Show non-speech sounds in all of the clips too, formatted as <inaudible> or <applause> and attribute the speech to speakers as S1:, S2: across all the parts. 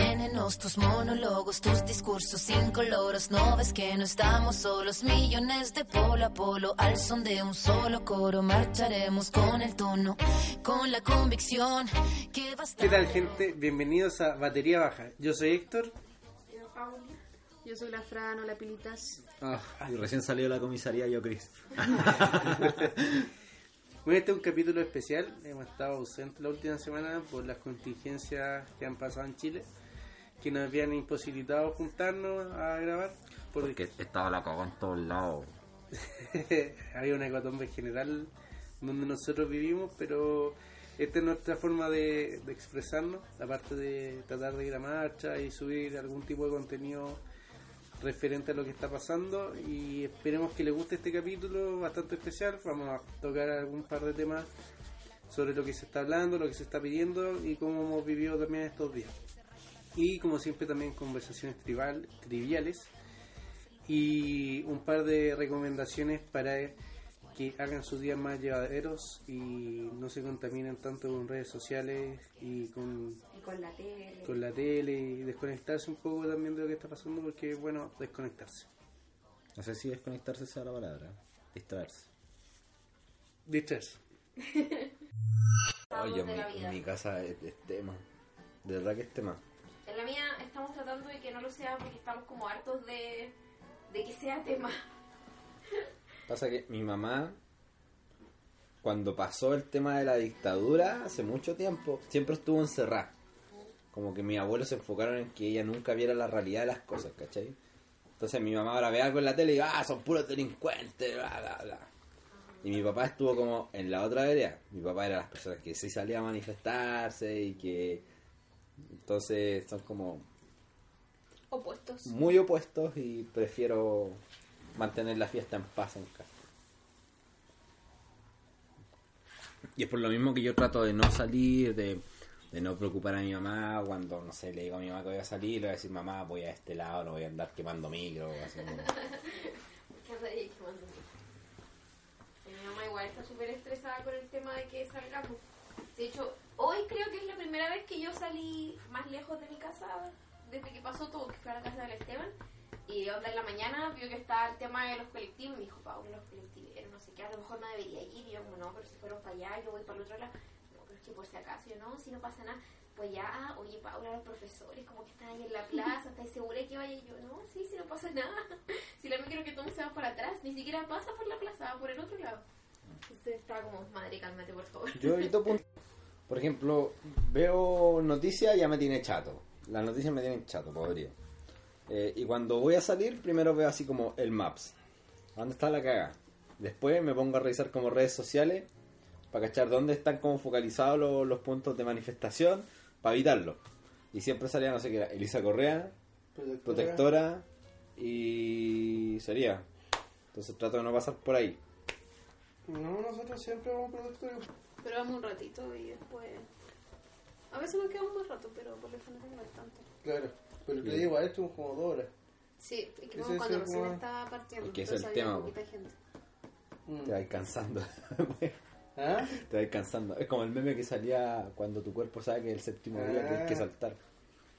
S1: venenos, tus monólogos, tus discursos incoloros. No ves que no estamos solos, millones de polo a polo, al son de un solo coro. Marcharemos con el tono, con la convicción que basta.
S2: ¿Qué tal, gente? Bienvenidos a Batería Baja. Yo soy Héctor.
S3: Yo soy la Fran o la Pilitas.
S2: Ah,
S4: Y recién salió de la comisaría yo, <laughs> Chris.
S2: Bueno, este es un capítulo especial. Hemos estado ausentes la última semana por las contingencias que han pasado en Chile, que nos habían imposibilitado juntarnos a grabar.
S4: Porque estaba la cagó en todos lados.
S2: <laughs> había una hecatombe general donde nosotros vivimos, pero esta es nuestra forma de, de expresarnos, aparte de tratar de ir a marcha y subir algún tipo de contenido referente a lo que está pasando y esperemos que les guste este capítulo bastante especial, vamos a tocar algún par de temas sobre lo que se está hablando, lo que se está pidiendo y cómo hemos vivido también estos días. Y como siempre también conversaciones tribal, triviales y un par de recomendaciones para que hagan sus días más llevaderos y no se contaminen tanto con redes sociales y con,
S3: Y con la tele.
S2: con la tele y desconectarse un poco también de lo que está pasando porque bueno, desconectarse.
S4: No sé si desconectarse sea la palabra. Distraerse.
S2: Distraerse.
S3: Hablamos
S4: Oye,
S3: de la
S4: mi,
S3: vida.
S4: mi casa es, es tema. De verdad que es tema.
S3: En la mía estamos tratando de que no lo sea porque estamos como hartos de, de que sea tema.
S4: Pasa que mi mamá, cuando pasó el tema de la dictadura, hace mucho tiempo, siempre estuvo encerrada. Como que mis abuelos se enfocaron en que ella nunca viera la realidad de las cosas, ¿cachai? Entonces mi mamá ahora ve algo en la tele y va, ah, son puros delincuentes, bla, bla, bla. Y mi papá estuvo como en la otra vereda. Mi papá era las personas que sí salía a manifestarse y que... Entonces son como
S3: Opuestos.
S4: muy opuestos y prefiero mantener la fiesta en paz en casa. Y es por lo mismo que yo trato de no salir, de, de no preocupar a mi mamá cuando, no sé, le digo a mi mamá que voy a salir, le voy a decir, mamá, voy a este lado, no voy a andar quemando micro. así como-
S3: Que anda ahí quemando. Y Mi mamá igual está súper estresada con el tema de que salgamos. De hecho, hoy creo que es la primera vez que yo salí más lejos de mi casa desde que pasó todo, que fue a la casa del Esteban. Y onda en la mañana vio que estaba el tema de los colectivos. y Me dijo, Paula, los colectiveros, no sé qué, a lo mejor no debería ir. Y yo, como no, pero si fueron para allá, yo voy para el otro lado. No, pero es que por si acaso, yo no, si no pasa nada. Pues ya, ah, oye, Paula, los profesores, como que están ahí en la plaza, ¿estás segura que vaya? Y yo, no, sí, si no pasa nada. <laughs> Si la me quiero que todos se van para atrás, ni siquiera pasa por la plaza, va por el otro lado. Usted está como, madre, cálmate, por favor.
S4: Yo evito pun- Por ejemplo, veo noticias ya me tiene chato. Las noticias me tienen chato, podrido. Eh, y cuando voy a salir, primero veo así como el maps. ¿Dónde está la caga? Después me pongo a revisar como redes sociales para cachar dónde están como focalizados los, los puntos de manifestación para evitarlo. Y siempre salía, no sé qué era, Elisa Correa, protectora y sería. Entonces trato de no pasar por ahí.
S2: No, nosotros siempre vamos protectora.
S3: Pero vamos un ratito y después. A veces nos quedamos un rato, pero por lo general no es tanto.
S2: Claro. Pero
S4: te digo,
S2: a esto es como dos horas.
S3: Sí, es que
S2: Ese
S3: como cuando
S2: es el
S3: recién
S2: tema.
S3: estaba partiendo.
S4: Es que es
S3: entonces
S4: el
S3: había
S4: tema,
S3: poquita gente.
S2: Mm.
S4: Te va <laughs> cansando.
S2: ¿Ah?
S4: Te vas cansando. Es como el meme que salía cuando tu cuerpo sabe que el séptimo día
S2: Ah.
S4: tienes que saltar.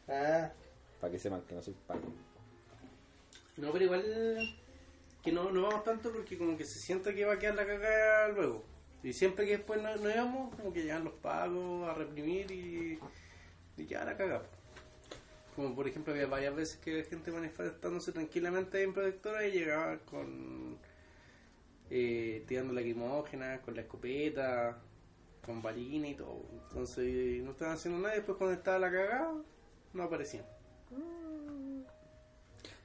S2: Ah.
S4: Para que sepan que no soy pan.
S2: No, pero igual que no, no vamos tanto porque como que se siente que va a quedar la cagada luego. Y siempre que después no, no íbamos, como que llegan los pagos a reprimir y, y quedar la cagada. Como por ejemplo había varias veces que la gente manifestándose tranquilamente en protectora y llegaba con eh, tirando lacrimógena, con la escopeta, con balines y todo. Entonces no estaban haciendo nada y después cuando estaba la cagada no aparecían.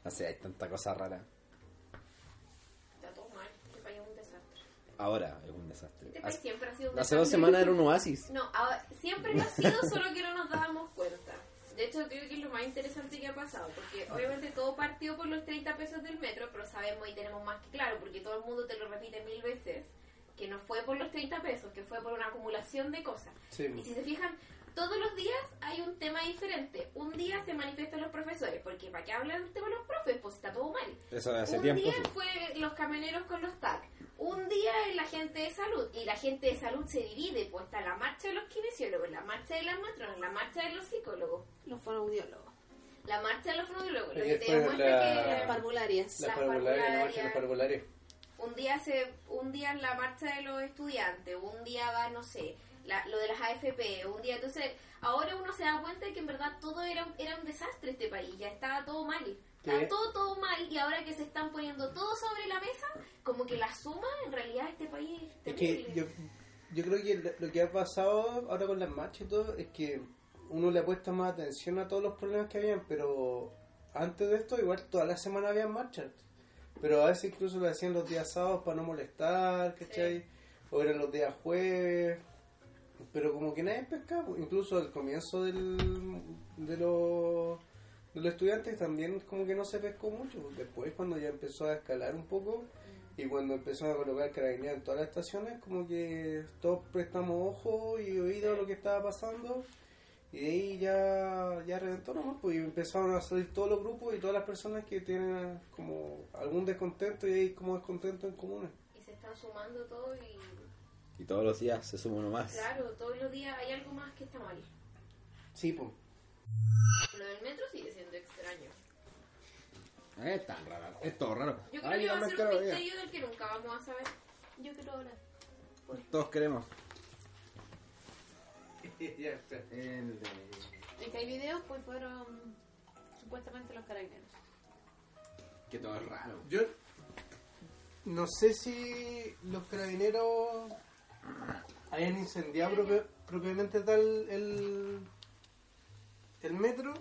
S4: No sé, hay tanta cosa rara.
S3: Está todo mal, este país es un desastre.
S4: Ahora es un desastre.
S3: Este país
S4: Hace,
S3: siempre ha sido un
S4: hace
S3: desastre.
S4: dos semanas era un oasis.
S3: No, ahora- siempre lo ha sido, solo que no nos dábamos cuenta. De hecho, creo que es lo más interesante que ha pasado, porque obviamente todo partió por los 30 pesos del metro, pero sabemos y tenemos más que claro, porque todo el mundo te lo repite mil veces, que no fue por los 30 pesos, que fue por una acumulación de cosas.
S2: Sí.
S3: Y si se fijan, todos los días hay un tema diferente. Un día se manifiestan los profesores, porque ¿para qué hablan del tema de los profes? Pues está todo mal.
S4: Eso de hace
S3: un
S4: tiempo.
S3: día
S4: sí.
S3: fue los camioneros con los TAC, un día la gente de salud, y la gente de salud se divide, pues está la marcha de los kinesiólogos, la marcha de las matronas, la marcha de los psicólogos. Los fonoaudiólogos. La marcha de los fenólogos, lo que
S2: Ayer
S3: te
S2: fue
S3: demuestra
S4: Ah.
S2: la-
S3: que...
S5: Las parvularias.
S2: Las
S3: Las
S2: parvularias, la
S3: parvularias.
S2: marcha de las parvularias.
S3: un día se un día la marcha de los estudiantes un día va no sé la- lo de las AFP un día entonces ahora uno se da cuenta de que en verdad todo era un- era un desastre este país ya estaba todo mal estaba
S2: Sí.
S3: todo todo mal y ahora que se están poniendo todo sobre la mesa como que la suma en realidad este país es
S2: Es que
S3: terrible
S2: yo, yo creo que lo- lo que ha pasado ahora con las marchas y todo es que uno le ha puesto más atención a todos los problemas que habían, pero antes de esto igual toda la semana había marchas. Pero a veces incluso lo hacían los días sábados para no molestar, ¿cachai? O eran los días jueves. Pero como que nadie pescaba, pues, incluso al comienzo del, de, los, de los estudiantes también como que no se pescó mucho. pues, Después cuando ya empezó a escalar un poco, y cuando empezaron a colocar carabineros en todas las estaciones, como que todos prestamos ojo y oído a lo que estaba pasando. Y de ahí ya, ya reventó nomás, pues, y empezaron a salir todos los grupos y todas las personas que tienen como algún descontento y hay como descontento en comunes.
S3: y se están sumando todo y
S4: Y todos los días se suma uno más.
S3: claro todos los días hay algo más que está mal
S2: Sí, pues.
S3: lo del metro sigue siendo extraño
S4: Es tan raro, es todo raro.
S3: yo creo
S4: Ay,
S3: que va a
S4: vamos,
S3: ser un
S4: claro, ya.
S3: misterio del que nunca vamos a saber
S5: Yo quiero ahora.
S4: Todos queremos.
S5: Es que hay videos pues fueron supuestamente los carabineros.
S4: Que todo es raro.
S2: Yo no sé si los carabineros hayan incendiado propio- propiamente tal el, el metro,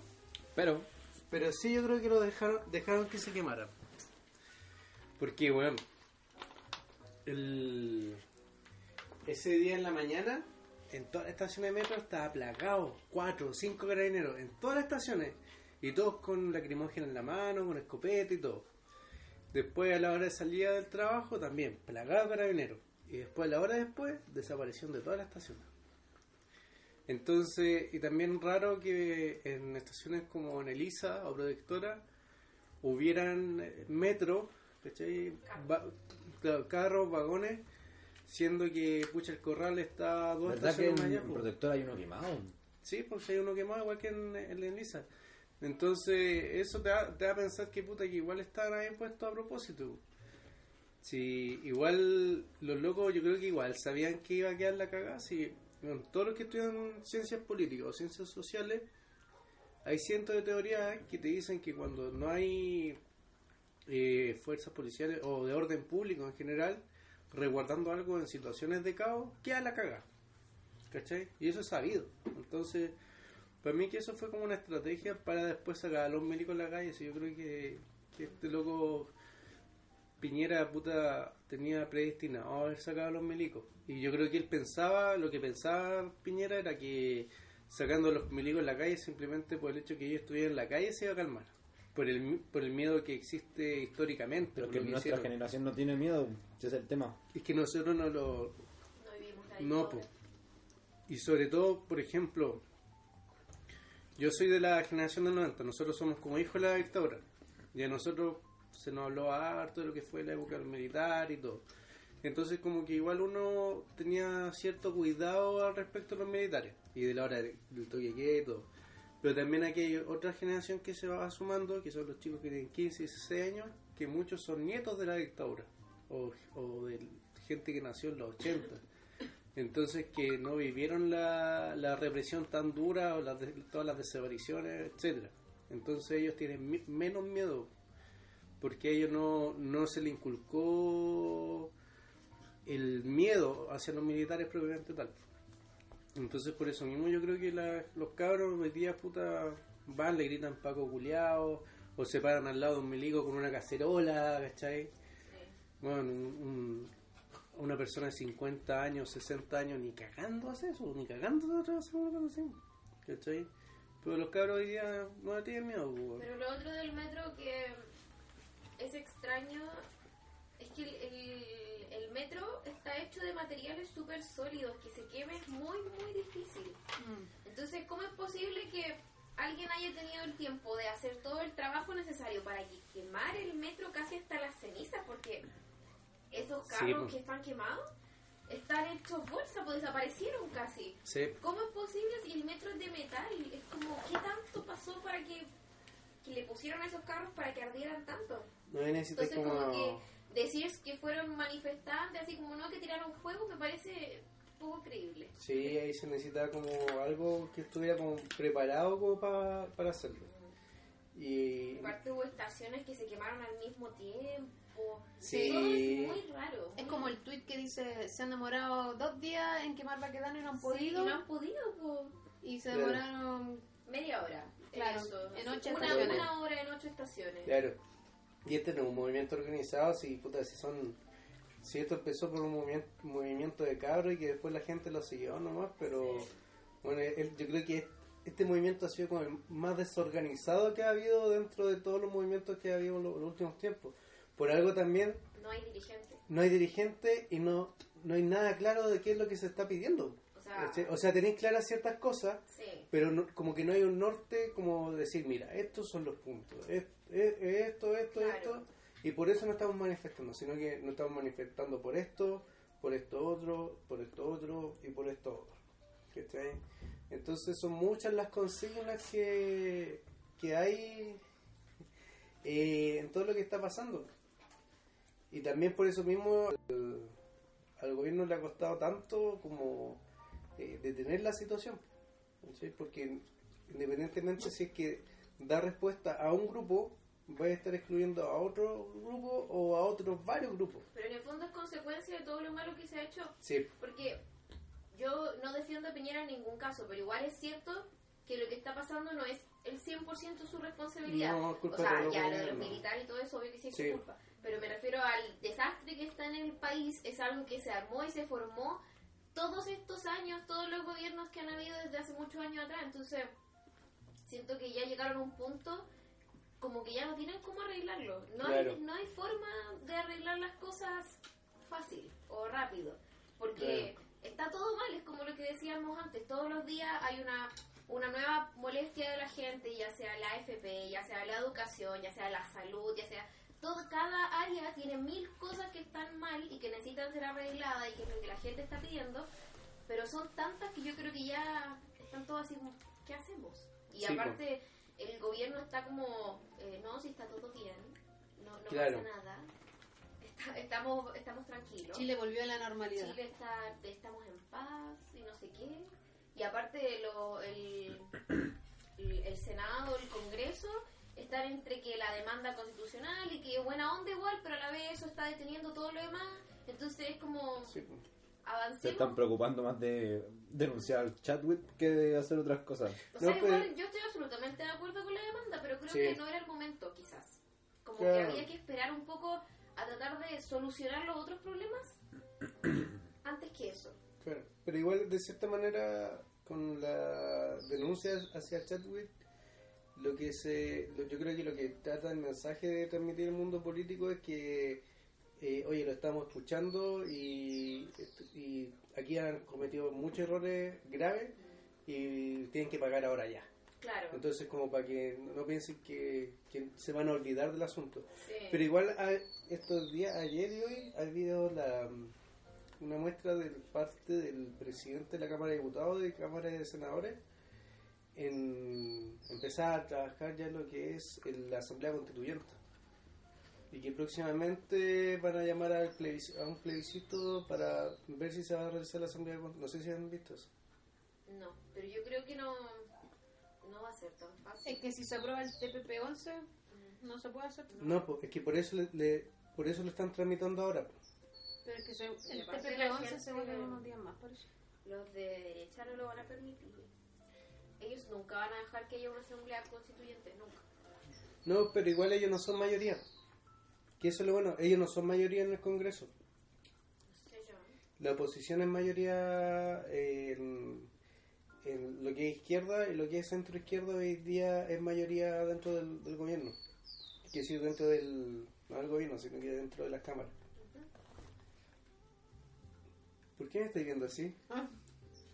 S4: Pero,
S2: Pero sí, yo creo que lo dejaron, dejaron que se quemara. Porque, bueno, el... ese día en la mañana, en toda la estación de metro estaba plagado, cuatro o cinco carabineros, en todas las estaciones, y todos con lacrimógena en la mano, con escopeta y todo. Después, a la hora de salida del trabajo, también plagado de carabineros. Y después, a la hora después, desaparición de todas las estaciones. Entonces, y también raro que en estaciones como en Elisa o Protectora hubieran eh, metro, ¿cachai? Va- claro, carros, vagones, siendo que pucha el corral está a dos
S4: ¿verdad que
S2: estaciones
S4: en,
S2: más allá,
S4: en
S2: po?
S4: protector hay uno quemado?
S2: Sí, pues hay uno quemado igual que en, en Elisa. Entonces, eso te da, te da a pensar que puta, que igual están ahí puesto a propósito. Sí, igual los locos yo creo que igual sabían que iba a quedar la cagada. Si todos los que estudian ciencias políticas o ciencias sociales, hay cientos de teorías ¿eh? que te dicen que cuando no hay eh, fuerzas policiales o de orden público en general, resguardando algo en situaciones de caos, queda la cagada. ¿Cachai? Y eso es sabido. Entonces, para mí que eso fue como una estrategia para después sacar a los médicos en la calle. Si yo creo que, que este loco Piñera puta tenía predestinado a haber sacado a los milicos. Y yo creo que él pensaba, lo que pensaba Piñera era que sacando a los milicos en la calle simplemente por el hecho que ellos estuvieran en la calle se iba a calmar. Por el, mi- por el miedo que existe históricamente.
S4: Pero
S2: por
S4: que
S2: lo que
S4: nuestra
S2: hicieron.
S4: generación no tiene miedo, ese es el tema.
S2: Es que nosotros no lo,
S3: no vivimos la
S2: no, po.
S3: dictadura.
S2: Y sobre todo, por ejemplo, yo soy de la generación del 90, nosotros somos como hijos de la dictadura. Y a nosotros se nos habló harto de lo que fue la época del militar y todo. Entonces como que igual uno tenía cierto cuidado al respecto de los militares y de la hora de- del toque de queda y todo. Pero también aquí hay otra generación que se va sumando, que son los chicos que tienen 15 y 16 años, que muchos son nietos de la dictadura o, o de gente que nació en los 80. Entonces que no vivieron la, la represión tan dura o las de- todas las desapariciones, etcétera. Entonces ellos tienen mi- menos miedo porque a ellos no, no se le inculcó el miedo hacia los militares propiamente tal. Entonces por eso mismo yo creo que la- los cabros hoy día puta van, le gritan Paco Culeado o se paran al lado de un milico con una cacerola, ¿cachai? Bueno, un- un- una persona de 50 años, 60 años, ni cagando hace eso, ni cagando se atreve a hacer una cosa así, ¿cachai? Pero los cabros hoy día no le tienen miedo, pues.
S3: Pero lo otro del metro que es extraño es que el, el- el metro está hecho de materiales súper sólidos, que se queme es muy, muy difícil. Mm, Entonces, ¿cómo es posible que alguien haya tenido el tiempo de hacer todo el trabajo necesario para que- quemar el metro casi hasta las cenizas? Porque esos
S2: Sí,
S3: carros
S2: pues.
S3: que están quemados están hechos bolsa, pues desaparecieron casi.
S2: Sí.
S3: ¿Cómo es posible si el metro es de metal? Es como, ¿qué tanto pasó para que que le pusieron a esos carros para que ardieran tanto.
S2: No necesitas
S3: Entonces, como,
S2: como...
S3: que decir que fueron manifestantes, así como no que tiraron fuego, me parece poco creíble.
S2: Sí, ahí se necesitaba como algo que estuviera como preparado como pa- para hacerlo. Y...
S3: Aparte hubo estaciones que se quemaron al mismo tiempo.
S2: Sí.
S3: Todo es muy raro.
S5: Es como el tweet que dice, se han demorado dos días en quemar Baquedano y no han podido.
S3: Sí, no han podido, po.
S5: Y se
S2: Claro.
S5: demoraron...
S3: media hora.
S5: Claro,
S3: Eso.
S5: en
S3: Así,
S5: ocho
S3: una,
S5: estaciones.
S3: una hora en ocho estaciones.
S2: Claro. Y este no es un movimiento organizado, si puta, si son... Si esto empezó por un movimiento, movimiento de cabros y que después la gente lo siguió nomás, pero... Bueno, él- yo creo que este, este movimiento ha sido como el más desorganizado que ha habido dentro de todos los movimientos que ha habido en los, los últimos tiempos. Por algo también
S3: No hay dirigente.
S2: no hay dirigente y no, no hay nada claro de qué es lo que se está pidiendo.
S3: O sea,
S2: ¿Cachai? O sea, tenéis claras ciertas cosas,
S3: sí.
S2: pero no- como que no hay un norte como decir, mira, estos son los puntos, es- es- es esto, esto,
S3: Claro.
S2: esto, y por eso no estamos manifestando, sino que nos estamos manifestando por esto, por esto otro, por esto otro y por esto otro. ¿Cachai? Entonces son muchas las consignas que, que hay eh, en todo lo que está pasando. Y también por eso mismo al- al gobierno le ha costado tanto como eh, detener la situación. ¿cachai? Porque independientemente si es que da respuesta a un grupo, va a estar excluyendo a otro grupo o a otros varios grupos.
S3: Pero en el fondo es consecuencia de todo lo malo que se ha hecho
S2: Sí,
S3: Porque yo no defiendo a Piñera en ningún caso, pero igual es cierto que lo que está pasando no es el 100% su responsabilidad.
S2: No, es culpa
S3: o sea,
S2: de los
S3: ya lo de los
S2: gobiernos.
S3: militares y todo eso, obvio que sí es su
S2: Sí.
S3: culpa. Pero me refiero al desastre que está en el país, es algo que se armó y se formó todos estos años, todos los gobiernos que han habido desde hace muchos años atrás. Entonces, siento que ya llegaron a un punto como que ya no tienen cómo arreglarlo. No,
S2: Claro.
S3: hay, no hay forma de arreglar las cosas fácil o rápido. Porque está todo mal, es como lo que decíamos antes. Todos los días hay una, una nueva molestia de la gente, ya sea la AFP, ya sea la educación, ya sea la salud, ya sea... Todo, cada área tiene mil cosas que están mal y que necesitan ser arregladas y que es lo que la gente está pidiendo, pero son tantas que yo creo que ya están todas así como, ¿qué hacemos? Y
S2: Sí, po.
S3: aparte el gobierno está como, eh, no, si está todo bien, no, no
S2: Claro.
S3: pasa nada, está- estamos, estamos tranquilos.
S5: Chile volvió a la normalidad.
S3: Chile está, estamos en paz y no sé qué. Y aparte lo, el, el, el Senado, el Congreso, están entre que la demanda constitucional y que buena onda igual, pero a la vez eso está deteniendo todo lo demás. Entonces es como
S2: sí, po.
S4: Se están
S3: avancemos.
S4: preocupando más de denunciar al Chatwit que de hacer otras cosas.
S3: O sea,
S2: No,
S3: igual
S2: pero-
S3: yo estoy absolutamente de acuerdo con la demanda, pero creo
S2: Sí.
S3: que no era el momento quizás. Como
S2: Claro.
S3: que había que esperar un poco a tratar de solucionar los otros
S2: <clears throat>
S3: problemas antes que eso.
S2: claro. Pero igual, de cierta manera, con la denuncia hacia Chadwick, lo que se, lo- yo creo que lo que trata el mensaje de transmitir el mundo político es que, eh, oye, lo estamos escuchando y, y aquí han cometido muchos errores graves y tienen que pagar ahora ya.
S3: Claro.
S2: Entonces, como para que no piensen que, que se van a olvidar del asunto.
S3: sí.
S2: Pero igual a- estos días, ayer y hoy, ha habido la, mm, una muestra de parte del presidente de la Cámara de Diputados y Cámara de Senadores en empezar a trabajar ya lo que es el- la Asamblea Constituyente. Y que próximamente van a llamar al plebisci- a un plebiscito para ver si se va a realizar la Asamblea Constituyente. No sé si han visto eso.
S3: No, pero yo creo que no, no va a ser tan fácil.
S5: Es que si se aprueba el TPP-11, no se puede hacer.
S2: No, po, es que por eso le, le- por eso lo están tramitando ahora. po.
S5: Pero es que se, el
S3: Y aparte la
S5: TPP-11
S3: gente-
S5: se vuelve unos días más, por eso.
S3: Los de derecha no lo van a permitir. Ellos nunca van a dejar que haya una asamblea constituyente, nunca.
S2: No, pero igual ellos no son mayoría. Que eso es lo bueno, ellos no son mayoría en el Congreso.
S3: No sé yo.
S2: La oposición es mayoría en, en lo que es izquierda y lo que es centro izquierda hoy día es mayoría dentro del, del gobierno. Que decir, dentro del, no del gobierno, sino que dentro de las cámaras. ¿Por qué me estáis viendo así?
S5: Ah,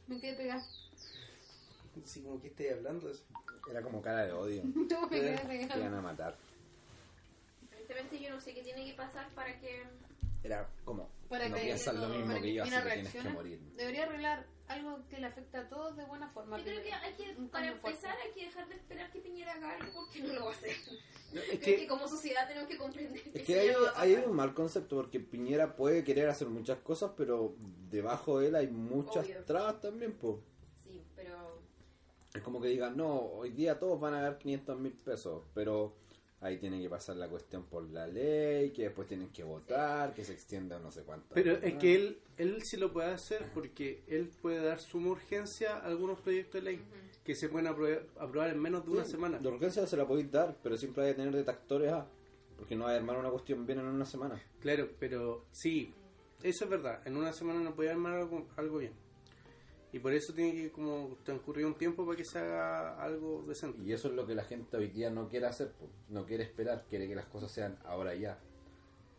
S5: me quedé pegada. <laughs>
S2: Así como que estáis hablando así.
S4: Era como cara de
S3: <laughs>
S4: odio.
S5: No, me quedé
S2: Claro.
S4: Te
S5: pegada.
S4: iban a matar.
S3: Evidentemente yo no sé qué tiene que pasar para que...
S4: Era como,
S5: Para
S4: no
S5: que-
S4: piensas lo mismo
S5: para
S4: que yo, así
S5: Piñera
S4: que tienes que
S5: reaccione.
S4: morir.
S5: Debería arreglar algo que le afecta a todos de buena forma.
S3: Yo creo que hay que,
S5: Un
S3: para
S5: cambio fuerte.
S3: empezar, hay que dejar de esperar que Piñera haga algo porque no lo va a hacer. <laughs>
S2: es
S3: Creo
S2: que,
S3: que como sociedad tenemos que comprender
S4: Es
S3: eso
S4: que
S3: ya
S4: hay,
S3: no va a
S4: hay
S3: pasar.
S4: un mal concepto porque Piñera puede querer hacer muchas cosas, pero debajo de él hay muchas
S3: Obvio.
S4: trabas también, pues.
S3: Sí, pero
S4: Es como que digan, no, hoy día todos van a dar 500 mil pesos, pero ahí tiene que pasar la cuestión por la ley, que después tienen que votar, que se extienda a no sé cuánto.
S2: pero es que él, él sí lo puede hacer porque él puede dar suma urgencia a algunos proyectos de ley que se pueden aprue- aprobar en menos de una semana.
S4: La urgencia se la podéis dar, pero siempre hay que tener detractores a, porque no hay armar una cuestión bien en una semana.
S2: Claro, pero sí, eso es verdad. En una semana no puede armar algo, algo bien. Y por eso tiene que como transcurrir un tiempo para que se haga algo decente.
S4: Y eso es lo que la gente hoy día no quiere hacer, po. no quiere esperar, quiere que las cosas sean ahora ya.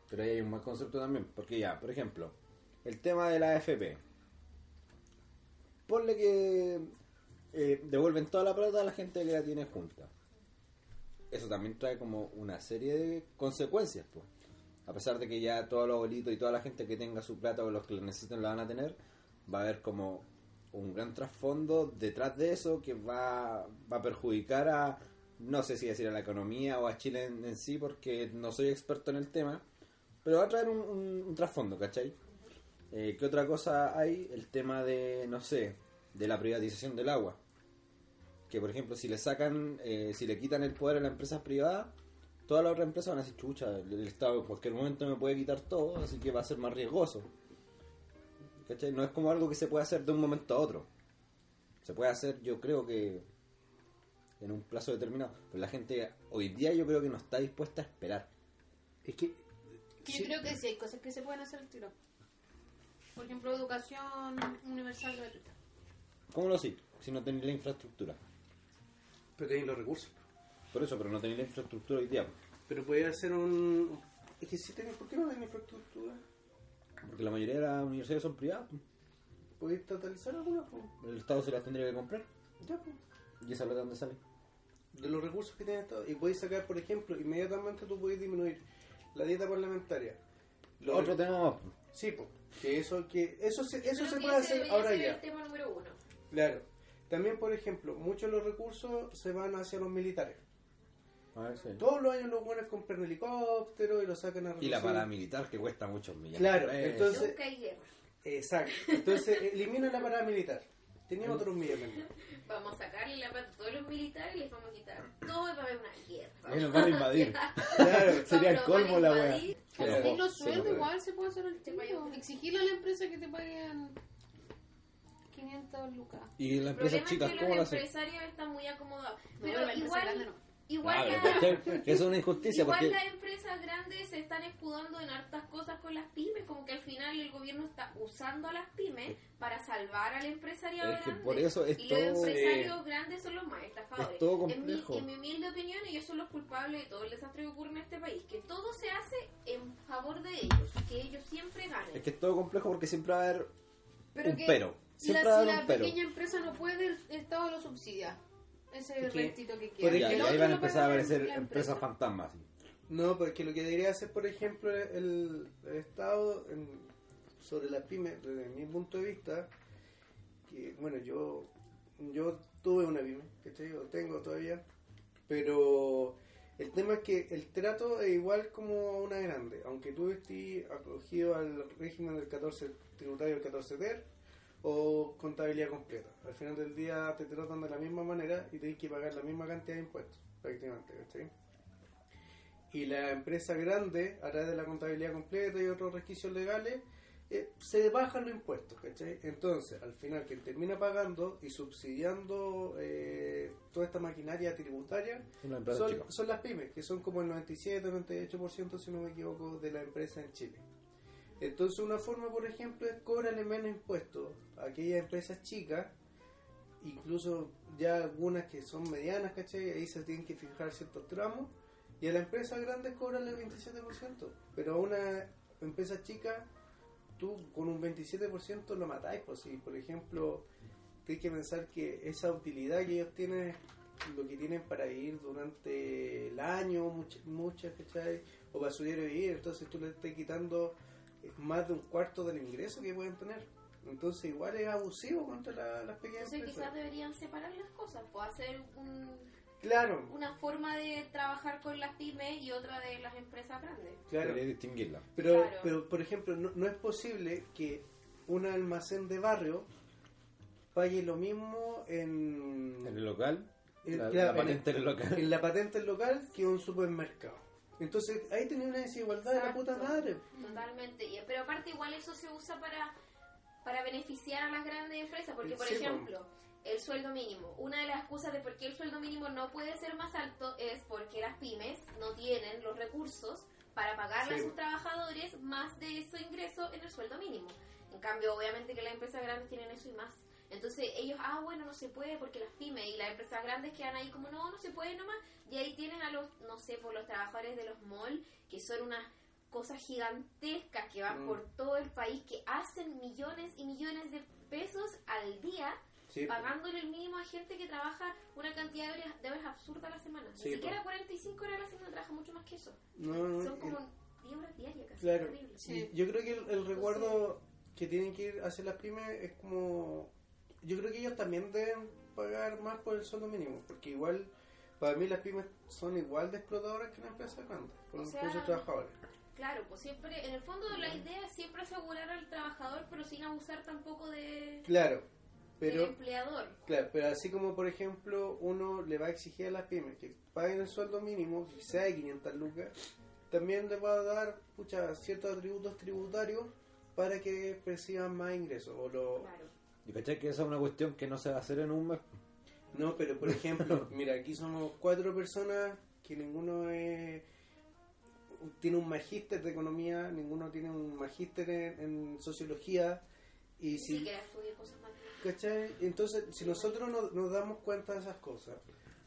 S4: Pero ahí hay un mal concepto también, porque ya, por ejemplo, el tema de la AFP. Ponle que eh, devuelven toda la plata a la gente que la tiene junta. Eso también trae como una serie de consecuencias, po. A pesar de que ya todos los abuelitos y toda la gente que tenga su plata o los que lo necesiten la van a tener, va a haber como un gran trasfondo detrás de eso que va, va a perjudicar a, no sé si decir a la economía o a Chile en, en sí, porque no soy experto en el tema, pero va a traer un, un- un trasfondo, ¿cachai? Eh, ¿Qué otra cosa hay? El tema de, no sé, de la privatización del agua. Que por ejemplo, si le sacan, eh, si le quitan el poder a las empresas privadas, todas las otras empresas van a decir, chucha, el, el Estado en cualquier momento me puede quitar todo, así que va a ser más riesgoso. ¿Cachai? No es como algo que se puede hacer de un momento a otro. Se puede hacer, yo creo que en un plazo determinado. Pero la gente hoy día yo creo que no está dispuesta a esperar.
S2: Es que...
S5: Que
S2: sí,
S5: Yo creo que sí, hay cosas que se pueden hacer al tiro. Por ejemplo, educación universal gratuita.
S4: ¿Cómo lo sí? Si no tenéis la infraestructura.
S2: Pero tienen los recursos.
S4: Por eso, pero no tenéis la infraestructura hoy día.
S2: Pero podría hacer un... Es que sí tenés, ¿por qué no tienen infraestructura?
S4: Porque la mayoría de las universidades son privadas. pues.
S2: ¿Podéis estatalizar alguna? po?
S4: El Estado se las tendría que comprar.
S2: Ya, po.
S4: ¿Y esa plata dónde sale?
S2: de los recursos que tiene el Estado. Y podéis sacar, por ejemplo, inmediatamente tú podéis disminuir la dieta parlamentaria. Lo
S4: Otro tema más. pues.
S2: Sí, po, que eso, que eso se, eso
S3: creo
S2: se
S3: que
S2: puede
S3: ese
S2: hacer
S3: debería
S2: ahora
S3: ser
S2: ya.
S3: el tema número uno.
S2: Claro. También, por ejemplo, muchos de los recursos se van hacia los militares.
S4: A ver, sí.
S2: Todos los años los buenos compran helicópteros y los sacan a
S4: Y la
S2: relucir.
S4: paramilitar que cuesta muchos millones.
S2: Claro,
S4: Eh,
S2: entonces-
S3: Nunca hay guerra.
S2: Exacto. Entonces, <laughs> elimina la paramilitar.
S4: Mm.
S2: Tenía otros millones. más.
S3: Vamos a sacarle la pata a todos los militares y les vamos a quitar todo y va a haber una guerra.
S4: ahí nos van a
S3: <laughs>
S4: invadir.
S2: Claro.
S4: Sería el
S3: Nos van a
S4: colmo la wea.
S3: invadir.
S4: Que
S2: Claro.
S4: nos-
S5: Y los
S4: se nos-
S5: sueldos igual se puede hacer al tiro.
S3: Vaya.
S5: Exigirle a la empresa que te paguen 500 lucas.
S4: Y las
S3: El
S4: empresas
S3: problema
S4: chicas,
S3: es que
S4: ¿cómo lo
S3: los
S4: hacen?
S3: empresarios están muy acomodados.
S5: la
S3: Pero
S5: empresa grande
S3: igual,
S5: no.
S3: igual <laughs>
S4: Claro,
S3: cada-
S4: ¿cachai? Que eso es una injusticia
S3: Igual
S4: porque
S3: las empresas grandes se están escudando en hartas cosas con las pymes, como que al final el gobierno está usando a las pymes para salvar al empresariado
S4: Es que
S3: grande.
S4: por eso es
S3: y
S4: todo- eh,
S3: los empresarios grandes son los más estafadores.
S4: Es todo
S3: En mi-
S4: complejo.
S3: En mi, humilde opinión, ellos son los culpables de todo el desastre que ocurre en este país, que todo se hace en favor de ellos, que ellos siempre ganen.
S4: es que es todo complejo porque siempre va a haber un
S5: que
S4: pero. Siempre va
S5: si
S4: a haber
S5: la
S4: un pero.
S5: pequeña empresa no puede, el Estado lo subsidia. Ese es el
S2: ¿Qué?
S5: restito que
S2: Por
S5: queda.
S4: Ya,
S2: que
S4: y
S5: El
S2: ejemplo,
S5: otro
S4: ahí van a
S5: lo
S4: empezar a
S5: paga
S4: aparecer
S5: la
S4: empresas
S5: empresa.
S4: fantasmas.
S2: No, porque lo que debería hacer, por ejemplo, el, el Estado en- sobre las pymes, desde mi punto de vista, que bueno, yo, yo tuve una pyme, ¿cachai? O tengo todavía, pero el tema es que el trato es igual como una grande, aunque tú estés acogido al régimen del 14 tributario del 14 TER o contabilidad completa. Al final del día te tratan de la misma manera y tienes que pagar la misma cantidad de impuestos, prácticamente, ¿cachai? y la empresa grande, a través de la contabilidad completa y otros resquicios legales, eh, se bajan los impuestos, ¿cachai? Entonces, al final, quien termina pagando y subsidiando eh, toda esta maquinaria tributaria
S4: Una empresa
S2: son,
S4: chica.
S2: son las pymes, que son como el 97-98%, si no me equivoco, de la empresa en Chile. Entonces, una forma, por ejemplo, es cobrarle menos impuestos a aquellas empresas chicas, incluso ya algunas que son medianas, ¿cachai? Ahí se tienen que fijar ciertos tramos. Y a las empresas grandes cobran el 27%, pero a una empresa chica, tú con un 27% lo matáis. Pues, si, por ejemplo, tienes que pensar que esa utilidad que ellos tienen es lo que tienen para vivir durante el año, muchas, muchas ¿cachai? O para su diario vivir, entonces tú le estás quitando eh, más de un cuarto del ingreso que pueden tener. Entonces igual es abusivo contra la- las pequeñas
S3: Entonces quizás
S2: empresas.
S3: deberían separar las cosas, pues hacer un-
S2: Claro,
S3: una forma de trabajar con las pymes y otra de las empresas grandes.
S2: claro.
S4: Debería distinguirla.
S2: Pero,
S3: Claro.
S2: pero por ejemplo, no, no es posible que un almacén de barrio pague lo mismo en,
S4: En el local,
S2: en-
S4: la,
S2: Eh, claro,
S4: la patente
S2: en,
S4: del local.
S2: en la patente del local que un supermercado. Entonces ahí tenía una desigualdad de la puta
S3: Exacto.
S2: madre.
S3: Totalmente. Y- Pero aparte igual eso se usa para, para beneficiar a las grandes empresas, porque por
S2: Eh, Sí, po.
S3: ejemplo, el sueldo mínimo. Una de las excusas de por qué el sueldo mínimo no puede ser más alto es porque las pymes no tienen los recursos para pagarle
S2: Sí,
S3: a sus
S2: po.
S3: trabajadores más de su ingreso en el sueldo mínimo. En cambio, obviamente que las empresas grandes tienen eso y más. Entonces ellos, ah, bueno, no se puede porque las pymes y las empresas grandes quedan ahí como, no, no se puede nomás. Y ahí tienen a los, no sé, por los trabajadores de los malls, que son unas cosas gigantescas que van
S2: Mm.
S3: por todo el país, que hacen millones y millones de pesos al día,
S2: Sí,
S3: pagándole el mínimo a gente que trabaja una cantidad de horas, de horas absurda a la semana.
S2: Sí,
S3: Ni
S2: po.
S3: siquiera 45 horas a la semana trabaja mucho más que eso.
S2: no, no,
S3: Son
S2: y-
S3: como 10 horas diarias casi.
S2: eh. Claro.
S3: Horrible.
S5: Sí.
S2: Yo creo que el, el recuerdo que tienen que ir hacia las pymes es como... Yo creo que ellos también deben pagar más por el sueldo mínimo, porque igual, para mí las pymes son igual de explotadoras que una empresa grande,
S3: O
S2: con
S3: sea,
S2: con sus trabajadores.
S3: Claro, pues siempre, en el fondo
S2: Mm.
S3: la idea es siempre asegurar al trabajador, pero sin abusar tampoco de,
S2: Claro,
S3: del
S2: pero...
S3: empleador.
S2: Claro, pero así como por ejemplo uno le va a exigir a las pymes que paguen el sueldo mínimo, que sea de 500 lucas, también le va a dar pucha, ciertos atributos tributarios para que perciban más ingresos o lo,
S3: Claro.
S4: Y cachai que esa es una cuestión que no se va a hacer en un mes.
S2: No, pero por ejemplo, mira, aquí somos cuatro personas que ninguno es- tiene un magíster de economía, ninguno tiene un magíster en, en sociología. Y
S3: Ni
S2: si,
S3: siquiera estudié cosas más.
S2: ¿cachai? Entonces, si nosotros no- nos damos cuenta de esas cosas,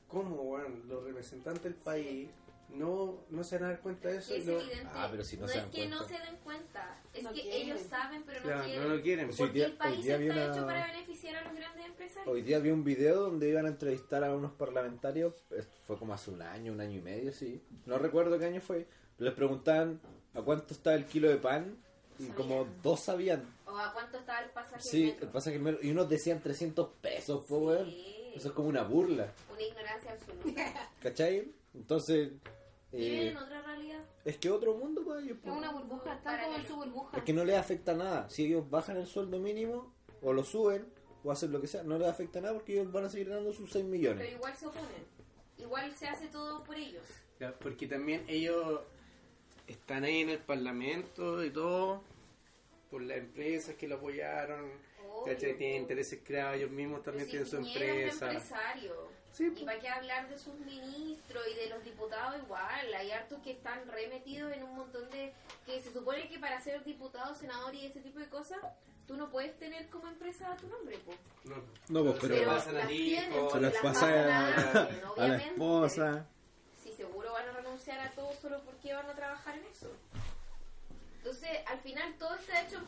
S2: ¿cómo bueno, los representantes del país no, no se van a dar cuenta de eso?
S3: Es
S2: Y lo-
S3: evidente.
S4: Ah, pero si no
S3: no,
S4: se
S3: es
S4: dan
S3: que no se
S4: cuenta.
S3: den cuenta, es
S5: No
S3: que
S5: quieren.
S3: ellos saben, pero no
S2: Claro,
S3: quieren.
S2: no lo quieren.
S4: Pues sí. Hoy
S3: Porque
S4: día-
S3: el país
S4: hoy día
S3: está
S4: vi una-
S3: hecho para beneficiar a los grandes empresarios.
S4: Hoy día vi un video donde iban a entrevistar a unos parlamentarios, es- fue como hace un año, un año y medio, sí. No recuerdo qué año fue. Les preguntaban a cuánto estaba el kilo de pan y como dos sabían.
S3: ¿O a cuánto estaba el pasaje en
S4: Sí,
S3: metro?
S4: el pasaje primero. Y unos decían 300 pesos, po,
S3: Sí.
S4: weón. Eso es como una burla,
S3: Una ignorancia absoluta.
S4: <laughs> ¿cachai? Entonces,
S3: Viven
S4: eh,
S3: en otra realidad.
S4: es que otro mundo para ellos, po.
S5: Es una burbuja, están como en su burbuja.
S4: Es que no les afecta nada. Si ellos bajan el sueldo mínimo, o lo suben, o hacen lo que sea, no les afecta nada porque ellos van a seguir ganando sus 6
S3: Pero
S4: millones.
S3: igual se oponen. Igual se hace todo por ellos.
S2: Ya, Porque también ellos están ahí en el Parlamento y todo, por las empresas que lo apoyaron,
S3: Obvio,
S2: ¿cachai? tienen
S3: po.
S2: intereses creados, ellos mismos también
S3: Pero
S2: tienen
S3: si
S2: su
S3: Piñera es un
S2: empresa.
S3: empresario.
S2: Sí,
S3: Y para qué hablar de sus ministros y de los diputados igual. Hay hartos que están remetidos en un montón de... Que se supone que para ser diputado, senador y ese tipo de cosas, tú no puedes tener como empresa a tu nombre. po.
S2: no,
S4: No, pues, pero-
S2: se
S4: Pero
S2: lo pasan
S3: las
S2: al hijo,
S3: tienen, po,
S4: Se las
S3: las
S4: pasa
S3: pasan
S4: a,
S3: alguien,
S4: a la
S3: obviamente.
S4: esposa.
S3: Sí, seguro van a renunciar a todo solo porque van a trabajar en eso. Entonces, al final todo está hecho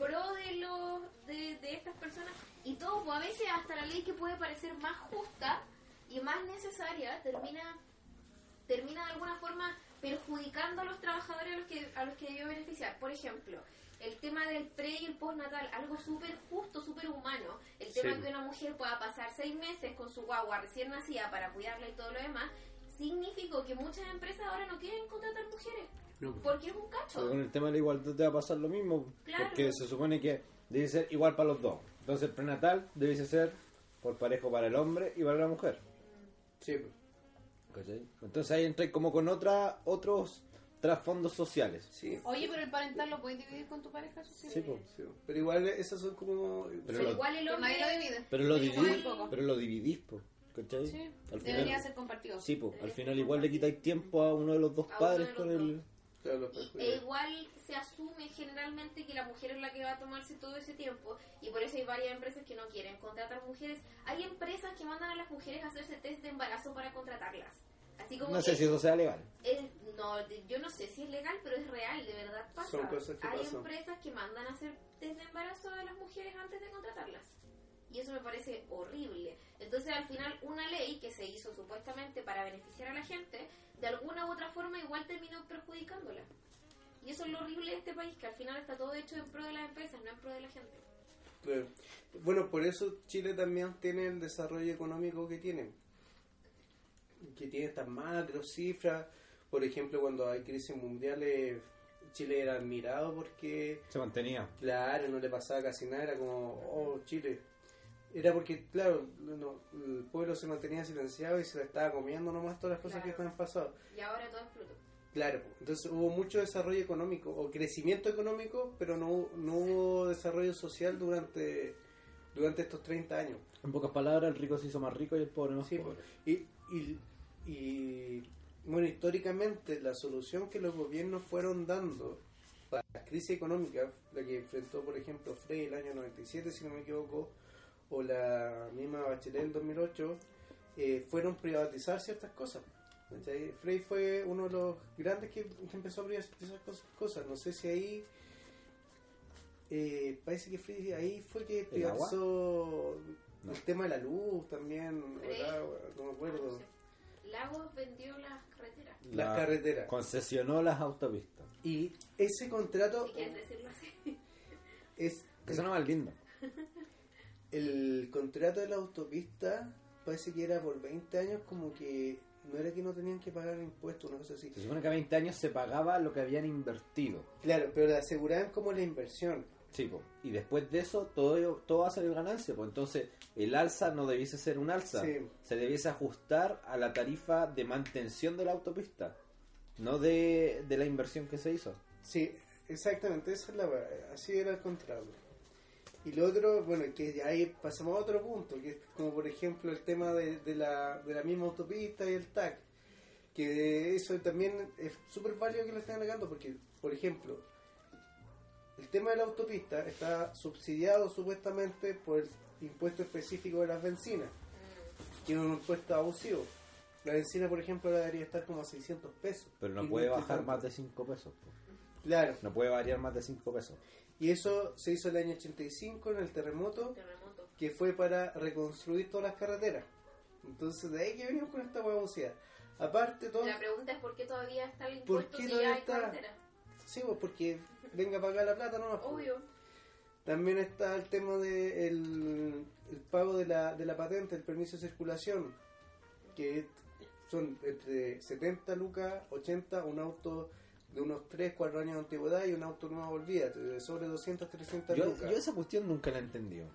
S3: pro de, los, de, de estas personas y todo, pues, a veces hasta la ley que puede parecer más justa y más necesaria termina termina de alguna forma perjudicando a los trabajadores a los que a los que debió beneficiar. Por ejemplo, el tema del pre y el postnatal, algo súper justo, súper humano. El tema
S2: Sí.
S3: que una mujer pueda pasar seis meses con su guagua recién nacida para cuidarla y todo lo demás, significó que muchas empresas ahora no quieren contratar mujeres.
S2: No.
S3: Porque es un
S4: Pero
S3: cacho.
S4: con el tema de la igualdad te va a pasar lo mismo.
S3: Claro.
S4: Porque se supone que debe ser igual para los dos. Entonces el prenatal debe ser por parejo para el hombre y para la mujer.
S2: sí, po.
S4: ¿cachai? Entonces ahí entra como con otra, otros trasfondos sociales.
S2: sí,
S5: Oye, pero el parental lo puedes dividir con tu pareja, eso sí.
S4: Sí, po.
S2: sí, po. Pero igual esas son como...
S4: Pero
S3: O sea,
S4: lo-
S3: igual el
S5: Pero nadie lo
S3: hombre
S5: divide.
S4: Pero lo
S5: Sí,
S4: dividís,
S5: igual.
S4: pero lo dividís, po, ¿cachai?
S5: Sí,
S4: Al
S5: debería
S4: final,
S5: ser compartido.
S4: sí, po, al final igual le quitáis tiempo a uno de los dos
S3: A uno
S4: padres
S3: de los
S4: con el...
S3: dos.
S2: Claro, los
S3: Y-
S2: perjuicios.
S3: e igual se asume generalmente que la mujer es la que va a tomarse todo ese tiempo y por eso hay varias empresas que no quieren contratar mujeres. Hay empresas que mandan a las mujeres a hacerse test de embarazo para contratarlas. Así como
S4: No sé
S3: que
S4: si eso sea legal.
S3: es- no, de- yo no sé si es legal, pero es real, de verdad pasa.
S2: Son cosas que
S3: hay
S2: pasan.
S3: empresas que mandan a hacer test de embarazo a las mujeres antes de contratarlas. Y eso me parece horrible. Entonces, al final, una ley que se hizo supuestamente para beneficiar a la gente, de alguna u otra forma igual terminó perjudicándola. Y eso es lo horrible de este país, que al final está todo hecho en pro de las empresas, no en pro de la gente.
S2: Claro. Bueno, por eso Chile también tiene el desarrollo económico que tiene. Que tiene estas macro cifras. Por ejemplo, cuando hay crisis mundiales, Chile era admirado porque,
S4: Se mantenía.
S2: claro, no le pasaba casi nada. Era como, oh, Chile. Era porque, claro, no- el pueblo se mantenía silenciado y se la estaba comiendo nomás todas las cosas que
S3: Claro.
S2: estaban pasando.
S3: Y ahora todo explotó.
S2: Claro, entonces hubo mucho desarrollo económico o crecimiento económico, pero no, no hubo desarrollo social durante, durante estos 30 años.
S4: En pocas palabras, el rico se hizo más rico y el pobre más
S2: Sí,
S4: pobre.
S2: Y, y, y, bueno, históricamente la solución que los gobiernos fueron dando para la crisis económica, la que enfrentó por ejemplo Frey el año 97 si no me equivoco, o la misma Bachelet en 2008, eh, fueron privatizar ciertas cosas. ¿cachai? Frey fue uno de los grandes que que empezó a privatizar cos- cosas. No sé si ahí... eh, parece que Frey ahí fue que
S4: ¿El agua?
S2: privatizó
S4: No.
S2: el tema de la luz también, o el agua, no me acuerdo.
S3: Lagos vendió las carreteras.
S2: Las carreteras.
S4: Concesionó las autopistas.
S2: Y ese contrato
S3: Si quieren decirlo así. <laughs>
S2: es
S4: Que suena más lindo.
S2: el contrato de la autopista parece que era por 20 años como que no era que no tenían que pagar impuestos, una cosa así.
S4: Se supone que a 20 años se pagaba lo que habían invertido.
S2: Claro, pero le aseguraban como la inversión.
S4: Sí, po. y después de eso todo, ello- todo va a salir ganancia. Pues entonces el alza no debiese ser un alza,
S2: Sí.
S4: se debiese ajustar a la tarifa de mantención de la autopista, no de, de la inversión que se hizo.
S2: Sí, exactamente, esa es la weá, así era el contrato. Y lo otro, bueno, que de ahí pasamos a otro punto, que es como por ejemplo el tema de, de la, de la misma autopista y el TAC, que eso también es súper válido que lo estén agregando, porque por ejemplo, el tema de la autopista está subsidiado supuestamente por el impuesto específico de las bencinas, que es un impuesto abusivo. La bencina, por ejemplo, ahora debería estar como a 600 pesos.
S4: Pero no
S2: Y
S4: puede
S2: estoy
S4: bajar
S2: tanto.
S4: más de 5 pesos, po.
S2: Claro.
S4: no puede variar más de 5 pesos.
S2: Y eso se hizo el año 85 en el terremoto,
S3: Terremoto.
S2: que fue para reconstruir todas las carreteras. Entonces de ahí que venimos con esta huevosidad. Aparte todo...
S3: La pregunta es por qué todavía está el
S2: ¿Por
S3: impuesto
S2: qué
S3: si
S2: todavía
S3: ya hay
S2: está?
S3: carreteras.
S2: Sí, pues porque venga a pagar la plata nomás. pues.
S3: Obvio.
S2: También está el tema del el pago de la, de la patente, el permiso de circulación, que son entre 70 lucas, 80, un auto de unos 3, 4 años de antigüedad y un auto nuevo, olvídate, de sobre 200, 300
S4: Yo,
S2: lucas.
S4: yo esa cuestión nunca la he entendido.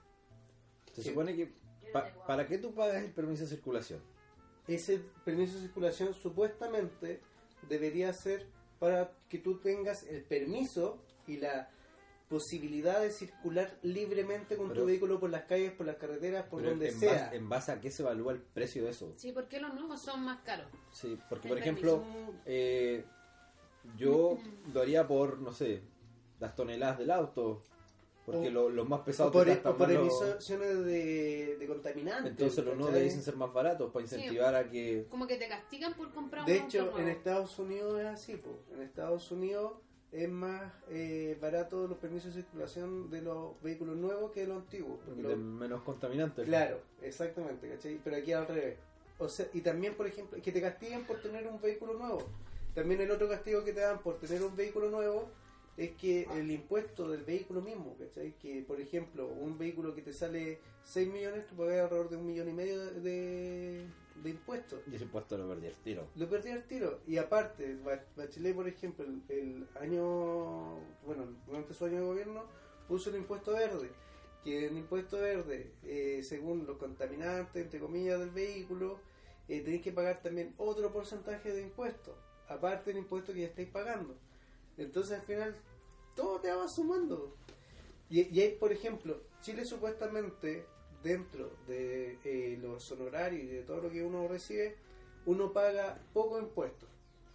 S4: Se
S2: Sí.
S4: supone que
S3: Yo
S4: pa-
S3: no tengo
S4: para qué tú pagas el permiso de circulación.
S2: ese permiso de circulación supuestamente debería ser para que tú tengas el permiso y la posibilidad de circular libremente con
S4: Pero-
S2: tu vehículo por las calles, por las carreteras, por
S4: Pero
S2: donde
S4: en,
S2: sea.
S4: base, en base a qué se evalúa el precio de eso.
S5: Sí, porque los nuevos son más caros.
S4: Sí, porque
S5: El
S4: por
S5: permiso. Mm.
S4: ejemplo, eh, yo lo haría por, no sé, las toneladas del auto, porque
S2: O-
S4: lo- los más pesados
S2: o por, e-
S4: te gastan
S2: o por
S4: más los-
S2: emisiones de, de contaminantes.
S4: Entonces los nuevos
S2: ¿cachai?
S4: dicen ser más baratos para incentivar a que...
S5: Como que te castigan por comprar
S2: De
S5: un auto
S2: hecho, en
S5: nuevo.
S4: este
S2: Estados Unidos es así, po. en Estados Unidos es más eh, barato los permisos de circulación de los vehículos nuevos que de los antiguos. porque
S4: de
S2: los-
S4: menos contaminantes.
S2: Claro, exactamente, ¿cachai? Pero aquí al revés. O sea, y también, por ejemplo, que te castiguen por tener un vehículo nuevo. También el otro castigo que te dan por tener un vehículo nuevo es que el impuesto del vehículo mismo, ¿cachai? Que, por ejemplo, un vehículo que te sale 6 millones, tú pagas alrededor de un millón y medio de, de, de impuestos.
S4: Y ese impuesto lo perdí el tiro.
S2: Lo perdí al tiro. Y aparte, Ba- Bachelet, por ejemplo, el, el año. Bueno, durante su año de gobierno, puso el impuesto verde. Que el impuesto verde, eh, según los contaminantes, entre comillas, del vehículo, eh, tenéis que pagar también otro porcentaje de impuesto. Aparte del impuesto que ya estáis pagando. Entonces, al final, todo te va sumando. Y, y hay, por ejemplo, Chile supuestamente, dentro de eh, los honorarios y de todo lo que uno recibe, uno paga poco impuesto.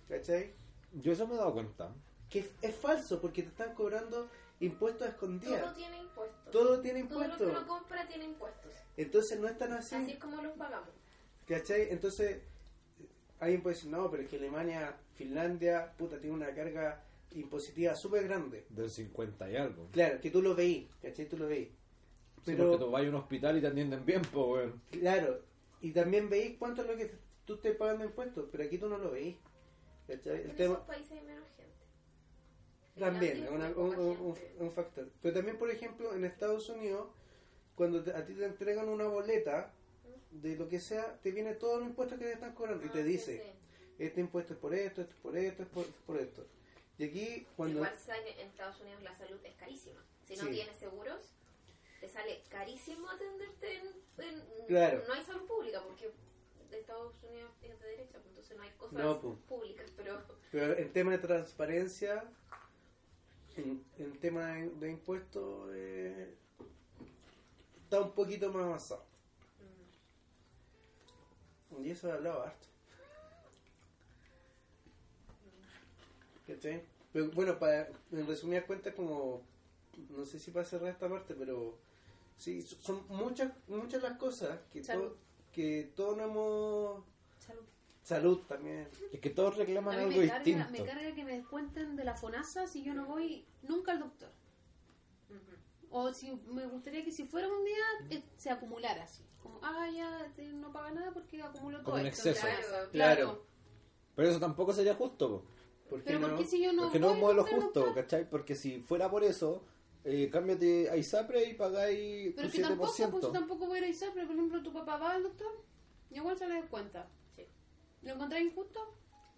S2: ¿Cachai?
S4: Yo eso me he dado cuenta.
S2: Que es, es falso porque te están cobrando impuestos a
S3: Todo
S2: escondidas.
S3: tiene impuestos.
S2: Todo tiene
S3: Todo lo que uno
S2: impuestos.
S3: compra tiene impuestos.
S2: Entonces no están así.
S3: Así es como los pagamos.
S2: ¿Cachai? Entonces, alguien puede decir, no, pero es que Alemania, Finlandia, puta, tiene una carga impositiva súper grande.
S4: De 50 y algo.
S2: Claro, que tú lo veí, ¿cachai? Tú lo veí.
S4: Sí, porque tú vas a un hospital y te atienden bien, po, weón.
S2: Claro, y también veis cuánto es lo que tú estás pagando impuestos, pero aquí tú no lo veis. ¿Cachai? El
S3: En
S2: tema
S3: esos países hay menos gente.
S2: también
S3: Finlandia
S2: es
S3: es
S2: una-
S3: muy
S2: un,
S3: poca
S2: un-
S3: gente.
S2: un factor. Pero también, por ejemplo, en Estados Unidos cuando te- a ti te entregan una boleta de lo que sea, te viene todos los impuestos que te están cobrando y
S3: Ah,
S2: te
S3: sí,
S2: dice,
S3: sí.
S2: este impuesto es por esto, este es por esto, este es por, por esto. Y aquí, cuando...
S3: Igual saben que en Estados Unidos la salud es carísima. Si no
S2: Sí.
S3: tienes seguros, te sale carísimo atenderte en... en-
S2: Claro.
S3: No hay salud pública porque Estados Unidos es de derecha, pues, entonces no hay cosas
S2: No, pues.
S3: públicas, pero... <laughs>
S2: Pero en tema de transparencia, en, en tema de, de impuestos, eh, está un poquito más avanzado. Mm. Y eso he hablado harto. ¿Cachai? Pero bueno, para, en resumidas cuentas, como no sé si para cerrar esta parte, pero sí, so- son muchas muchas las cosas que, to-
S5: Salud.
S2: que todos no hemos.
S5: Salud.
S2: Salud también.
S4: Es que todos reclaman
S5: A mí
S4: algo
S5: me carga,
S4: distinto.
S5: me carga que me descuenten de la FONASA si yo no voy nunca al doctor. O si me gustaría que si fuera un día eh, se acumulara así. Como, ah, ya te- no paga nada porque acumuló todo
S4: Como un
S5: esto.
S4: exceso.
S5: Claro,
S3: Claro.
S5: claro.
S4: Pero eso tampoco sería justo, po.
S2: ¿Por qué
S5: Pero
S2: no?
S5: ¿por qué si yo no
S4: Porque no es
S5: voy
S4: un modelo
S5: nunca al
S4: justo,
S5: doctor?
S4: ¿cachai? Porque si fuera por eso, eh, cámbiate a ISAPRE y pagáis
S5: Pero
S4: un
S5: es que tampoco, pues, yo
S4: 7%.
S5: tampoco voy a ir a ISAP, pero por ejemplo tu papá va al doctor y igual se le descuenta.
S3: Sí,
S5: ¿Lo encontrás injusto?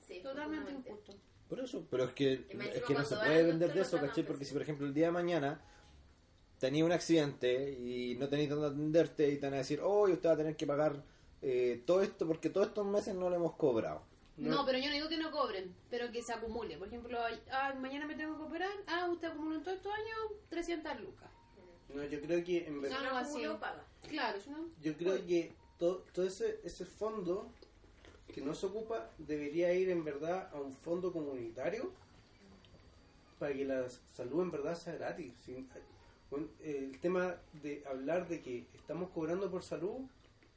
S3: sí,
S5: Totalmente
S3: justamente.
S5: injusto.
S4: Por eso, pero es que,
S3: Y me
S4: es
S3: encima
S4: que no se
S3: cuando
S4: puede
S3: van,
S4: vender
S3: no
S4: de
S3: te lo
S4: eso,
S3: dan
S4: ¿cachai?
S3: antes.
S4: Porque si, por ejemplo, el día de mañana tenías un accidente y no tenéis dónde atenderte y te van a decir, hoy usted va a tener que pagar eh, todo esto porque todos estos meses no lo hemos cobrado.
S5: No. pero yo no digo que no cobren, pero que se acumule. Por ejemplo, ay- ah, mañana me tengo que operar, ah, usted acumuló en todo estos años 300 lucas.
S2: No, yo creo que en
S5: No,
S2: verdad,
S5: Algo
S3: No,
S5: así.
S3: acumuló, paga.
S5: Claro, yo no.
S2: yo creo que to- todo ese, ese fondo que no se ocupa debería ir en verdad a un fondo comunitario para que la salud en verdad sea gratis. Sin- bueno, el tema de hablar de que estamos cobrando por salud,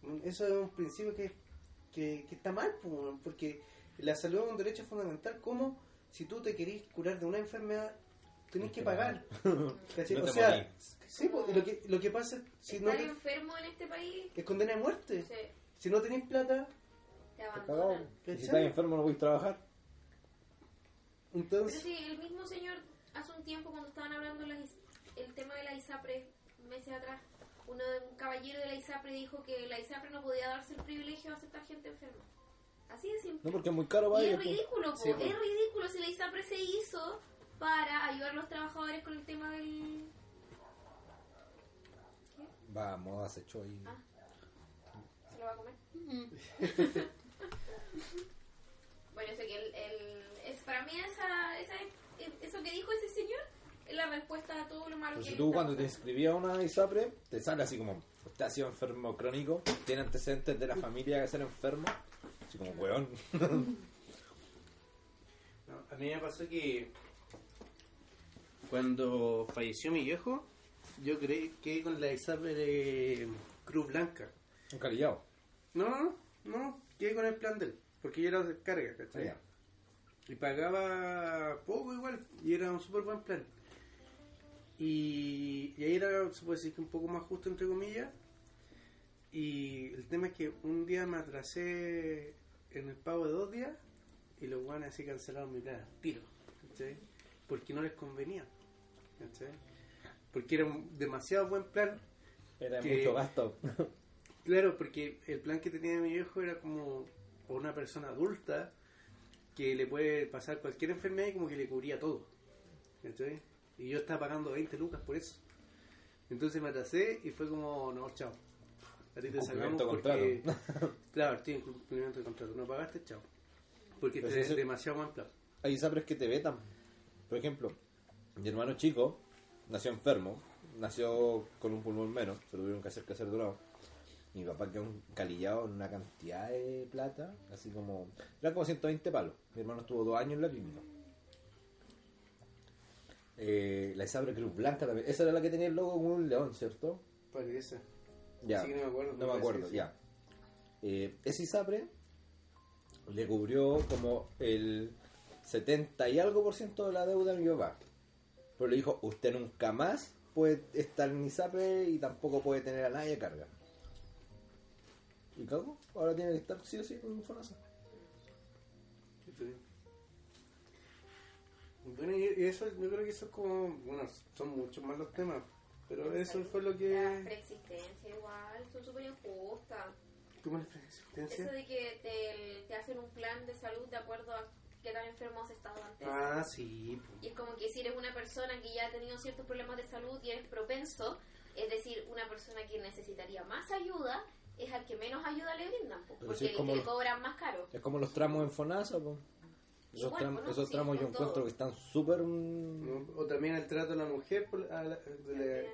S2: bueno, eso es un principio que, que, que está mal, pues, bueno, porque la salud es un derecho fundamental. como Si tú te querís curar de una enfermedad, tenés que pagar. ¿Cachai?
S4: No
S2: o
S4: te
S2: sea,
S4: morís.
S2: sí, pues, y lo, que, lo que pasa es si no
S3: Estar
S2: te-
S3: enfermo en este país,
S2: es condena de muerte.
S3: se-
S2: Si no tenéis plata,
S3: te
S4: Te cagamos.
S3: abandonan.
S4: Y si
S2: ¿Cachai?
S4: estás enfermo no podéis trabajar.
S3: Pero
S2: entonces.
S3: sí, el mismo señor hace un tiempo cuando estaban hablando las is- el tema de la ISAPRE meses atrás, uno de un caballero de la ISAPRE dijo que la ISAPRE no podía darse el privilegio de aceptar gente enferma. Así de simple.
S4: No, porque es muy caro,
S3: y
S4: vaya. pues. po.
S3: es ridículo, po,
S2: Sí, po.
S3: es ridículo si la ISAPRE se hizo para ayudar a los trabajadores con el tema del...
S4: Vamos, hace show ahí.
S3: Ah. ¿Se lo va a comer? <laughs> Bueno, sé que el, el- es, para mí esa, esa, eso que dijo ese señor es la respuesta a todo lo malo
S2: Pues
S4: Pero si
S3: que
S4: tú
S3: está
S4: cuando te
S3: pasando.
S4: inscribías a una ISAPRE, te sale así como, usted ha sido enfermo crónico, tiene antecedentes de la familia de ser enfermo, así como weón.
S2: No, a mí me pasó que cuando falleció mi viejo, yo creí que con la ISAPRE de Cruz Blanca.
S4: Un calillado.
S2: No, no, no, no, quedé con el plan de él, porque yo era de carga, ¿cachai? Y pagaba poco igual, y era un súper buen plan. Y, y ahí era, se puede decir que un poco más justo, entre comillas. Y el tema es que un día me atrasé en el pago de dos días y los guanes así cancelaron mi plan al tiro, ¿cachai? Porque no les convenía, ¿cachai? Porque era un demasiado buen plan
S4: Era
S2: Que-
S4: mucho gasto.
S2: Claro, porque el plan que tenía mi viejo era como para una persona adulta que le puede pasar cualquier enfermedad y como que le cubría todo. ¿Cachai? Y yo estaba pagando 20 lucas por eso. Entonces me atrasé y fue como, no, chao. A ti te sacamos
S4: Incumplimiento
S2: porque... <laughs> claro, estoy en cumplimiento de contrato. No pagaste, chao. Porque
S4: Pues
S2: este es
S4: eso-
S2: demasiado buen plan.
S4: Hay ISAPRES que te vetan. Por ejemplo, mi hermano chico nació enfermo, nació con un pulmón menos, se lo tuvieron que hacer que hacer durado. Mi papá quedó un calillado en una cantidad de plata, así como... Era como 120 palos. Mi hermano estuvo dos años en la clínica. Eh, la Isabre Cruz Blanca también. Esa era la que tenía el logo con un león, ¿cierto?
S2: Parece.
S4: Ya.
S2: Así que no me acuerdo,
S4: No
S2: me
S4: me
S2: parece
S4: acuerdo,
S2: que sí.
S4: ya. Eh, ese ISAPRE le cubrió como el 70 y algo por ciento de la deuda a mi papá. Pero le dijo, usted nunca más puede estar en ISAPRE y tampoco puede tener a nadie a carga. ¿Y cago? Ahora tiene que estar sí o sí con un fonazo.
S2: Sí. Bueno, y y eso, yo creo que eso es como, bueno, son muchos más los temas, Pero eso fue lo que...
S3: La preexistencia igual, son súper injustas.
S2: ¿Cómo es
S3: Eso
S2: preexistencia?
S3: de que te, te hacen un plan de salud de acuerdo a qué tan enfermo has estado antes.
S2: Ah, sí.
S3: Y es como que si eres una persona que ya ha tenido ciertos problemas de salud y eres propenso, es decir, una persona que necesitaría más ayuda, es al que menos ayuda le brindan, po,
S4: Pero
S3: porque
S4: si es
S3: el
S4: como
S3: que
S4: lo-
S3: cobran más caro.
S4: Es como los tramos en Fonasa, po. Esos,
S3: Igual,
S4: tram-
S3: po, ¿no?
S4: esos
S3: Sí,
S4: tramos yo
S3: con todo.
S4: encuentro que están súper... mm,
S2: po. O también el trato a la mujer, por- a la- de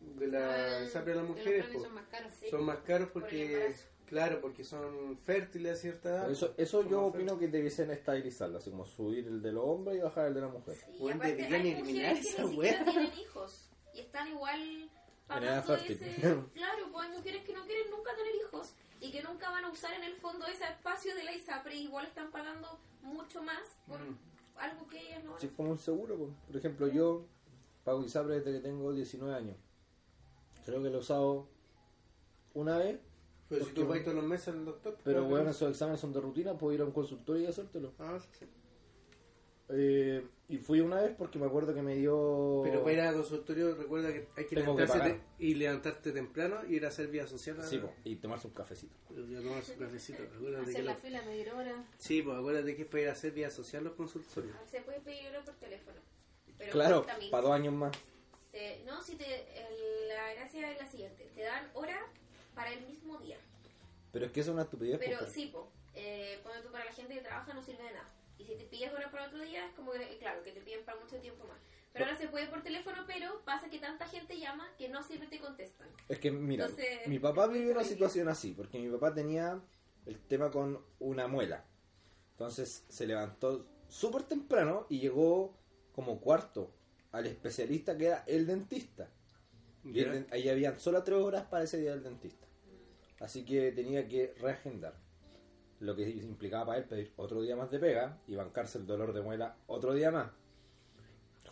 S2: la, de la,
S5: Ah,
S2: sapre a las
S5: los
S2: mujeres,
S5: planes
S2: po.
S5: son más caros.
S3: Sí.
S2: son más caros
S3: Por el
S2: porque,
S3: embarazo.
S2: claro, porque son fértiles a cierta edad.
S4: Eso, eso
S2: Son
S4: yo
S2: más
S4: opino que debiesen estilizarlo, así como subir el de los hombres y bajar el de la mujer.
S3: Sí,
S2: Bueno,
S3: aparte
S2: deberían
S3: hay
S2: eliminar
S3: mujeres que
S2: esa
S3: ni siquiera
S2: wea.
S3: tienen hijos y están igual
S4: Manera
S3: pagando
S4: fértil.
S3: ese... <laughs> Claro, pues hay mujeres que no quieren nunca tener hijos y que nunca van a usar en el fondo ese espacio de la ISAPRE, igual están pagando mucho más por algo que ellas no van a
S4: Mm. Sí, es como un seguro, po. por ejemplo, yo pago ISAPRE desde que tengo 19 años. Creo que lo he usado una vez,
S2: Pero si tú vas todos los meses al doctor. pues,
S4: pero
S2: ¿no?
S4: bueno, esos exámenes son de rutina, puedo ir a un consultorio y hacértelo.
S2: Ah, sí.
S4: Eh, y fui una vez porque me acuerdo que me dio...
S2: Pero para ir a consultorio, recuerda que hay que
S4: Tengo que
S2: levantarse
S4: pagar.
S2: te- y levantarte temprano y ir a hacer vía social. a-
S4: Sí, po, y tomarse un cafecito.
S2: Y a tomar su cafecito. Acuérdate que
S5: Hacer la
S2: lo-
S5: fila a media hora.
S2: Sí, pues acuérdate que es para ir a hacer vía social los consultorios.
S3: Se puede pedirlo por teléfono. Pero pues,
S4: Claro,
S3: también
S4: para dos años más.
S3: te- no, si te, el- la gracia es la siguiente. Te dan hora para el mismo día.
S4: Pero es que eso es una estupidez. po,
S3: Pero
S4: cara.
S3: sí, po, eh, ponte tú para la gente que trabaja no sirve de nada. Y si te pides hora para otro día, es como que, eh, claro, que te piden para mucho tiempo más. Pero ahora se puede por teléfono, pero pasa que tanta gente llama que no siempre te contestan.
S4: Es que, mira,
S3: Entonces,
S4: mi papá vivió una situación así, porque mi papá tenía el tema con una muela. Entonces se levantó súper temprano y llegó como cuarto al especialista que era el dentista. Y el
S2: Ya.
S4: den- ahí habían solo tres horas para ese día del dentista. Así que tenía que reagendar. Lo que implicaba para él pedir otro día más de pega y bancarse el dolor de muela otro día más.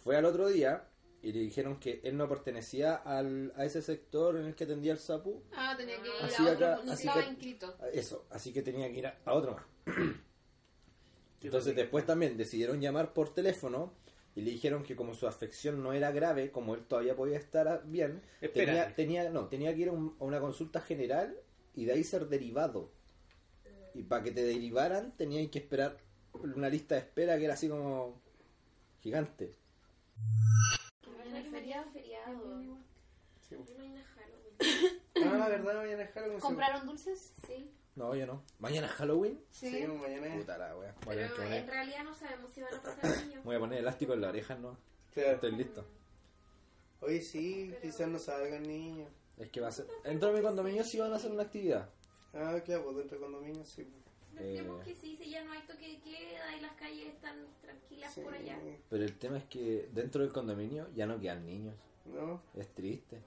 S4: Fue al otro día y le dijeron que él no pertenecía al, a ese sector en el que atendía el SAPU.
S5: Ah, tenía que ir
S4: Así
S5: a
S4: acá-
S5: otro, no
S4: así
S5: estaba
S4: que-
S5: inscrito.
S4: Eso, así que tenía que ir a, a otro más. <clears throat> Entonces después también decidieron llamar por teléfono y le dijeron que como su afección no era grave, como él todavía podía estar a- bien,
S2: Espérate.
S4: tenía, tenía, no, tenía que ir a, un- a una consulta general y de ahí ser derivado. Y para que te derivaran tenían que esperar una lista de espera que era así como gigante.
S3: Que mañana sería feriado. Mañana
S2: Sí, pues.
S3: es Halloween.
S2: Ah, ¿verdad? Mañana es Halloween.
S5: ¿Compraron dulces?
S3: Sí.
S4: No, yo no. Mañana es Halloween.
S2: Sí, pues, mañana es.
S4: Puta la wea. Voy a tener que
S3: Pero en
S4: poner-
S3: realidad no sabemos si van a pasar niños.
S4: voy a poner elástico en la oreja, ¿no?
S2: Claro.
S4: Estoy listo.
S2: Oye, sí, quizás no salgan niños.
S4: Es que va a ser... Dentro de mi condominio sí van a hacer una actividad.
S2: Ah, claro, pues dentro de condominio sí. pues.
S3: Esperemos
S4: Eh.
S3: que sí, si ya no hay toque de queda y las calles están tranquilas
S2: Sí.
S3: por allá.
S4: Pero el tema es que dentro del condominio ya no quedan niños.
S2: ¿No?
S4: Es triste.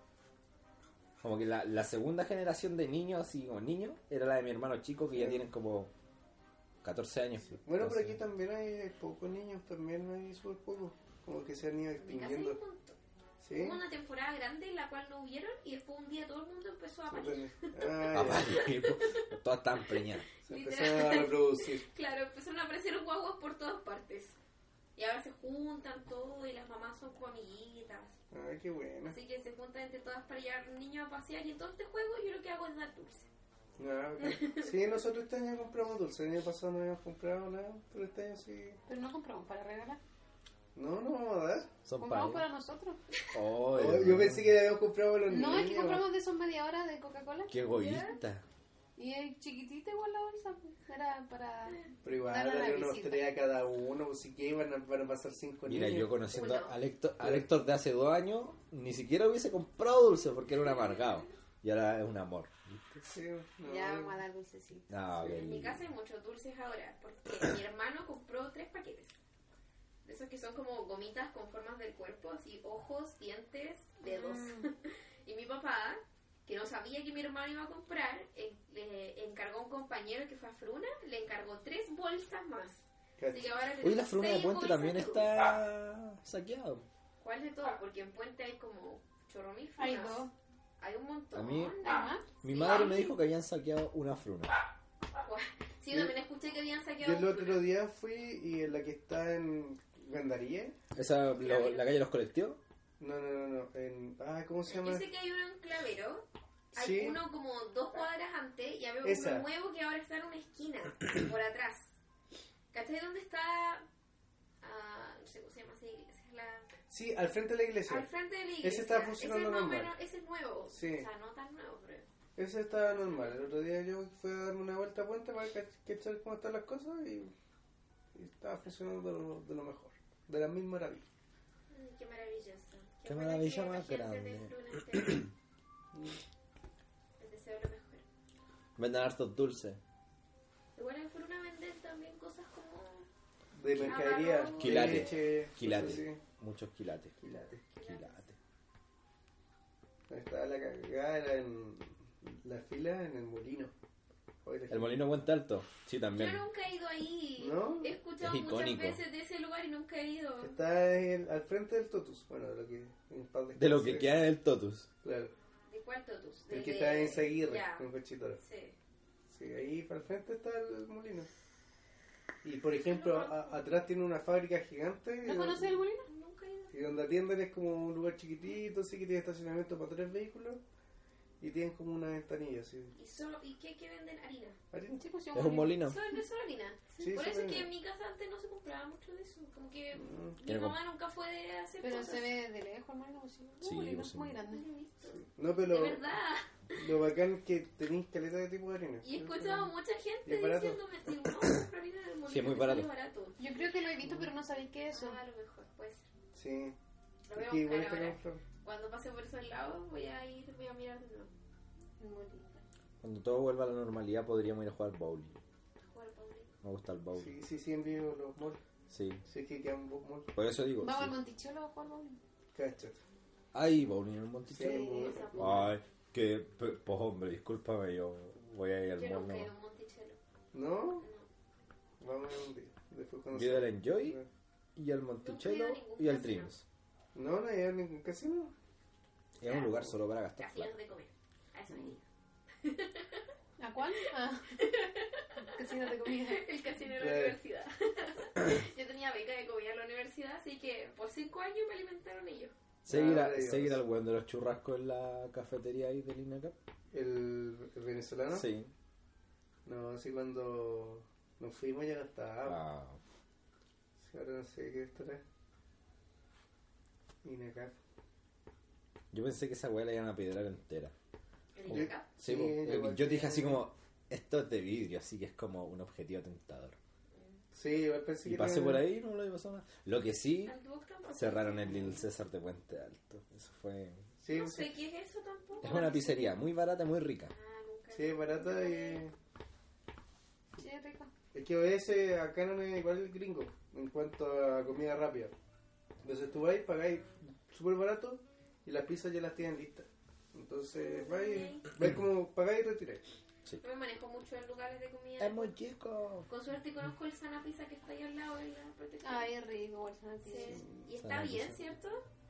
S4: Como que la, la segunda generación de niños, así como niños, era la de mi hermano chico, que ya tienen como 14 años.
S2: Bueno, pero
S4: Entonces,
S2: aquí también hay pocos niños, también hay súper pocos. Como que se han ido
S3: En mi casa hay un
S2: extinguiendo.
S3: montón.
S2: ¿Sí?
S3: Hubo una temporada grande en la cual no hubieron y después un día todo el mundo empezó a parir.
S2: Ah, ya.
S4: <laughs> aparte, pues, todas están preñadas.
S2: Se
S3: Literal.
S2: empezaron a reproducir.
S3: Claro, empezaron a aparecer guaguas por todas partes. Y ahora se juntan todo y las mamás son como amiguitas.
S2: Ah, qué bueno.
S3: Así que se juntan entre todas para llevar niños a pasear y en todo este juego yo lo que hago es dar dulce.
S2: Ah, ok.
S5: <laughs>
S2: Sí, nosotros este año compramos dulce. El año pasado no habíamos comprado nada, pero este año sí.
S5: Pero no compramos para regalar.
S2: No, no vamos a dar.
S4: Son
S5: Compramos para
S4: pares.
S5: nosotros.
S4: Oh,
S2: Oh, yo pensé que habíamos comprado los niños.
S5: No, es que compramos de esos media hora de Coca-Cola.
S4: Qué egoísta.
S5: Y es chiquitita igual la bolsa. pues. Era para...
S2: Pero igual,
S5: Dale a la
S2: dale unos
S5: visita.
S2: tres a cada uno. Pues si que van a, van a pasar cinco
S4: Mira, yo
S2: niños.
S4: conociendo
S3: Uno.
S4: a Héctor, a Héctor de hace dos años, ni siquiera hubiese comprado dulce porque era un amargado. Y ahora es un amor. Ah,
S2: Sí, no.
S5: Ya vamos a dar dulcecito.
S4: No, qué
S3: En mi
S4: lindo.
S3: casa hay muchos dulces ahora porque
S4: <coughs>
S3: mi hermano compró tres paquetes. De esos que son como gomitas con formas del cuerpo, así ojos, dientes, dedos.
S4: Ah.
S3: <laughs> Y mi papá, que no sabía que mi hermano iba a comprar, eh, le encargó a un compañero que fue a Fruna, le encargó tres bolsas más. Así que ahora
S4: Hoy la
S3: tenemos
S4: fruna de
S3: seis
S4: puente
S3: bolsas
S4: también
S3: de
S4: está saqueado.
S3: dulce. ¿Cuál de todo? Porque en puente hay como chorro mil
S5: Hay
S3: frunas.
S5: dos.
S3: Hay un montón. Ah,
S4: A mí-
S5: Ajá.
S4: Mi madre me dijo que habían saqueado una fruna.
S3: Sí, yo también escuché que habían saqueado.
S2: Yo el
S3: un
S2: otro día fui y en la que está en Gandaría.
S4: Esa, lo- la calle de los colectivos.
S2: No, no, no, no. En, ah, ¿cómo se
S3: Yo
S2: llama?
S3: sé que hay uno en Clavero. Hay
S2: Sí.
S3: uno como dos cuadras antes y había uno
S2: Esa.
S3: nuevo que ahora está en una esquina,
S2: <clears throat>
S3: por atrás. ¿Cachai dónde está? Ah, no sé cómo se llama esa iglesia. es la-
S2: Sí, al frente de la iglesia.
S3: Al frente de la iglesia.
S2: está
S3: Ese
S2: funcionando
S3: es más o
S2: normal.
S3: menos- Ese es nuevo.
S2: Sí.
S3: O sea, no tan nuevo, pero...
S2: Eso estaba normal. El otro día yo fui a darme una vuelta a puente para cach- cachar cómo están las cosas y, y estaba funcionando de lo, de lo mejor. De la misma maravilla.
S3: Ay, Mm, Qué maravilloso.
S4: Qué maravilla
S3: bueno
S4: más
S3: que la gente
S4: grande.
S3: de
S2: <clears throat>
S3: Luna esté- Les deseo lo mejor.
S4: Venden hartos dulces.
S3: Igual en Fruna venden también cosas como...
S2: De mercadería, de
S4: Quilates.
S2: leche,
S4: Quilates.
S2: cosas
S4: Muchos quilates.
S2: así. Quilates.
S4: Quilates.
S2: Ahí Estaba la cagada, era en la fila en el molino. Hoy la
S4: El
S2: gente-
S4: molino Puente Alto. Sí, también.
S3: Yo nunca he ido ahí.
S2: ¿No?
S3: He escuchado
S4: Es
S3: muchas
S4: icónico.
S3: veces de ese lugar y nunca he ido.
S2: Está en- al frente del Totus. Bueno, de lo que. un par
S4: De lo que
S2: calles.
S4: queda del Totus.
S2: Claro.
S3: ¿De cuál Totus?
S2: El
S3: Del
S2: que
S3: de-
S2: está en Seguirre,
S3: Ya.
S2: con Cochitoro.
S3: Sí.
S2: Sí, ahí para el frente está el molino. Y por ejemplo, a- atrás tiene una fábrica gigante.
S5: ¿No conoces el molino?
S3: Nunca he ido.
S2: Y donde atienden es como un lugar chiquitito, así que tiene estacionamiento para tres vehículos. Y tienen como una ventanilla, así.
S3: ¿Y, solo, ¿y qué, qué venden? Harina.
S2: Harina.
S5: Sí, pues, sí,
S4: Es un molino.
S3: Solo, no es solo harina.
S2: Sí,
S3: Por
S2: sí,
S3: eso es
S2: harina. Mm,
S3: que en mi casa antes no se compraba mucho de eso. Como que mi
S4: Quiero comp-
S3: mamá nunca fue de hacer
S5: Pero
S3: cosas.
S5: se ve de lejos el molino. Sí, un
S4: Sí,
S5: molino
S4: pues,
S5: muy
S4: sí.
S5: grande.
S2: No, pero
S3: De
S2: lo,
S3: verdad.
S2: lo bacán es que tenéis caleta de tipo de harina.
S3: Y he escuchado a mucha
S2: ¿Y
S3: gente
S2: es barato?
S3: diciéndome, si no, compra harina del molino,
S4: Sí, es muy
S3: que sale
S4: barato.
S3: barato.
S5: Yo creo que lo he visto, pero no sabéis qué es eso.
S3: Ah, a lo mejor, pues.
S2: Sí.
S3: Lo voy a
S2: Es que igual
S3: buscar
S2: está
S3: ahora.
S2: como-
S3: Cuando pase por esos lados voy a ir, voy a mirar de nuevo.
S5: El molino.
S4: Cuando todo vuelva a la normalidad podríamos ir a jugar bowling.
S3: A jugar Paulina.
S4: Me gusta el bowling.
S2: Sí, sí, sí, envío los malls.
S4: Sí.
S2: Si es que quedan bo- malls.
S4: Por eso digo.
S5: Vamos
S4: Oh, sí.
S5: al Monticholo a jugar bowling.
S2: Cachas.
S4: Ay, bowling en el
S2: Sí,
S4: Monticello.
S2: malls.
S3: esa
S4: Ay, que... Pues hombre, discúlpame, yo voy a ir al
S3: Yo
S4: mall
S3: nunca he ido a
S4: nomás.
S3: un Monticello.
S2: ¿No?
S3: No.
S2: Vamos a un día. Después cuando
S4: Yo del
S2: se-
S4: Enjoy y al Monticello y al Dreams.
S2: No, no hay ningún casino.
S4: Es un lugar solo para gastar
S3: Casi no
S4: plata.
S3: de comer. A eso me
S5: ¿A cuál? Ah. <laughs> Casino de comida.
S3: <laughs> El casino <laughs> de la
S2: Claro.
S3: <coughs> universidad. Yo tenía beca de comida en la universidad, así que por cinco años me alimentaron ellos.
S4: Seguir,
S2: Ah,
S4: a,
S2: Dios.
S4: seguir al weón de los churrascos en la cafetería ahí del INACAP.
S2: El, el venezolano.
S4: Sí.
S2: No, así cuando nos fuimos ya no estaba.
S4: Ah,
S2: Sí, ahora no sé qué estará. Inacap.
S4: yo pensé que esa weá la iban a pedrar entera.
S3: En
S4: Yo-
S3: Ithaca.
S2: Sí,
S4: Sí, po.
S2: yo
S4: yo,
S2: igual
S4: yo dije
S2: tenía-
S4: así como, esto es de vidrio, así que es como un objetivo tentador.
S2: Sí, igual pensé
S4: y
S2: que.
S4: pasé
S2: tenía-
S4: por ahí, no lo pasó nada. Lo que sí,
S3: Al Duoc tampoco.
S4: cerraron el Little César de Puente Alto. Eso fue...
S2: Sí, pues,
S3: No
S2: sí,
S3: sé qué es eso tampoco.
S4: Es una pizzería muy barata, muy rica.
S3: Ah, nunca.
S2: sí, es barata y.
S5: Sí, rico.
S2: Es que OBS acá no es igual el gringo en cuanto a comida rápida. Entonces tú vais, pagáis súper barato y las pizzas ya las tienen listas. Entonces vais, vais como pagáis y retiráis.
S3: No me manejo mucho en lugares de comida.
S4: Es muy chico.
S3: Con suerte conozco el Sana Pizza que está ahí al lado de la protección.
S5: Ay, es rico, igual son
S3: Sí.
S5: artesanos.
S3: Y está
S4: Sana
S3: bien,
S4: Pizza.
S3: ¿cierto?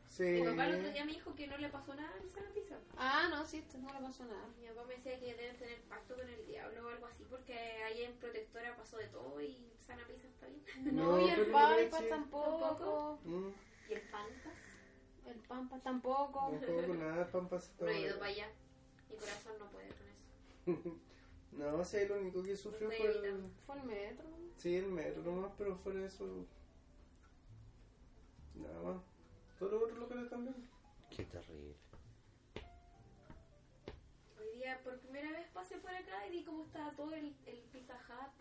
S2: Sí,
S3: Mi papá el otro día me dijo que no le pasó nada al Sana Pizza.
S5: Ah, no, sí, esto no le pasó nada.
S3: Mi papá me decía que deben tener pacto con el diablo o algo así, porque ahí en Protectora pasó de todo y Sana Pizza está bien.
S5: No, y
S2: pero
S5: el
S2: no
S5: pan,
S2: le
S5: el pan
S2: eché.
S5: tampoco.
S2: Mm,
S3: <laughs> ¿Y el Fanta?
S5: El pan, pan tampoco.
S2: no juego con nada, pampas.
S3: No he ido para allá. Mi corazón no puede con eso.
S2: No, sí, lo único que sufrió
S3: Estoy
S2: fue el,
S3: evitando.
S5: Fue el metro.
S2: sí, el metro nomás, pero fuera de eso. Nada más. Todos los otros locales también.
S4: Qué terrible.
S3: Hoy día por primera vez pasé por acá y vi cómo estaba todo el, el Pizza Hut,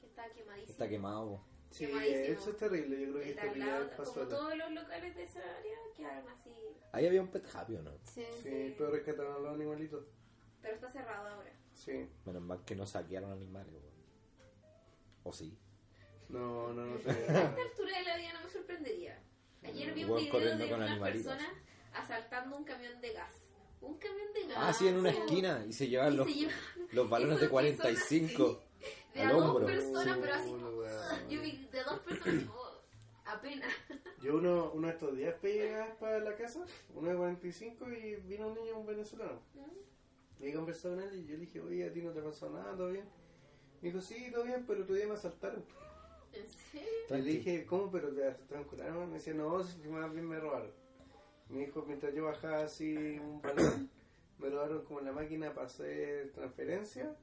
S3: que estaba quemadísimo.
S4: Está quemado. po.
S2: Sí,
S3: Quemadísimo.
S2: eso es terrible. Yo creo que
S3: El
S2: es
S3: de al
S2: terrible.
S3: lado,
S2: pasó
S3: como
S2: la-
S3: todos los locales de esa área quedaron así.
S4: Ahí había un pet happy o no.
S5: Sí.
S2: Sí, pero rescataron a los animalitos.
S3: Pero está cerrado
S4: <laughs>
S3: ahora.
S2: Sí.
S4: Menos mal que no saquearon animales. weón. ¿O sí?
S2: No, no, no
S3: A esta
S2: sé.
S3: altura de la vida no me sorprendería. Ayer vi un
S4: Igual
S3: video
S4: Mm, corriendo
S3: de
S4: con
S3: una
S4: animalitos.
S3: persona asaltando un camión de gas. Un camión de gas.
S4: Ah, sí, en una
S3: Sí.
S4: esquina y se
S3: Y
S4: llevaban
S3: se
S4: los,
S3: llevaban-
S4: <laughs> los balones de
S3: esas personas
S4: 45.
S3: De
S4: al
S3: a dos
S4: hombro.
S3: personas, pero así.
S2: Solo, weón.
S3: Yo vi de dos personas oh, apenas. <laughs>
S2: Yo uno, uno de estos días pedí gas para la casa, uno de 45, y vino un niño, un venezolano. Y ahí conversó con él y yo le dije, oye, a ti no te pasó nada, todo bien. Me dijo, sí, todo bien, pero otro día me asaltaron.
S3: ¿En serio?
S2: Y le
S4: Tranqui.
S2: dije, ¿cómo? ¿Pero te asaltaron con armas? Me decía, no, si más bien me robaron. Mi hijo, mientras yo bajaba así un balón, me robaron como la máquina para hacer transferencia.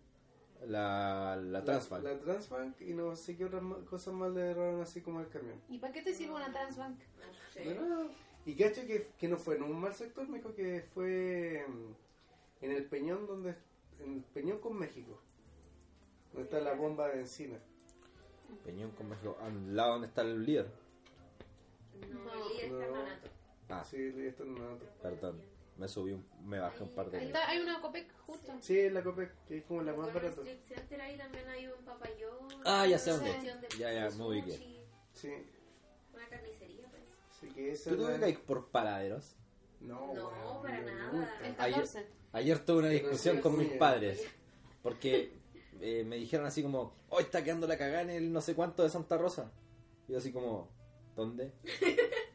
S4: La, la Transbank.
S2: La, Transbank y no sé qué otras ma- cosas más le robaron así como el camión.
S5: ¿Y para qué te sirve una Transbank?
S3: No
S2: No,
S3: sé.
S2: no, no. Y cacho que, que no fue en un mal sector, me dijo que fue mm, en el Peñón donde en el Peñón con México. Donde está la bomba de encina.
S4: Peñón con México, al lado donde está el líder.
S3: No, el líder está
S2: No.
S3: hermanato.
S4: Ah,
S2: Sí, esto no no, no.
S4: perdón. Me subí, un- me bajé un par de
S5: Ahí
S4: niveles.
S5: está, hay una Copec justo.
S2: Sí, es la copia que es como la más
S3: Bueno, en
S2: barata.
S3: Street Center ahí también hay un papayón.
S4: Ah, ya sé
S3: una
S5: dónde.
S3: sección de
S4: Ya, ya, me
S3: sushi,
S4: ubiqué.
S2: Sí,
S3: Una carnicería, pues. parece.
S2: sí que esa
S4: ¿Tú
S2: es
S4: te
S2: la-
S4: ubicas por paraderos?
S2: No,
S3: No,
S2: weón,
S3: para
S2: me
S3: nada.
S5: El
S3: Ahí-
S4: Ayer-
S5: 14.
S4: Ayer tuve una
S2: Pero
S4: discusión
S2: sí,
S4: con
S2: sí,
S4: mis
S2: eh.
S4: padres porque eh, me dijeron así como, hoy está quedando la cagada en el no sé cuánto de Santa Rosa. Y yo así como, ¿dónde?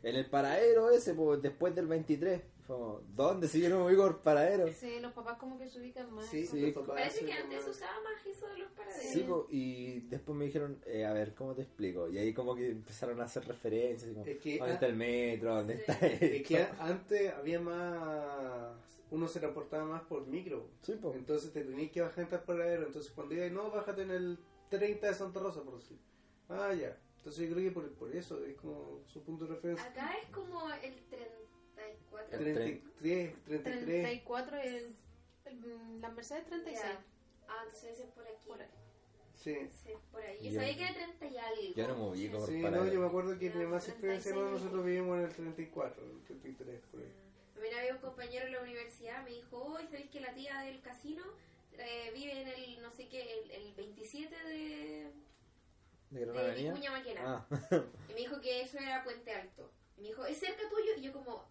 S4: en el paradero ese, pues, después del 23. Fue como, ¿dónde? Si yo no me ubico por paradero.
S5: Sí, los papás como que se ubican más.
S2: Sí,
S5: Como-
S4: Sí.
S2: sí, papá,
S3: Parece
S2: sí,
S3: que
S2: como-
S3: antes usaba más eso de los paraderos.
S4: Sí, po, y después me dijeron, eh, a ver, ¿cómo te explico? Y ahí como que empezaron a hacer referencias, así como,
S2: Es que- ah,
S4: ¿dónde está el metro? ¿Dónde
S3: Sí.
S4: está
S2: Es que ah,
S4: esto?
S2: a- antes había más. Uno se transportaba más por micro.
S4: Sí, po.
S2: Entonces te tenías que bajar en tal paradero. Entonces cuando digas, no, bájate en el 30 de Santa Rosa, por decir. Ah, ya. Entonces yo creo que por, por eso es como su punto de referencia.
S3: Acá es como el
S4: El
S3: 34.
S2: 33, 33.
S5: 34, el, el- mm, la Mercedes 36.
S3: Ya. Ah, entonces ese es por aquí.
S5: Por ahí.
S2: Sí.
S3: Ese es por ahí. Yo
S4: Ya.
S3: sabía que era 30 y algo.
S4: Yo no me ubico por
S2: Sí, no,
S4: paradero.
S2: yo me acuerdo que mi mamá siempre
S3: Ya,
S2: decía, no,
S3: 36.
S2: nosotros vivimos en el 34, el 33, por ahí.
S3: Mira, había un compañero en la universidad, me dijo, hoy sabéis que la tía del casino eh, vive en el, no sé qué, el, el 27 de,
S4: ¿De Gran
S3: de
S4: Avenida?
S3: Vicuña Maquena.
S4: Ah, <laughs>
S3: Y me dijo que eso era Puente Alto. Y me dijo, ¿es cerca tuyo? Y yo como,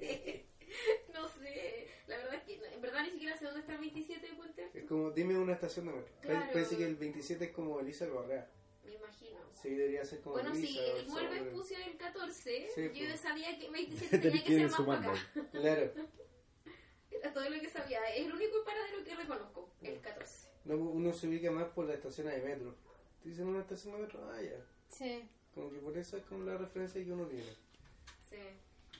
S3: eh, <laughs> no sé, no sé. La verdad es que, no- en verdad ni siquiera sé dónde está el 27 de Puente Alto.
S2: Es como, dime una estación de metro. Pa-
S3: Claro.
S2: Parece que el 27 es como Elisa Barrea.
S3: Me imagino.
S2: Sí, debería ser como
S3: Bueno, si
S2: Elisa. o
S3: el
S2: el
S3: Mall
S2: Oh, Sobre.
S3: Vespucio el 14,
S2: Sí,
S3: yo
S2: pues.
S3: sabía que
S2: <laughs>
S3: el 27
S4: Del
S3: tenía que
S4: que
S3: ser
S4: viene
S3: más
S4: sumando.
S3: para acá.
S2: Claro.
S3: Era todo lo que sabía. Es el único paradero que reconozco, el 14.
S2: No, uno se ubica más por las estaciones de metro. Te dicen una estación de metro, ah, ya.
S5: Sí.
S2: Como que por eso es como la referencia que uno tiene
S3: Sí.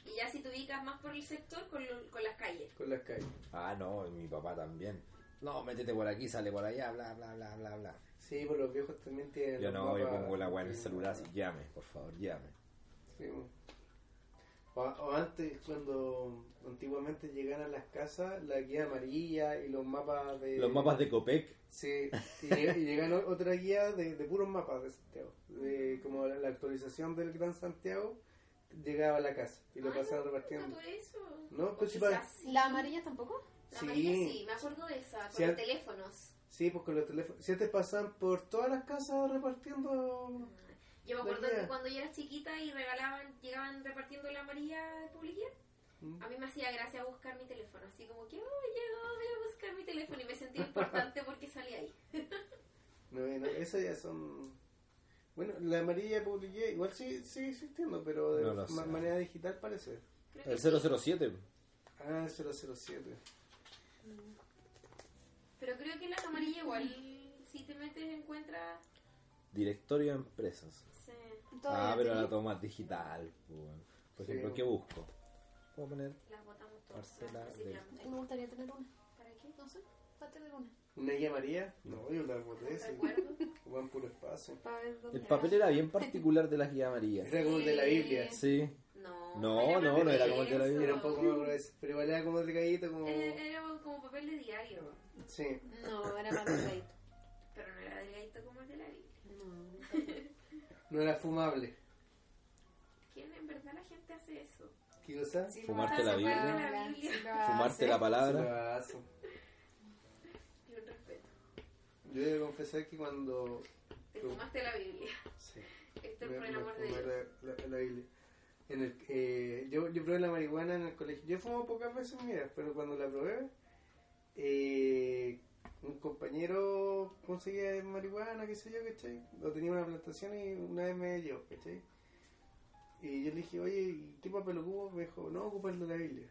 S3: Y ya si te ubicas más por el sector, con, lo- con las calles.
S2: con las calles.
S4: Ah, no, y mi papá también. No, métete por aquí, sale por allá, bla, bla, bla, bla, bla.
S2: Sí, pero los viejos también tienen.
S4: Yo
S2: los
S4: no, yo
S2: mapas.
S4: pongo la weá en el celular así, llame, por favor, llame.
S2: Sí, bueno. o, o antes, cuando antiguamente llegaban a las casas, la guía amarilla y los mapas de.
S4: Los mapas de Copec,
S2: Sí, y, lleg- y llegan o- otra guía de, de puros mapas de Santiago. De, como la, la actualización del Gran Santiago llegaba a la casa y lo
S3: Ay,
S2: pasaban
S3: Ah, no,
S2: repartiendo.
S3: todo eso.
S2: No,
S3: O
S2: pues sí,
S3: quizás
S2: pa-
S3: sí.
S5: ¿La amarilla tampoco?
S3: La
S2: Sí.
S3: amarilla sí, me acuerdo de esa, con
S2: Sí,
S3: los
S2: al-
S3: teléfonos.
S2: Sí, pues con los teléfonos. Si antes pasaban por todas las casas repartiendo.
S3: Yo me
S2: La
S3: acuerdo
S2: idea.
S3: que cuando yo era chiquita y regalaban, llegaban repartiendo la amarilla de publicidad,
S2: Mm.
S3: a mí me hacía gracia buscar mi teléfono. Así como que, oh, llegó, voy a buscar mi teléfono. Y me sentía importante porque salí ahí.
S2: No, no, esas ya son. Bueno, la amarilla publiqué, igual sigue, sigue existiendo, pero de
S4: No lo
S2: ma-
S4: sé.
S2: manera digital parece.
S3: Creo que
S4: el
S3: sí.
S4: 007.
S2: Ah, 007.
S3: Pero creo que la amarilla igual, si te metes, encuentras...
S4: Directorio de empresas.
S3: Sí.
S5: Todavía
S4: ah, pero
S5: tenía.
S4: la toma digital. po, weón. Por
S2: Sí.
S4: ejemplo, ¿qué busco? Puedo poner
S3: Las botamos todas.
S4: Marcela
S3: las reciclamos.
S5: Ay, Me gustaría tener una.
S3: ¿Para qué?
S5: No sé, para tener una.
S2: ¿Una guía amarilla? No, yo la boté, sí.
S3: Recuerdo.
S2: Ocupan puro espacio.
S5: Para ver dónde
S4: El papel era bien particular de las guías amarillas.
S2: Era como el de la Biblia.
S4: Sí,
S3: No,
S4: No, no, no era como el de la Biblia.
S2: Era un poco más grueso, pero igual era como delgadito, como.
S3: Era como papel de diario,
S2: Sí.
S5: No, era más delgadito.
S3: pero no era delgadito como el de la Biblia.
S5: No.
S2: No era fumable.
S3: ¿Quién en verdad la gente hace eso?
S2: ¿Qué cosa?
S5: Sí,
S4: <laughs> Fumarte la
S5: lo
S4: Biblia.
S5: hace,
S3: La Biblia.
S5: Ah, sí lo hace.
S4: fumarte la palabra.
S2: Brazo.
S3: Y un respeto.
S2: Yo debo confesar que cuando.
S3: Te
S2: Tú.
S3: fumaste la Biblia. <laughs>
S2: Sí.
S3: Héctor,
S2: Me-
S3: por el
S2: me
S3: amor de
S2: fumé
S3: Dios.
S2: la- la- la Biblia. En el, eh, yo, yo probé la marihuana en el colegio. Yo fumo pocas veces, mira, pero cuando la probé, eh, un compañero conseguía marihuana, qué sé yo, ¿cachai? Lo tenía en una plantación y una vez me dio, ¿cachai? Y yo le dije, oye, ¿y ¿qué papel ocupo? Me dijo, no, ocupa el de la Biblia.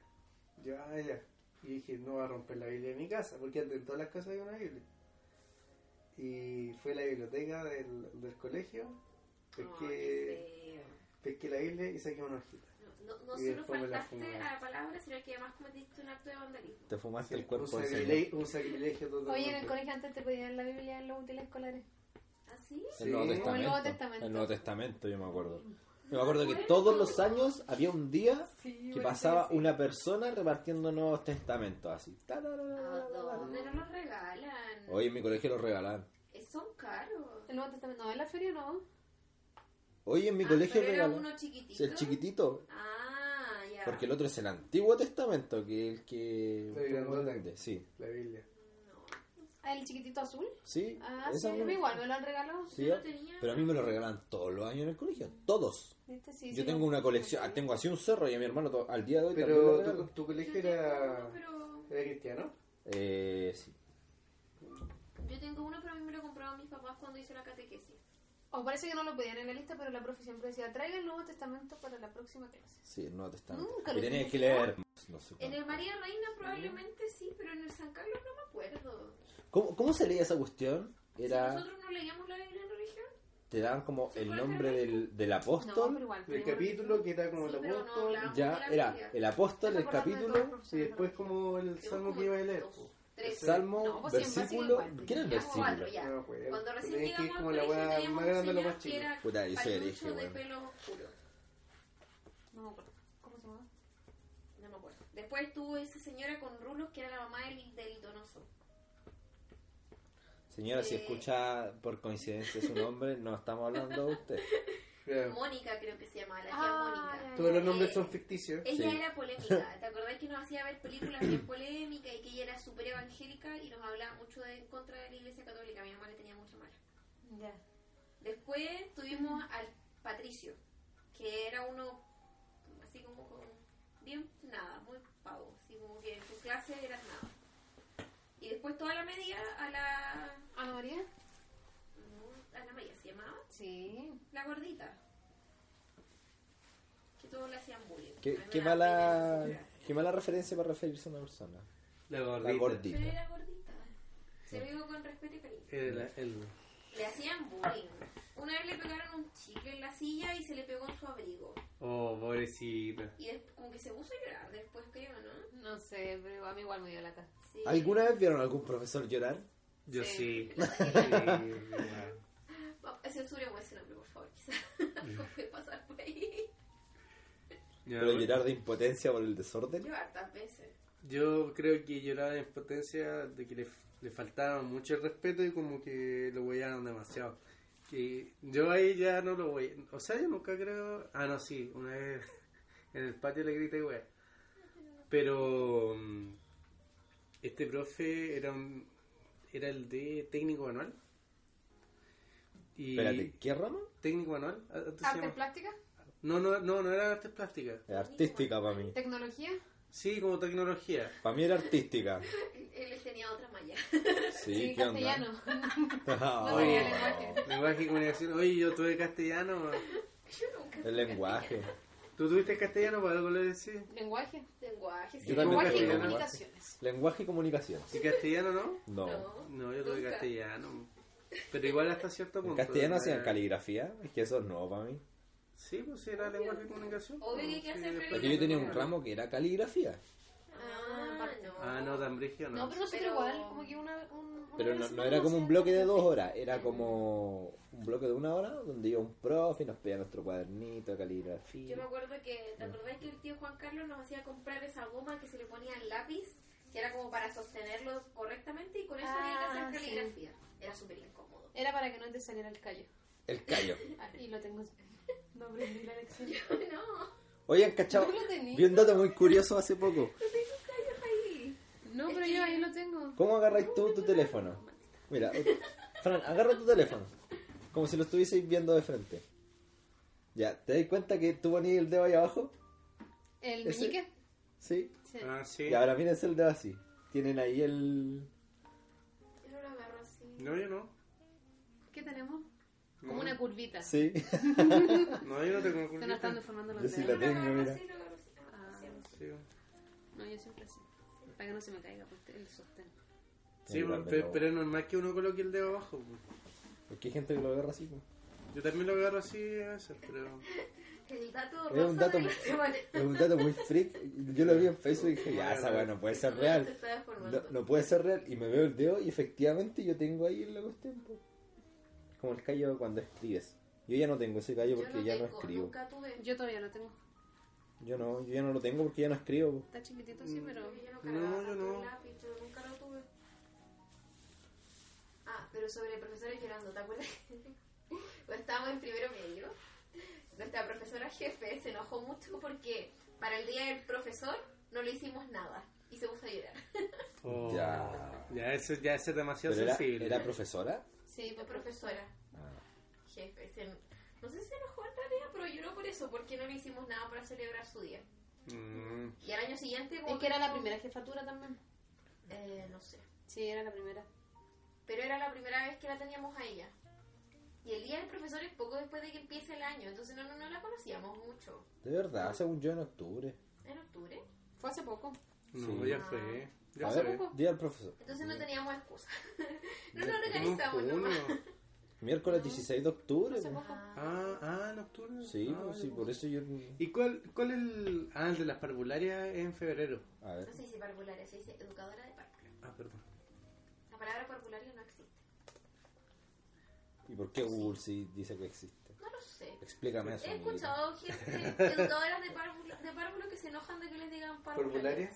S2: Yo, ah, ya. Y dije, no va a romper la Biblia de mi casa, porque antes en todas las casas hay una Biblia. Y fue a la biblioteca del, del colegio,
S3: Ay,
S2: porque
S3: qué feo.
S2: pesqué la Biblia y saqué una hojita.
S3: No, no
S2: Y
S3: solo
S2: después me la
S3: faltaste
S2: fumaron.
S3: a la palabra, sino que además cometiste un acto de vandalismo.
S4: Te fumaste el
S2: un,
S4: cuerpo del Señor.
S2: sacrilegi- un sacrilegio total.
S5: Oye, en el colegio antes te pedían la Biblia en los útiles escolares.
S3: ¿Ah, sí?
S4: El Nuevo
S2: Sí.
S4: Testamento.
S5: Como el Nuevo Testamento.
S4: El Nuevo Testamento, yo me acuerdo. Yo me acuerdo que todos los años había un día
S5: Sí,
S4: que pasaba una persona repartiendo Nuevos Testamentos, así. Ta, ta, ta, ta,
S3: ¿A
S4: ta, ta,
S3: dónde Ah, no los regalan?
S4: ta. Oye, en mi colegio lo regalaban.
S3: Eh, Son caros.
S5: El Nuevo Testamento, no, en la feria no.
S4: Oye, en mi
S3: Ah,
S4: colegio
S3: pero era
S4: regalaban.
S3: uno chiquitito.
S4: Sí, El chiquitito.
S3: Ah, ya.
S4: Porque el otro es el Antiguo Testamento, que el que...
S2: Sí, grandote.
S4: Sí,
S2: La Biblia.
S5: Ah, el chiquitito azul.
S4: sí.
S5: Ah, sí,
S4: esa
S5: a mí
S4: me-
S5: igual me lo han regalado.
S4: sí,
S3: yo
S4: ah.
S3: lo tenía.
S4: Pero a mí me lo regalan todos los años en el colegio, todos.
S5: ¿Viste? Sí,
S4: Yo
S5: sí,
S4: tengo
S5: lo-
S4: una colección, ah, tengo así un cerro y a mi hermano to- al día de hoy también lo
S2: Pero tu,
S4: regalan.
S2: tu
S3: Yo
S2: colegio
S3: tengo
S2: era,
S3: uno, pero...
S2: era cristiano.
S4: Eh, sí.
S3: Yo tengo uno, pero a mí me lo compraron mis papás cuando hice la catequesis.
S5: O parece que no lo pedían en la lista, pero la profe siempre decía, traiga el Nuevo Testamento para la próxima clase.
S4: Sí, el Nuevo Testamento.
S5: Nunca
S4: y
S5: lo
S4: tenías
S5: vi.
S4: que leer. No sé
S3: En
S4: cuánto.
S3: el María Reina probablemente sí, pero en el San Carlos no me acuerdo.
S4: ¿Cómo, ¿Cómo se leía esa cuestión?
S3: Si
S4: Era,
S3: nosotros no leíamos la Biblia en religión.
S4: te daban como
S3: ¿Se
S4: el
S3: puede
S4: nombre
S3: leer?
S4: del, del
S5: No, pero
S4: apóstol.
S5: igual.
S2: El
S5: tenía una-
S2: capítulo que era como
S3: Sí,
S2: el
S3: pero no
S2: apóstol.
S3: hablamos de
S4: ya
S3: la
S4: era
S3: Biblia.
S4: el
S5: Estoy
S4: apóstol,
S5: acordando
S4: el
S5: de todos los
S4: capítulo,
S5: profesores
S2: y
S5: de
S2: después
S5: religión.
S2: como el
S3: Tenemos
S2: salmo
S3: como
S2: que iba a leer.
S3: dos,
S2: po.
S3: tres.
S4: salmo,
S5: No, pues sí, en
S4: versículo.
S5: básico igual.
S4: ¿Qué era el
S3: Ya,
S4: versículo?
S3: cuatro, ya.
S2: No me acuerdo.
S3: Cuando recién
S2: Eh, Tenías que ir
S3: llegamos
S2: como
S3: al
S2: la
S3: colegio
S2: weá
S3: teníamos
S2: más
S3: un
S2: grande a lo
S3: señor
S2: más
S3: que
S2: chico.
S3: era
S4: Puta, yo soy
S3: palucho
S4: hereje,
S3: de
S4: weón.
S3: pelo oscuro.
S5: No me acuerdo. ¿Cómo se llama?
S3: No me acuerdo. Después estuvo esa señora con rulos que era la mamá del, del donoso.
S4: Señora, si
S3: Eh.
S4: escucha por coincidencia su nombre, no estamos hablando de usted.
S2: Claro.
S3: Mónica creo que se llamaba, la tía
S5: Ah,
S3: Mónica.
S2: Todos los
S3: Eh,
S2: nombres son ficticios.
S3: Ella
S4: Sí.
S3: era polémica, ¿te acordás que nos hacía ver películas bien polémicas y que ella era súper evangélica y nos hablaba mucho de, en contra de la iglesia católica? Mi mamá le tenía mucha mala.
S5: Ya.
S3: Después tuvimos al Patricio, que era uno así como con- bien nada, muy pavo, así como que en su clase eras nada. Y después toda la media a la
S5: ¿Ana María?
S3: a la María se llamaba
S5: Sí.
S3: la gordita. Que todos le hacían bullying. A
S5: <laughs>
S4: Qué,
S3: mí me
S4: qué
S3: daba pena
S4: mala,
S3: en ese
S4: qué mala referencia para referirse a una persona.
S2: La
S4: La
S2: gordita.
S3: Pero
S4: gordita.
S3: era gordita. Se lo digo con respeto y cariño.
S2: Era Eh, la- el-
S3: Le hacían bullying. Una vez le pegaron un chicle en la silla y se le pegó en su abrigo.
S2: Oh, pobrecita.
S3: Y des- como que se puso a llorar después, creo, ¿no?
S5: No sé, pero a mí igual me dio lata.
S3: Sí.
S4: ¿Alguna vez vieron a algún profesor llorar?
S2: Yo sí. Sí.
S3: <laughs> Sí. Va- Censuremos ese nombre, por favor,
S4: <laughs>
S3: quizás. Algo puede pasar por ahí.
S2: Ya,
S4: Pero
S2: bueno.
S4: llorar de impotencia por el desorden.
S3: Yo hartas veces.
S2: Yo creo que lloraba de impotencia de que le, le faltaba mucho el respeto y como que lo huellaron demasiado. Que yo ahí ya no lo voy. O sea, yo nunca creo. Ah, no, sí, una vez <laughs> en el patio le grité, güey. Pero mm, este profe era un, era el de técnico anual. Y
S4: Espérate, ¿qué rama?
S2: técnico anual, ¿a- a- ¿tú se
S5: ¿Artes
S2: llama?
S5: plásticas?
S2: No, no, no, no era artes plásticas.
S4: Era artística para mí.
S5: ¿Tecnología?
S2: Sí, como tecnología.
S4: Para mí era artística.
S3: Él- Él tenía otra malla.
S4: Sí, ¿qué onda?
S5: castellano.
S4: <laughs> Ah,
S5: No
S2: sabía
S5: lenguaje.
S2: Lenguaje y comunicación. Oye, yo tuve castellano.
S3: <laughs> Yo nunca.
S4: el lenguaje.
S2: ¿Tú tuviste castellano para algo le decís?
S5: <laughs> ¿Lenguaje?
S3: Lenguaje, sí.
S4: Yo también
S5: Lenguaje y
S4: tuve
S5: comunicaciones.
S4: Lenguaje y comunicación.
S2: ¿Y castellano no?
S4: No.
S2: No, yo tuve
S3: nunca.
S2: castellano. Pero igual hasta cierto
S4: En
S2: punto.
S4: castellano
S2: eh,
S4: hacían caligrafía. Es que eso es nuevo para mí.
S2: Sí, pues sí, era lenguaje y comunicación.
S3: Obvio que hay que
S2: Sí,
S3: hacer
S2: después-
S4: Porque yo tenía un ramo que era caligrafía.
S3: Ah, no.
S2: Ah, no, tan brígido no.
S5: No, pero nosotros
S3: Pero-
S5: igual, como que una... un- una
S4: Pero
S5: vez a
S4: no,
S5: la
S4: no
S5: semana
S4: era como un
S5: hacíamos
S4: bloque de dos
S5: lenguaje.
S4: horas, era como un bloque de una hora donde iba un profe y nos pedía nuestro cuadernito de
S3: Yo me
S4: caligrafía.
S3: acuerdo que, ¿te acordás que el tío Juan Carlos nos hacía comprar esa goma que se le ponía al lápiz? Que era como para sostenerlo correctamente y con eso
S5: Ah,
S3: había que hacer
S5: sí.
S3: caligrafía. Era súper incómodo. <laughs>
S5: Era para que no te saliera el callo.
S4: El callo.
S5: Ah, y lo tengo... <laughs> No aprendí la lección.
S3: no,
S4: Oigan, cachao.
S5: Yo lo tenía.
S4: Vi un dato muy curioso hace poco.
S3: ahí.
S5: No, pero yo ahí lo tengo.
S4: ¿Cómo agarras tú tu teléfono? Mira, eh, Fran, agarra tu teléfono. Como si lo estuvieseis viendo de frente. Ya, ¿te das cuenta que tú ponías el dedo ahí abajo?
S5: ¿El
S4: ¿Ese?
S5: meñique?
S4: ¿Sí?
S5: Sí.
S2: Ah, sí.
S4: Y ahora mírense el dedo así. Tienen ahí el...
S3: Yo no lo agarro así.
S2: No, yo no.
S5: ¿Qué tenemos?
S2: No.
S5: Como una curvita.
S4: Mm. Sí. <laughs>
S2: No, yo no tengo
S5: Se nos están
S2: comunicación.
S5: deformando los
S4: Yo sí
S5: dedos.
S4: la
S3: Yo lo
S4: tengo,
S3: agarro
S4: mira.
S3: así, lo agarro así. Ah, así, así.
S2: Sí,
S5: No, yo siempre así. Para que no se me caiga pues, el sostén.
S2: Sí, pues, pero, pero es normal que uno coloque el dedo abajo. pues.
S4: Porque hay gente que lo agarra así. pues.
S2: Yo también lo agarro así a veces, pero...
S3: El dato
S4: Es un
S3: rosa
S4: dato-
S3: de la semana.
S4: Es un dato muy freak. Yo lo vi en Facebook y dije, ya, esa weá no <laughs> puede ser
S3: Se
S4: real.
S3: está deformando.
S4: No, no puede ser real. Y me veo el dedo y efectivamente yo tengo ahí en la cuestión. po. Como el callo cuando escribes. Yo ya no tengo ese callo
S3: Yo
S4: porque ya no
S3: tengo,
S4: escribo.
S3: Nunca tuve.
S5: Yo todavía no tengo.
S4: Yo no, yo ya no lo tengo porque ya no escribo. po.
S5: Está chiquitito,
S4: Mm.
S5: sí, pero.
S3: Yo no,
S2: No,
S3: cargaba
S2: yo
S3: tanto
S2: no.
S3: el lápiz, yo nunca lo tuve. Ah, pero sobre profesores llorando, ¿te acuerdas? <laughs> Cuando estábamos en primero medio, nuestra profesora jefe se enojó mucho porque para el día del profesor no le hicimos nada y se puso a llorar.
S2: Oh,
S4: Ya.
S2: Ya, eso ya eso es demasiado
S4: Pero era,
S2: sensible.
S4: era profesora.
S3: Sí,
S5: pues,
S3: fue profesora
S4: Ah.
S3: jefe. se- no sé si se enojó en realidad, pero lloró por eso, porque no le hicimos nada para celebrar su día.
S2: Mm.
S3: Y al año siguiente, como
S5: Es que era la primera jefatura también.
S3: Eh, no sé.
S5: Sí, era la primera.
S3: pero era la primera vez que la teníamos a ella. Y el día del profesor es poco después de que empiece el año, entonces no, no, no la conocíamos mucho.
S4: De verdad, según yo en octubre.
S3: En octubre.
S5: Fue hace poco.
S2: No,
S4: Sí.
S2: ya fue. Ya
S4: A
S2: fue.
S4: ver, día al profesor.
S3: Entonces no teníamos excusa. <laughs> no nos
S2: No,
S3: organizamos
S2: fue uno.
S3: nomás.
S4: Miércoles 16 de octubre.
S5: Hace
S4: po.
S5: poco.
S2: Ah, ah, en octubre.
S4: Sí,
S2: Ah,
S4: pues,
S2: ya,
S4: sí,
S2: pues.
S4: por eso yo.
S2: ¿Y cuál, cuál es el...? Ah, el de las parvularias es en febrero.
S4: A ver.
S3: No se dice parvularia, se dice educadora de párvulo.
S2: Ah, perdón.
S3: La palabra parvularia no existe.
S4: ¿Y por qué Google sí dice que existe?
S3: No lo sé.
S4: Explícame eso.
S3: He
S4: amiguito.
S3: escuchado gente, educadoras de párvulo, de párvulo que se enojan de que les digan parvularia.
S2: ¿Parvularia?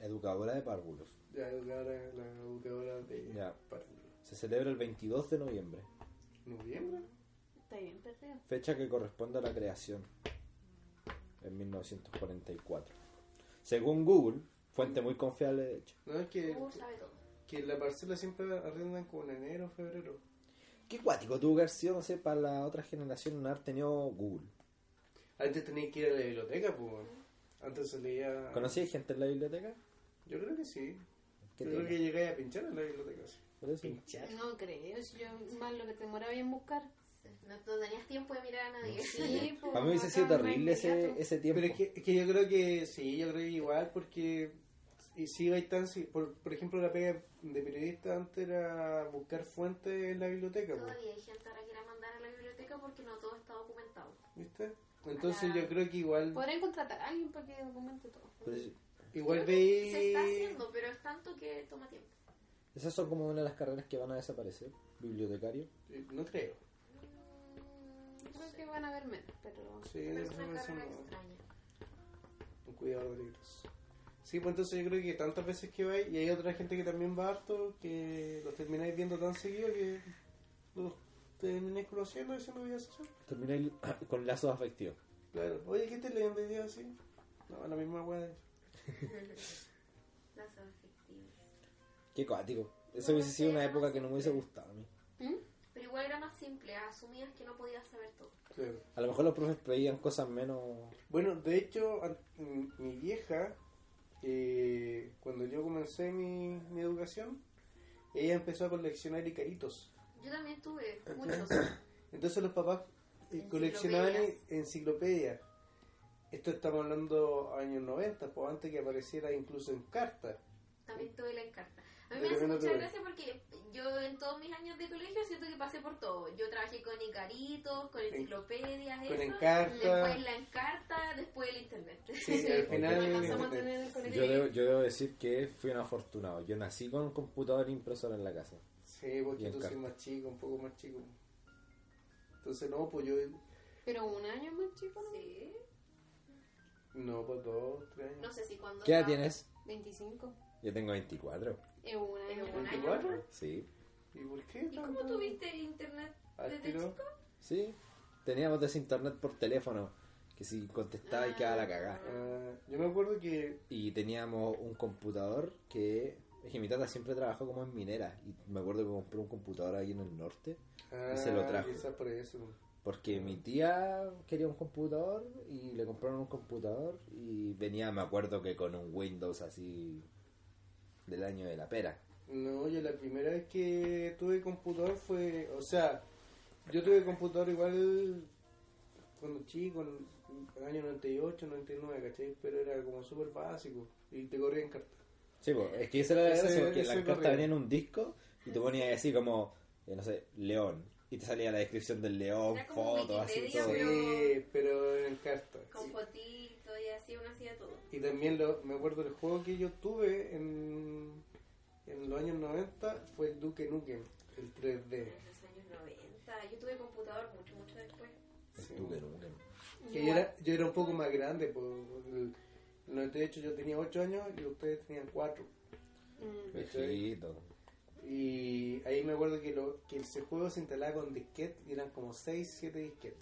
S4: Educadora de párvulos.
S2: La educadora, la educadora de
S4: Ya.
S2: parvularia.
S4: Se celebra el 22 de noviembre,
S2: ¿Noviembre?
S5: Está bien perdido.
S4: fecha que corresponde a la creación en 1944. Según Google, fuente muy confiable de hecho.
S2: No, es que,
S3: Uh, sabe todo.
S2: que la parcela siempre arrendan como en enero, febrero.
S4: Qué cuático tuvo que haber sido, no sé, para la otra generación no haber tenido Google.
S2: Antes tenías que ir a la biblioteca, pues. Antes se leía...
S4: ¿Conocí gente en la biblioteca?
S2: Yo creo que sí.
S4: ¿Qué
S2: Yo creo
S4: tiene?
S2: que llegáis a pinchar en la biblioteca. sí.
S4: Por eso.
S5: No creo, si yo más lo que te demoraba en buscar.
S3: No, no tenías tiempo de mirar a nadie.
S5: Sí, pues,
S4: Para mí hubiese sido
S5: acá,
S4: terrible
S5: inmediato.
S4: ese, ese tiempo.
S2: Pero es que, es que yo creo que sí, yo creo que igual, porque y si hay tan. si- por, por ejemplo, la pega de periodista antes era buscar fuentes en la biblioteca, pues,
S3: <laughs> Todavía hay gente ahora que la mandar a la biblioteca porque no todo está documentado.
S2: ¿viste? Entonces yo creo que igual
S3: Pues,
S5: Podrían contratar a alguien para que documente todo.
S4: Pero es-
S2: igual
S3: Creo que
S2: veis.
S3: Se está haciendo, pero es tanto que toma tiempo.
S4: Esas son como una de las carreras que van a desaparecer. Bibliotecario.
S2: eh, No creo.
S3: Mm,
S5: Creo que van a haber menos, pero.
S2: Sí,
S3: pero es
S2: eso
S3: una
S2: eso
S3: carrera
S2: no.
S3: extraña.
S2: Un cuidador de libros. Sí, pues entonces yo creo que tantas veces que vais, y hay otra gente que también va harto, que los termináis viendo tan seguido que los termináis conociendo y haciendo videos así.
S4: Terminé <coughs> con lazos afectivos.
S2: Claro. Oye, ¿qué te leen de día así? No, la misma weá.
S3: Las afectivas.
S4: Qué cuático. Eso hubiese sido una época que no me hubiese gustado a mí.
S5: ¿Mm?
S3: Pero igual era más simple, asumías que no podías saber todo.
S2: Claro.
S4: A lo mejor los profes pedían cosas menos.
S2: Bueno, de hecho, an- m- mi vieja, eh, cuando yo comencé mi, mi educación, ella empezó a coleccionar icaritos.
S3: Yo también tuve muchos.
S2: Entonces los papás eh, coleccionaban
S3: Enciclopedias.
S2: enciclopedias. Esto estamos hablando años 90, pues antes que apareciera incluso en cartas.
S3: También tuve la encarta. A mí
S2: Yo
S3: me hace
S2: también la
S3: mucha
S2: tuve.
S3: gracia porque yo en todos mis años de colegio siento que pasé por todo. Yo trabajé con Icaritos, con enciclopedias,
S2: Con
S3: eso.
S2: encarta.
S3: Después la encarta, después el internet.
S2: Sí, al final. eh,
S5: No alcanzamos a tener el colegio.
S4: Yo debo, yo debo decir que fui un afortunado. Yo nací con un computador e impresora en la casa.
S2: Sí,
S4: Y
S2: porque
S4: en
S2: tú soy
S4: carta.
S2: más chico, un poco más chico. Entonces, no, pues yo.
S5: Pero un año más chico, ¿no?
S3: <laughs> Sí.
S2: No, pues dos, tres años.
S3: No sé si cuando.
S4: ¿Qué edad
S3: estaba-
S4: tienes?
S5: 25.
S4: Yo tengo 24.
S5: Es un año.
S3: Es un año.
S2: ¿24?
S4: Sí.
S2: ¿Y por qué?
S3: ¿Y
S2: tanto?
S3: cómo tuviste el internet
S2: Al
S3: desde
S2: tiro.
S3: chico?
S4: Sí. Teníamos ese internet por teléfono que si contestaba y quedaba la cagada.
S2: Ah, yo me acuerdo que
S4: Y teníamos un computador que. Es que mi tata siempre trabajó como en minera. Y me acuerdo que compró un computador ahí en el norte.
S2: ah,
S4: se lo trajo.
S2: quizás por eso.
S4: Porque mi tía quería un computador y le compraron un computador y venía, me acuerdo que con un Windows así del año de la pera.
S2: No, yo la primera vez que tuve computador fue, o sea, yo tuve computador igual cuando chico, en el año 98, 99, ¿cachai? Pero era como súper básico y te corría en carta.
S4: Sí, pues, es que esa era la
S2: Ese-
S4: gracia, porque
S2: ese
S4: la carta
S2: correo.
S4: venía en un disco y tú ponías así como, eh, no sé, León, Y te salía la descripción del león,
S3: Era como
S4: fotos, así
S3: Wikipedia,
S4: todo.
S3: pero-
S2: Sí, pero en carta.
S3: Con fotito y así, uno hacía todo.
S2: Y también lo- me acuerdo del juego que yo tuve en, en los años 90 fue el Duke Nukem, el 3D.
S3: En los años 90. Yo tuve computador mucho, mucho después.
S2: Sí.
S4: Duque, Duque.
S2: Que yo, era, yo era un poco más grande, pues, el, el 98 yo tenía 8 años y ustedes tenían 4.
S5: Mm.
S4: Viejito.
S2: Y ahí me acuerdo que, lo, que ese juego se instalaba con disquete y eran como 6, 7 disquetes.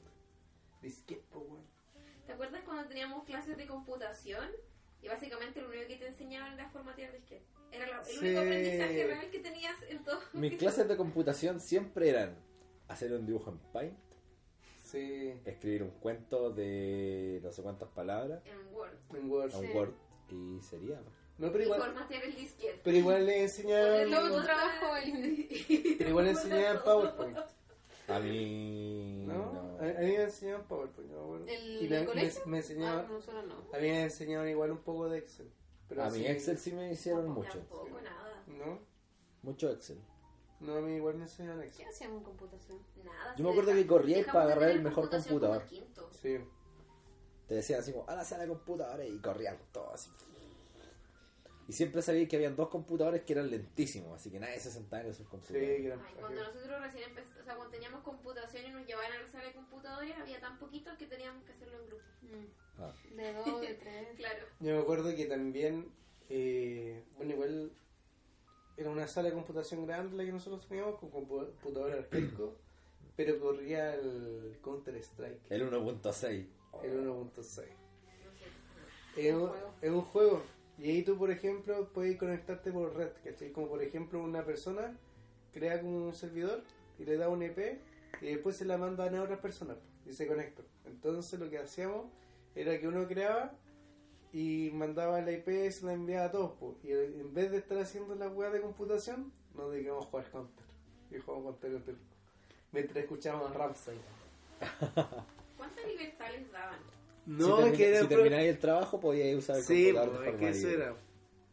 S2: Disquete, pues, weón.
S3: ¿Te acuerdas cuando teníamos clases de computación? Y básicamente lo único que te enseñaban era formatear disquete. Era lo- el
S2: Sí.
S3: único aprendizaje real que tenías en todo.
S2: <laughs>
S4: Mis clases de computación siempre eran hacer un dibujo en Paint,
S2: Sí,
S4: escribir un cuento de no sé cuántas palabras,
S3: En Word.
S2: en Word.
S4: a un
S5: Sí.
S4: Word y sería.
S2: No, pero
S3: Y
S2: igual,
S3: formatear el disquete.
S2: pero igual le enseñaban,
S5: Luego tu
S3: Ponerlo-
S5: trabajo en...
S2: pero igual le enseñaban PowerPoint.
S4: A mí.
S2: ¿No? Eh, A, a mí me enseñaban PowerPoint, yo me acuerdo.
S5: ¿El
S2: y me, me-
S5: colegio?
S2: me enseñaba-
S5: Ah, nosotros no.
S2: a mí me enseñaban igual un poco de Excel. Pero
S4: A
S2: así-
S4: mí Excel sí me hicieron mucho.
S3: Tampoco, nada.
S2: ¿No?
S4: Mucho Excel.
S2: No, a mí igual me enseñaban
S5: ¿Qué
S2: Excel.
S5: hacíamos en computación?
S3: Nada.
S4: Yo
S3: si
S4: me acuerdo
S3: deja-
S4: que corría
S3: dejamos
S4: para
S3: de
S4: agarrar
S3: tener
S4: el mejor
S3: computación
S4: computador.
S3: como quinto.
S2: Sí.
S4: Te decían así como, a la sala de computadores y corrían todos así. Y siempre sabía que habían dos computadores que eran lentísimos, así que nadie se sentaba en esos
S2: Sí, que
S4: computadores.
S2: eran-
S3: Ay, cuando nosotros recién empezamos, o sea, cuando teníamos computación y nos llevaban a la sala de computadores, había tan poquitos que teníamos que hacerlo en grupo.
S4: Ah.
S5: De dos, de tres.
S3: Claro.
S2: Yo me acuerdo que también, eh, bueno, igual era una sala de computación grande la que nosotros teníamos con compu- computador arcaico, pero corría el Counter-Strike,
S4: El 1.6.
S2: el 1.6.
S3: No sé.
S2: Es un, es un juego. Y ahí tú, por ejemplo, puedes conectarte por red, ¿cachai? Como por ejemplo, una persona crea como un servidor y le da un IP y después se la mandan a otras personas y se conectan. Entonces lo que hacíamos era que uno creaba y mandaba la IP y se la enviaba a todos. po. Y en vez de estar haciendo la web de computación, nos dedicamos a jugar Counter. Y jugamos Counter, Counter. Mientras escuchábamos a Ramsay.
S3: ¿Cuánta libertad les daban?
S4: si termina-
S2: era
S4: si
S2: pro-
S4: terminabas el trabajo podías usar el
S2: Sí, pues,
S4: computador
S2: po,
S4: de
S2: es
S4: forma
S2: que eso
S4: libre.
S2: era.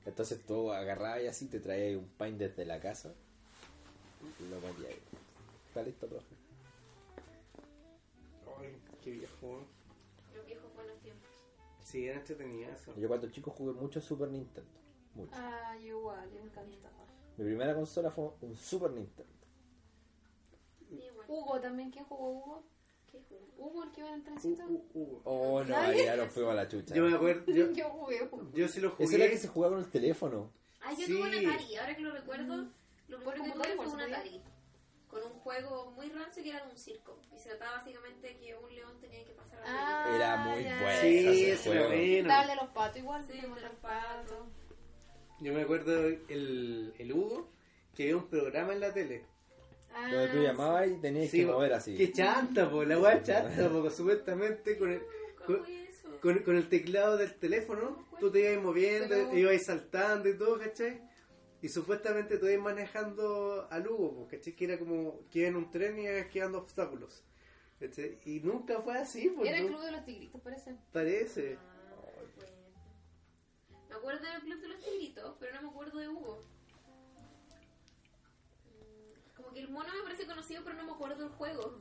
S4: Entonces tú agarrabas y así te traías un paint desde la casa y lo metías ahí. Está listo, profe.
S2: Ay, qué viejo. ¿eh?
S3: Los viejos buenos tiempos.
S2: Sí, era entretenidazo.
S4: Yo cuando chico jugué mucho Super Nintendo. Mucho.
S5: Ah, yo igual, yo me encantaba.
S4: Mi primera consola fue un Super Nintendo.
S3: Sí, bueno.
S5: Hugo también, ¿quién jugó Hugo?
S3: ¿Qué jugo?
S5: ¿Hugo el que iba en el
S2: U-
S5: trencito?
S2: u- Hugo.
S4: Oh, no, ahí ya nos fuimos a la chucha.
S2: Yo me acuerdo, yo,
S5: <laughs> Yo jugué Hugo.
S2: yo sí lo
S4: Esa era
S2: jugué.
S4: que se jugaba con el teléfono.
S3: Ah, yo
S2: Sí.
S3: tuve un Atari, ahora que lo recuerdo, lo
S5: Por
S3: primero que
S5: computador,
S3: tuve
S5: por
S3: fue un
S5: supuesto.
S3: Atari. Con un juego muy rancio que era de un circo. Y se trataba básicamente que un león tenía que pasar a
S5: Ah,
S4: Era muy
S5: ya.
S4: bueno.
S2: Sí,
S4: ese
S2: ese era
S4: juego.
S2: bueno.
S5: Dale a los patos igual.
S3: Sí,
S5: dale a
S3: de los patos.
S2: Yo me acuerdo el, el Hugo que había un programa en la tele.
S5: Ah,
S4: Donde tú llamabas y tenías que
S2: po,
S4: mover así.
S2: Que chanta, po, la weá chanta,
S4: <laughs>
S2: po, supuestamente con el,
S3: ¿Cómo
S2: con,
S3: fue eso?
S2: con- con el teclado del teléfono tú te ibas moviendo,
S5: Pero-
S2: te ibas saltando y todo, ¿cachai? Y supuestamente tú ibas manejando al Hugo, po, ¿cachai? Que era como que iba en un tren y ibas esquivando obstáculos. ¿cachai? Y nunca fue así, pues.
S5: Era el club de los tigritos, parece.
S2: Parece.
S3: Ah, bueno. Me acuerdo del Club de los Tigritos, pero no me acuerdo de Hugo. Mm, Como que el mono me parece conocido, pero no me acuerdo del juego.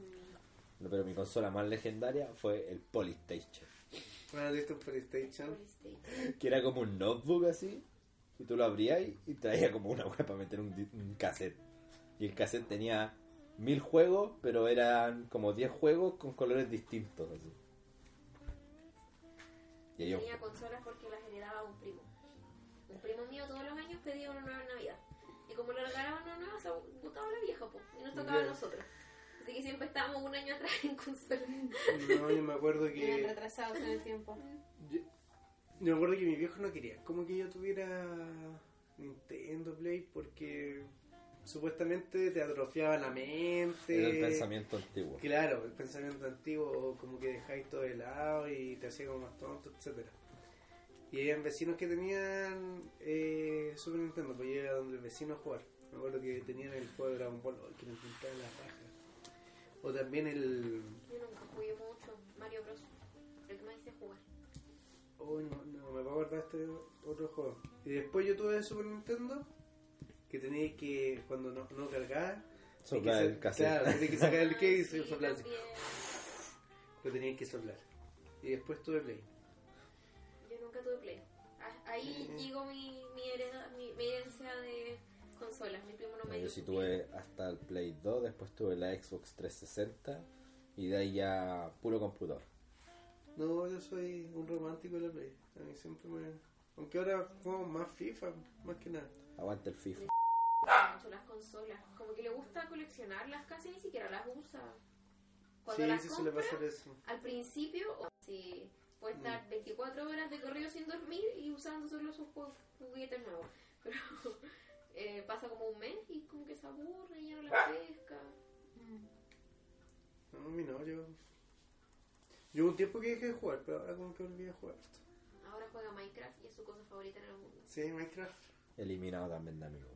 S4: No, pero mi consola más legendaria fue el Polystation.
S2: Bueno, listo PlayStation.
S3: PlayStation.
S4: Que era como un notebook así. Y tú lo abrías y, y traía como una web para meter un, di- un cassette. Y el cassette tenía mil juegos, pero eran como 10 juegos con colores distintos. Así. Y ahí yo,
S3: Tenía consolas porque las heredaba un primo. Un primo mío todos los años pedía una nueva en Navidad. Y como le regalaban una nueva, se gustaba la vieja, pues. Y nos tocaba a
S2: Ya.
S3: nosotros. Así que siempre estábamos un año atrás <laughs> en consolas.
S2: No, yo me acuerdo
S5: Eran
S2: que.
S5: retrasados en el tiempo.
S2: Yo, yo me acuerdo que mi viejo no quería como que yo tuviera Nintendo Play porque supuestamente te atrofiaba la mente.
S4: era el pensamiento antiguo.
S2: Claro, el pensamiento antiguo, como que dejáis todo de lado y te hacía como más tonto, etcétera. Y habían vecinos que tenían eh, Super Nintendo, pues yo iba donde el vecino a jugar. Me acuerdo que tenían el juego de Dragon Ball, oh, que me encantaba la raja. O también el...
S3: Yo nunca jugué mucho Mario Bros. El que más hice jugar.
S2: Oh, no, no, me va a guardar este otro juego. Y después yo tuve el Super Nintendo, que tenía que, cuando no, no cargaba,
S4: Soplar
S2: Hay que
S4: el
S2: sa-
S4: cassette.
S2: Claro, tenés que sacar
S3: <laughs>
S2: el case y
S3: Ah, Sí,
S2: soplar.
S3: también.
S2: Lo tenías que soplar. Y después tuve play.
S3: Yo nunca tuve Play. Ah, Ahí
S2: Mm.
S3: llegó mi, mi, hereda- mi, mi herencia de consolas. Mi primo no
S4: No,
S3: me
S4: yo
S3: dio
S4: sí
S3: Play.
S4: tuve hasta el Play 2, después tuve la Xbox 360 y de ahí ya puro computador.
S2: No, yo soy un romántico de la play. A mí siempre me. Aunque ahora juego más FIFA, más que nada.
S4: Aguante el FIFA.
S3: mucho las consolas. Como que le gusta coleccionarlas casi ni siquiera las usa. Cuando
S2: Sí,
S3: las
S2: sí suele
S3: compra,
S2: pasar eso.
S3: al principio, o- sí, puede estar 24 horas de corrido sin dormir y usando solo sus ju- juguetes nuevos. <laughs> Pero eh, pasa como un mes y como que se aburre, ya no las pesca.
S2: No, a mí no, yo. Yo un tiempo que dejé de jugar, pero ahora como que volví a jugar.
S3: Ahora juega Minecraft y es su cosa favorita en el mundo.
S2: Sí, Minecraft.
S4: Eliminado también de amigo.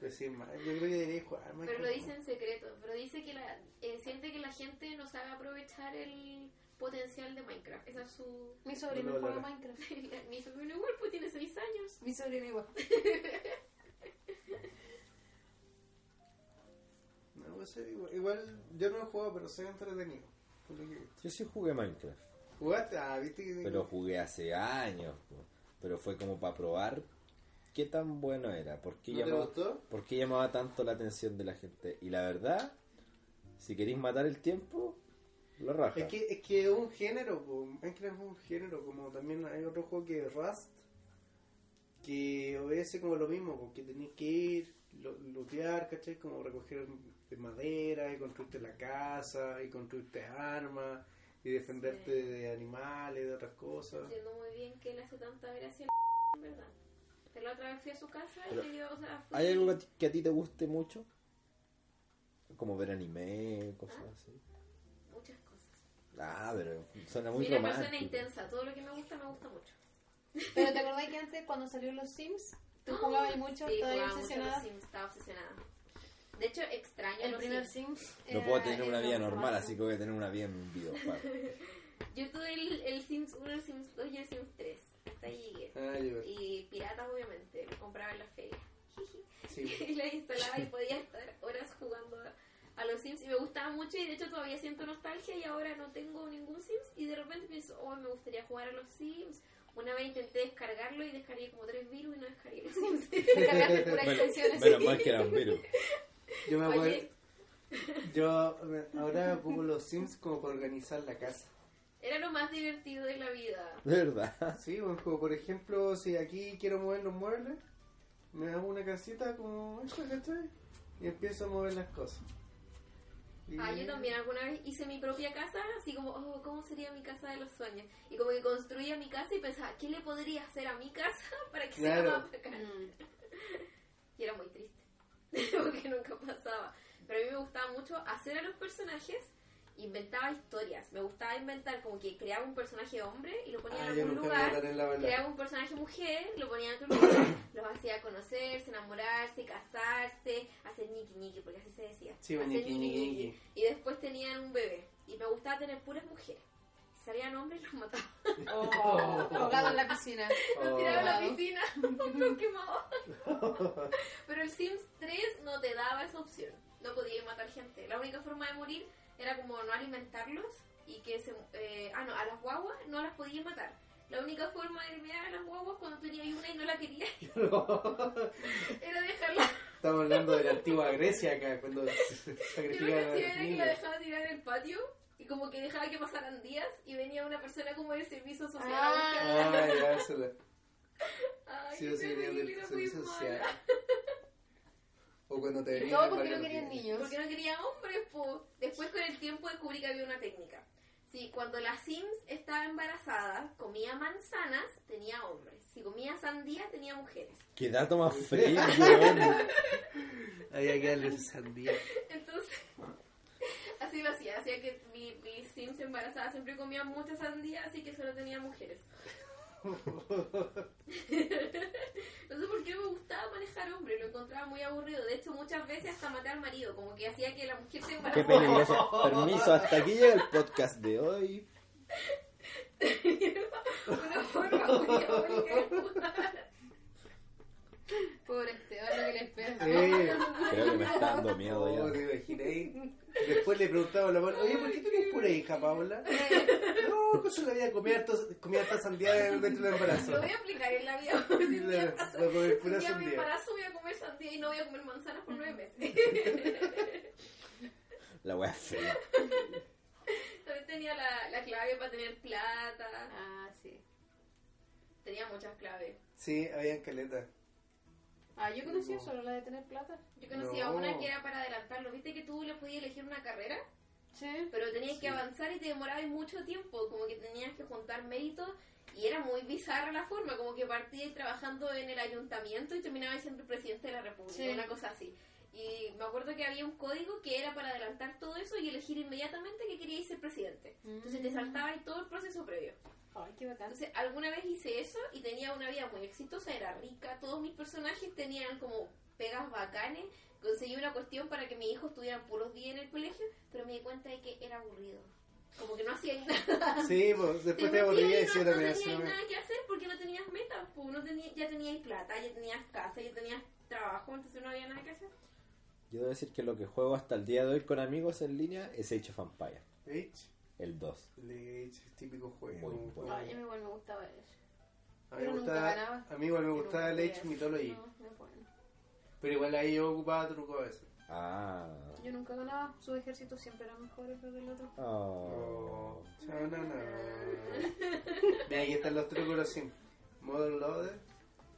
S2: Pero sí, ma- yo creo que debería jugar Minecraft.
S3: Pero lo dice en secreto, pero dice que la, eh, siente que la gente no sabe aprovechar el potencial de Minecraft. Esa es su...
S5: Mi sobrino
S2: No lo
S5: juega
S2: valora.
S5: Minecraft.
S3: <laughs> Mi sobrino igual pues tiene 6 años.
S5: Mi sobrino igual.
S2: No, pues, sí, igual, igual yo no he jugado, pero soy entretenido. Por lo que-
S4: Yo sí jugué Minecraft,
S2: ¿Jugaste? Ah, viste que.
S4: pero jugué hace años. po. Pero fue como para probar qué tan bueno era, por qué,
S2: ¿No te
S4: llamaba,
S2: gustó?
S4: por qué llamaba tanto la atención de la gente. Y la verdad, si queréis matar el tiempo, lo raja.
S2: Es que es que es un género, po. Minecraft es un género, como también hay otro juego que es Rust, que obedece como lo mismo, porque tenés que ir, lo, lootear, ¿cachai? Como recoger de madera y construirte la casa y construirte armas y defenderte
S3: Sí.
S2: de animales, de otras cosas.
S3: entiendo muy bien que él hace tanta gracia al ¿verdad? Pero la otra vez fui a su casa y
S4: Pero,
S3: le dio, o sea, fui-
S4: ¿Hay algo que a, ti, que a ti te guste mucho? Como ver anime, cosas así.
S3: muchas cosas.
S4: Ah, pero suena muy
S3: Mira, persona
S4: romántico.
S3: intensa, todo lo que me gusta, me gusta mucho.
S5: Pero ¿te acordás que antes cuando salió los Sims? Tú jugabas mucho,
S3: Ah, Sí,
S5: todavía
S3: jugaba mucho
S5: obsesionada.
S3: los Sims, estaba obsesionada. De hecho, extraño
S5: El
S3: los
S5: primer
S3: Sims.
S5: Sims.
S4: Eh, No
S5: era
S4: puedo tener
S5: el
S4: una vida
S5: más
S4: normal,
S5: bajo.
S4: así que voy a tener una vida en videojuegos. <laughs>
S3: Yo tuve el, el Sims 1, el Sims 2 y el Sims 3. Hasta ahí llegué.
S2: Ah, yo
S3: Y piratas, obviamente, lo compraba en la feria.
S2: sí,
S3: <laughs> y la instalaba y podía estar horas jugando a, a los Sims y me gustaba mucho y de hecho todavía siento nostalgia y ahora no tengo ningún Sims y de repente pienso, oh, me gustaría jugar a los Sims. Una vez intenté descargarlo y descargué como tres virus y no descargué los Sims. Descargaste puras
S4: Bueno,
S3: extensiones.
S4: menos mal que era un virus.
S2: yo me acuerdo.
S3: Oye,
S2: Yo me- ahora pongo los Sims como para organizar la casa.
S3: era lo más divertido de la vida.
S4: De <laughs> verdad.
S2: Sí, bueno, como por ejemplo, si aquí quiero mover los muebles, me hago una casita como esta, ¿cachai? Y empiezo a mover las cosas. Y-
S3: Ah, yo también alguna vez hice mi propia casa, así como, oh, ¿cómo sería mi casa de los sueños? Y como que construía mi casa y pensaba, ¿qué le podría hacer a mi casa <laughs> para que
S2: Claro.
S3: sea más bacán?
S5: Mm.
S3: Y era muy triste, <laughs> porque nunca pasaba. Pero a mí me gustaba mucho hacer a los personajes, inventaba historias. Me gustaba inventar, como que creaba un personaje hombre y lo ponía
S2: Ah,
S3: en
S2: yo
S3: algún
S2: nunca voy a
S3: lugar.
S2: tener la verdad.
S3: Creaba un personaje mujer, lo ponía en otro lugar, los hacía conocerse, enamorarse, casarse, hacer ñiqui ñiqui, porque así se decía.
S2: Sí, un
S3: hacer
S2: ñiqui, ñiqui, ñiqui.
S3: Y después tenían un bebé. Y me gustaba tener puras mujeres. Si salían hombres, los mataba.
S5: Oh, ahogado en la piscina.
S3: Los
S2: Oh.
S3: tiraba a la
S5: Wow.
S3: piscina, <laughs> los quemaba. Pero el Sims 3 no te daba esa opción. No podías matar gente. La única forma de morir era como no alimentarlos y que se... eh, ah, no, a las guaguas no las podías matar. La única forma de eliminar a las guaguas cuando tenías una y no la querías <laughs> era dejarla.
S2: <laughs> Estamos hablando de la antigua Grecia acá, cuando
S3: Yo lo que
S2: sacrificaban a
S3: hacía
S2: los
S3: era que la
S2: niños.
S3: dejaba tirar en el patio y como que dejaba que pasaran días y venía una persona como del servicio social a
S5: Ah.
S3: buscarla.
S2: Ah, ya, eso la-
S3: Ay,
S2: Sí, yo
S3: ese
S2: soy
S3: Miguel
S2: del
S3: era muy
S2: servicio
S3: malo. <laughs>
S2: social. O cuando te
S5: Y
S2: venían
S5: todo
S2: a
S5: porque
S2: pagar
S5: no
S2: los
S5: querían niños.
S3: Porque no quería hombres, po. Después con el tiempo descubrí que había una técnica. Si cuando la Sims estaba embarazada, comía manzanas, tenía hombres. Si comía sandía, tenía mujeres. <laughs>
S4: Qué
S2: <laughs>
S4: dato más frío, weón.
S2: Había que darle sandía.
S3: Entonces, <laughs> así lo hacía. Hacía que mi, mi Sims embarazada siempre comía mucha sandía, así que solo tenía mujeres. <laughs> No sé por qué no me gustaba manejar hombres, lo encontraba muy aburrido. De hecho, muchas veces hasta maté al marido, como que hacía que la mujer se
S4: Qué
S3: embarazara.
S4: peligroso. Permiso, hasta aquí llega el podcast de hoy.
S3: una forma muy aburrida de jugar.
S5: Pobre Esteban, lo que le espera.
S2: Eh,
S4: Creo que me está dando miedo
S2: oh, te
S4: ya.
S2: imaginé. Después le preguntaba a la Paola, oye, ¿por qué tenés pura hija, Paola? No, pues cosa la vida comía harto- comía harta sandía dentro del embarazo.
S3: Lo voy a aplicar en la vida. <laughs> Si un día
S2: Claro,
S3: pasa-
S2: voy a comer
S3: un
S2: pura
S3: día me
S2: sandía.
S3: embarazo, voy a comer sandía y no voy a comer manzanas por nueve meses. <laughs>
S4: La wea es fea.
S3: También tenía la, la clave para tener plata.
S5: Ah, sí.
S3: Tenía muchas claves.
S2: Sí, había caleta.
S5: Ah, yo conocía solo la de tener plata.
S3: Yo conocía
S2: No.
S3: una que era para adelantarlo. ¿Viste que tú le podías elegir una carrera?
S5: Sí.
S3: Pero tenías que avanzar y te demorabas mucho tiempo. Como que tenías que juntar méritos. Y era muy bizarra la forma. Como que partías trabajando en el ayuntamiento y terminabas siendo presidente de la república.
S5: Sí.
S3: Una cosa así. Y me acuerdo que había un código que era para adelantar todo eso y elegir inmediatamente que querías ser presidente. Entonces te saltaba ahí todo el proceso previo.
S5: Ay, qué bacán.
S3: Entonces, alguna vez hice eso y tenía una vida muy exitosa, era rica, todos mis personajes tenían como pegas bacanes, conseguí una cuestión para que mis hijos tuvieran puros 10 en el colegio, pero me di cuenta de que era aburrido. Como que no hacía nada.
S2: Sí, pues después te
S3: metías y
S2: aburría y
S3: no-
S2: decía
S3: no
S2: también
S3: tenías
S2: así. ¿no?
S3: nada que hacer porque no tenías metas, pues, no tenía- ya tenías plata, ya tenías casa, ya tenías trabajo, entonces no había nada que hacer.
S4: Yo debo decir que lo que juego hasta el día de hoy con amigos en línea es Age of Empires,
S2: Leche,
S4: el 2.
S2: leche, típico juego.
S4: Muy bueno.
S5: Ay, a mí igual me gustaba eso.
S2: A mí,
S5: Pero
S2: me
S5: nunca
S2: gustaba,
S5: ganaba.
S2: a mí igual me gustaba el Age
S5: leche
S2: Mythology.
S5: No, no es bueno.
S2: Pero igual ahí yo ocupaba truco a veces.
S4: Ah.
S5: Yo nunca ganaba. Sus ejércitos siempre eran mejores que el otro.
S4: Oh.
S2: Chao, no, no. Mira, ahí están los trucos de los Sims. Model Loader,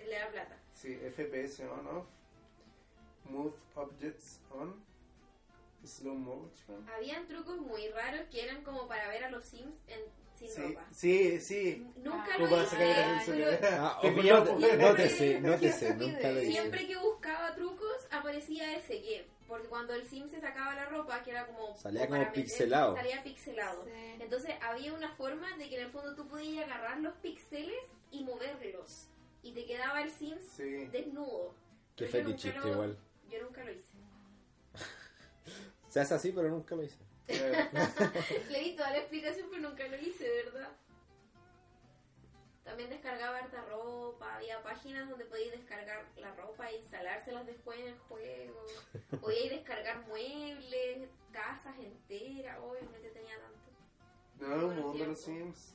S3: Le da plata.
S2: sí, FPS on, off. Move Objects on. Slow motion.
S3: Habían trucos muy raros que eran como para ver a los Sims en, sin
S2: Sí, Ah.
S3: ropa.
S2: sí, sí.
S3: Nunca
S2: Tú
S3: lo
S2: vas a sacar
S3: hice.
S2: el ascensor.
S4: Ah,
S2: <laughs> Te
S4: ojo,
S2: pilló,
S4: no, te-
S2: mujer.
S4: no te sé, no te sé, nunca lo hice.
S3: Siempre que buscaba trucos aparecía ese que, porque cuando el sim se sacaba la ropa, que era como...
S4: Salía como
S3: para meter-
S4: pixelado.
S3: Salía pixelado.
S5: Sí.
S3: Entonces había una forma de que en el fondo tú podías agarrar los pixeles y moverlos. Y te quedaba el sim
S2: Sí.
S3: desnudo.
S4: Qué
S3: Pero yo nunca
S4: fetichista
S3: lo-
S4: igual.
S3: Yo nunca lo hice.
S4: Se hace así, pero nunca lo hice.
S2: Claro.
S3: <laughs> Le di toda la explicación, pero nunca lo hice, de verdad. También descargaba harta ropa, había páginas donde podías descargar la ropa e instalárselas después en el
S2: <laughs>
S3: juego. Podías descargar muebles, casas enteras, obviamente tenía tanto.
S2: No,
S3: <laughs>
S2: un mundo de los Sims.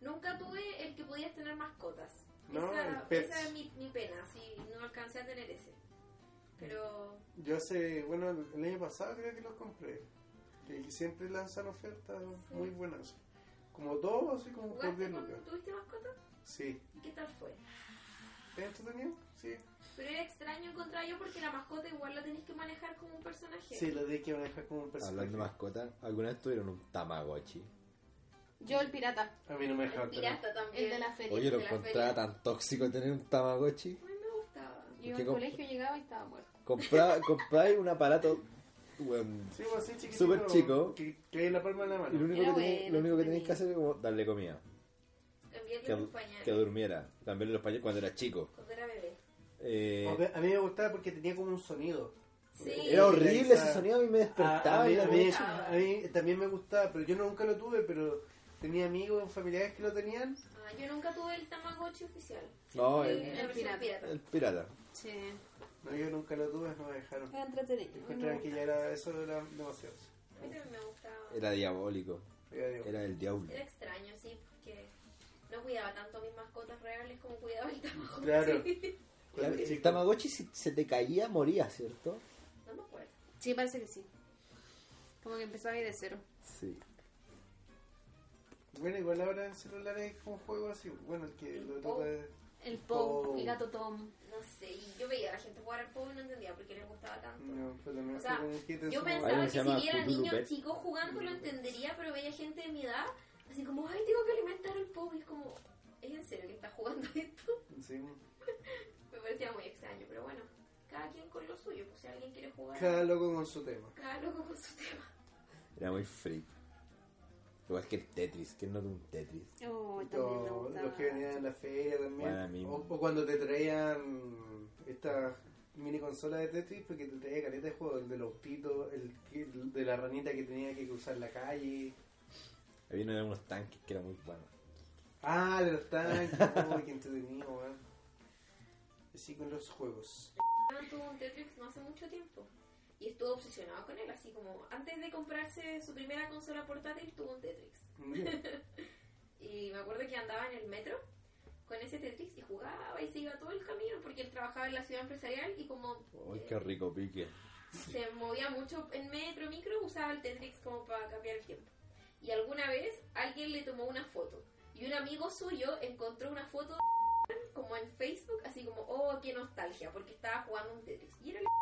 S3: Nunca tuve el que podías tener mascotas.
S2: No, el
S3: esa,
S2: Pets.
S3: esa es mi, mi pena, sí, no alcancé a tener ese. Pero
S2: Yo sé, bueno, el año pasado creo que los compré. Que siempre lanzan ofertas muy buenas. Como dos, así como por 10
S3: ¿jugaste
S2: lucas.
S3: con, ¿tuviste mascota?
S2: Sí.
S3: ¿Qué tal fue?
S2: ¿Es entretenido? Sí.
S3: Pero era extraño encontrar yo porque la mascota igual la tenés que manejar como un personaje.
S2: Sí, lo de que manejar como un
S4: Hablando de
S2: personaje.
S4: mascotas, ¿alguna vez tuvieron un Tamagotchi?
S5: Yo el pirata.
S2: A mí no me
S3: El
S2: dejaban tener.
S3: pirata también.
S5: El de la feria.
S4: Oye, lo
S3: de la
S4: encontraba
S3: feria.
S4: tan tóxico tener un Tamagotchi.
S3: Ay, me gustaba.
S5: Yo
S4: ¿Qué
S5: al
S4: comp-
S5: colegio llegaba y estaba muerto.
S4: Compraba, <laughs> compráis un aparato, weón,
S2: Sí, pues así chiquitito.
S4: Súper chico.
S2: Que, que en la palma de la
S4: Y lo
S2: mano.
S4: único, que
S5: Era
S4: tenéis,
S5: bueno,
S4: lo único que tenéis
S5: entretenido.
S4: que hacer es como darle comida.
S3: Cambiarle
S4: Que,
S3: los pañales
S4: que durmiera. Cambiarle los pañales cuando era chico.
S3: cuando era bebé.
S4: Eh,
S2: A ver, A mí me gustaba porque tenía como un sonido.
S3: Sí.
S4: era horrible ese
S2: Esa-
S4: sonido, a mí me
S2: A,
S4: despertaba.
S2: a mí,
S4: y la
S2: a mí-
S3: gustaba.
S2: a mí también me gustaba, pero yo nunca lo tuve, pero tenía amigos, familiares que lo tenían.
S3: Ah, yo nunca tuve el Tamagotchi oficial.
S4: No,
S3: el,
S4: el,
S3: el versión pirata.
S4: el pirata.
S5: Sí.
S2: No, yo nunca lo tuve, no me dejaron.
S5: Era entretenido.
S2: Encontraban que ya era, eso era demasiado.
S3: A mí también me gustaba.
S4: Era diabólico.
S2: Ya digo.
S4: Era el diablo.
S3: Era extraño, sí, porque no cuidaba tanto mis mascotas reales como cuidaba el Tamagotchi.
S2: Claro. Cuando
S4: El
S2: chico.
S4: Tamagotchi si se te caía, moría, ¿cierto?
S3: <laughs> No me acuerdo.
S5: Sí, parece que sí. Como que empezaba ahí de cero.
S4: Sí.
S2: Bueno, igual ahora en celulares es como un juego así. Bueno, el que lo
S3: Oh.
S2: trata de...
S5: El Pou,
S2: Pou.
S5: el gato Tom.
S3: No sé, y yo veía a la gente jugar al juego y no entendía por qué les gustaba tanto.
S2: No, pero no
S3: O
S2: sé
S3: sea,
S2: cómo es que te
S3: Yo
S2: sumo-
S4: Hay
S3: pensaba
S4: uno
S3: que
S4: que se
S3: si
S4: llama
S3: viera
S4: Cthulhu
S3: niños
S4: Pets.
S3: chicos jugando lo entendería, pero veía gente de mi edad, así como, ay, tengo que alimentar al pobre. Es como, ¿es en serio que está jugando <laughs> esto?
S2: Sí.
S3: Me parecía muy extraño, pero bueno, cada quien con lo suyo, pues si alguien quiere jugar,
S2: Cada loco con su tema.
S3: cada loco con su tema.
S4: Era muy freak. Igual que el Tetris, que no era un Tetris.
S5: Oh, también me
S2: O
S5: gustaba.
S2: los que venían en la feria también.
S4: Bueno, a mí-
S2: o, o cuando te traían esta mini consola de Tetris, porque te traía caleta de juego, el de los pitos, el, que- el de la ranita que tenía que cruzar la calle.
S4: Había uno de unos tanques que era muy bueno.
S2: Ah, el tanque, oh, qué entretenido, weón. Así con los
S3: <laughs>
S2: juegos.
S3: tuvo un Tetris no hace mucho tiempo y estuvo obsesionado con él, así como antes de comprarse su primera consola portátil tuvo un Tetris. Y me acuerdo que andaba en el metro con ese Tetris y jugaba y se iba todo el camino porque él trabajaba en la ciudad empresarial y como
S4: Ay,
S3: eh,
S4: qué rico pique.
S3: se movía mucho en metro, micro, usaba el Tetris como para cambiar el tiempo. Y alguna vez alguien le tomó una foto y un amigo suyo encontró una foto de <laughs> como en Facebook, así como, oh, qué nostalgia, porque estaba jugando un Tetris. Y era la... <laughs>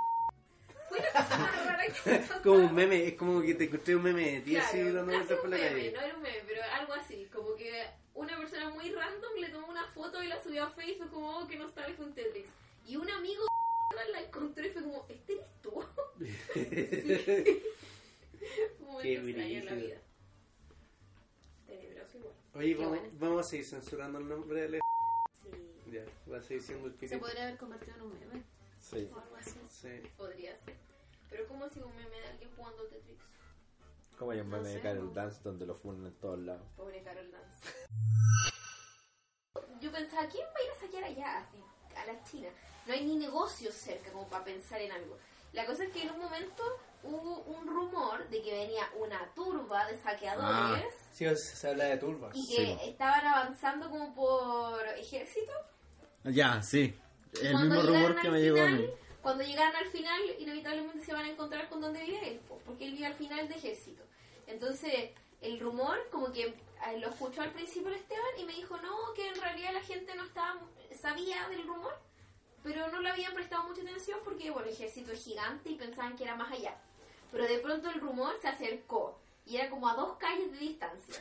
S3: Fue la cosa más rara que me pasó.
S2: Como un meme, es como que te encontré un meme de ti
S3: Claro,
S2: así dando
S3: casi
S2: vueltas
S3: un
S2: por la
S3: meme,
S2: calle. <laughs>
S3: No era un meme, pero algo así. Como que una persona muy random le tomó una foto y la subió a Facebook como, oh, que nostalgia un Tetris. Y un amigo <laughs> la encontró y fue como, ¿este eres tú? Muy
S2: Qué
S3: extraño en la
S2: brígido.
S3: vida. Tenebroso igual.
S2: Oye,
S3: Qué
S2: vamos,
S3: bueno.
S2: vamos a seguir censurando el nombre del...
S3: Sí,
S2: Ya, va a seguir siendo el
S5: Se
S2: pirito.
S5: podría haber convertido en un meme
S4: Sí.
S5: o algo así.
S2: Sí.
S3: podría ser. Pero como si un meme de alguien jugando Tetris.
S4: Como hay un
S5: No
S4: meme de
S5: sé,
S4: Carol
S5: no.
S4: Dance donde lo funan en todos lados.
S3: Pobre Carol Dance. Yo pensaba, ¿quién va a ir a saquear allá? Así, a la China. No hay ni negocios cerca como para pensar en algo. La cosa es que en un momento hubo un rumor de que venía una turba de saqueadores
S2: Sí, o sea, se habla de turbas.
S3: y
S4: sí,
S3: que
S4: po.
S3: estaban avanzando como por ejército.
S4: Ya, sí. El
S3: Cuando
S4: mismo
S3: llegaron
S4: rumor que
S3: al
S4: me llegó a
S3: final-
S4: mí.
S3: Cuando llegaron al final, inevitablemente se van a encontrar con donde vive él, po, porque él vive al final de ejército. Entonces, el rumor, como que eh, lo escuchó al principio el Esteban y me dijo, no, que en realidad la gente no estaba, sabía del rumor, pero no le habían prestado mucha atención porque, bueno, el ejército es gigante y pensaban que era más allá. Pero de pronto el rumor se acercó y era como a dos calles de distancia.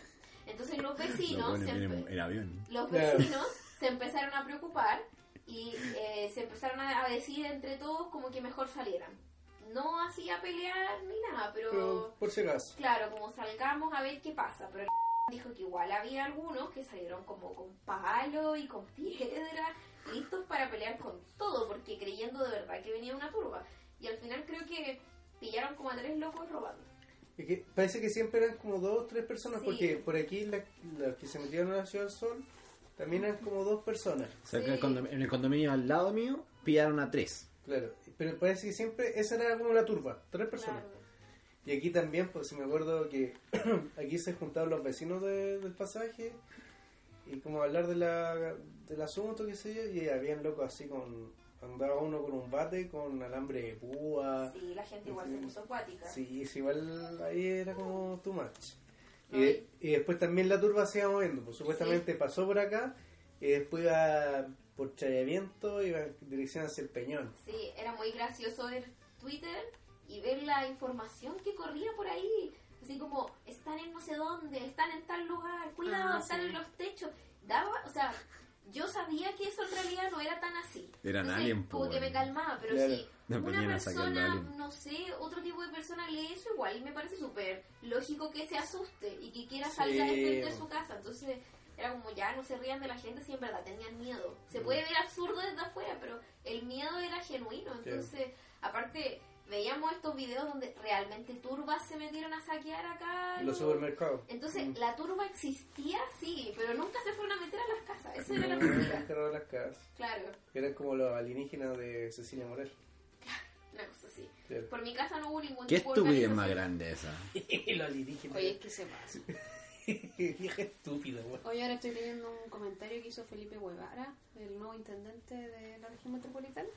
S3: Entonces los vecinos... se empe-
S4: avión.
S3: los
S2: Claro.
S3: vecinos se empezaron a preocupar y eh, se empezaron a, a decir entre todos como que mejor salieran. No así a pelear ni nada, pero,
S2: Pero por si acaso.
S3: claro, como salgamos a ver qué pasa. Pero el <laughs> dijo que igual había algunos que salieron como con palo y con <laughs> piedra, listos para pelear con todo, porque creyendo de verdad que venía una turba. Y al final creo que pillaron como a tres locos robando.
S2: Es que parece que siempre eran como dos o tres personas,
S3: Sí.
S2: porque por aquí la- los que se metieron a la Ciudad del Sol también eran como dos personas,
S4: Cerca del
S3: Sí.
S4: condom- en el condominio al lado mío pillaron a tres.
S2: claro. Pero parece que siempre esa era como la turba, tres personas.
S3: Claro.
S2: Y aquí también, pues si me acuerdo que <clears throat> aquí se juntaron los vecinos de- del pasaje y como hablar de la, del asunto, qué sé yo, y habían locos así con... Andaba uno con un bate, con alambre de púa.
S3: Sí, la gente igual
S2: Sí.
S3: se puso acuática.
S2: Sí, es igual ahí era como too much. Y,
S3: Ay.
S2: y después también la turba se iba moviendo, pues supuestamente pasó por acá y después iba por Chayaviento iba en dirección hacia el Peñón.
S3: Sí, era muy gracioso ver Twitter y ver la información que corría por ahí. Así como, están en no sé dónde, están en tal lugar, cuidado,
S5: Ah,
S3: están
S5: sí.
S3: en los techos. Daba, o sea, yo sabía que eso en realidad no era tan así.
S4: Era
S3: Entonces,
S4: alien, po,
S3: Como que
S4: bueno.
S3: me calmaba, pero
S2: Claro.
S3: si
S4: No,
S3: una
S4: venían a sacar al
S3: persona,
S4: alien.
S3: no sé, otro tipo de persona lee eso, igual me parece súper lógico que se asuste y que quiera salir
S2: Sí,
S3: de, de
S2: bueno.
S3: su casa. Entonces, era como ya no se rían de la gente si en verdad tenían miedo. Se puede ver absurdo desde afuera, pero el miedo era genuino. Entonces, aparte, veíamos estos videos donde realmente turbas se metieron a saquear acá.
S2: En los
S3: ¿no?
S2: supermercados.
S3: Entonces,
S2: Mm.
S3: la turba existía, sí, pero nunca se fueron a meter a las casas. Eso era la
S2: Eran
S3: mentira.
S2: enterrados las casas.
S3: Claro,
S2: Eran como los alienígenas de Cecilia Morel.
S3: una cosa así.
S2: Claro.
S3: Por mi casa no hubo ningún
S4: Qué
S3: tipo de
S4: estupidez más
S3: organización.
S4: grande
S2: <laughs>
S4: esa.
S2: los alienígenas.
S5: Oye, es que se pasa.
S2: Vieja estúpida, weón.
S5: Hoy ahora estoy leyendo un comentario que hizo Felipe Guevara, el nuevo intendente de la región metropolitana,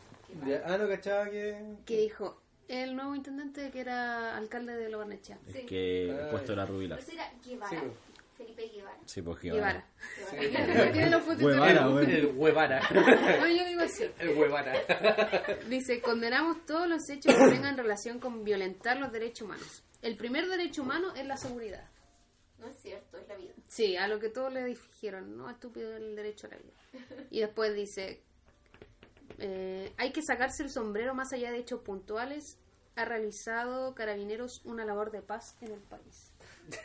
S2: Ya, Ah, no cachaba que.
S5: que dijo, el nuevo intendente que era alcalde de Lobarnechea,
S3: Sí.
S4: Es que
S2: Ay.
S4: el puesto era Rubila.
S3: Pero eso era Guevara,
S2: Sí.
S3: Felipe Guevara.
S4: Sí, pues
S5: Guevara.
S3: Guevara.
S5: <laughs> Tiene los fotos
S4: Guevara,
S5: todavía.
S4: bueno.
S2: huevara.
S5: <laughs> No, yo digo así.
S2: El huevara.
S5: Dice, condenamos todos los hechos que tengan relación con violentar los derechos humanos. El primer derecho humano es la seguridad.
S3: No es cierto, es la vida.
S5: Sí, a lo que todos le dijeron, no, estúpido el derecho a la vida. Y después dice, eh, hay que sacarse el sombrero más allá de hechos puntuales. Ha realizado Carabineros una labor de paz en el
S4: <laughs>
S5: país.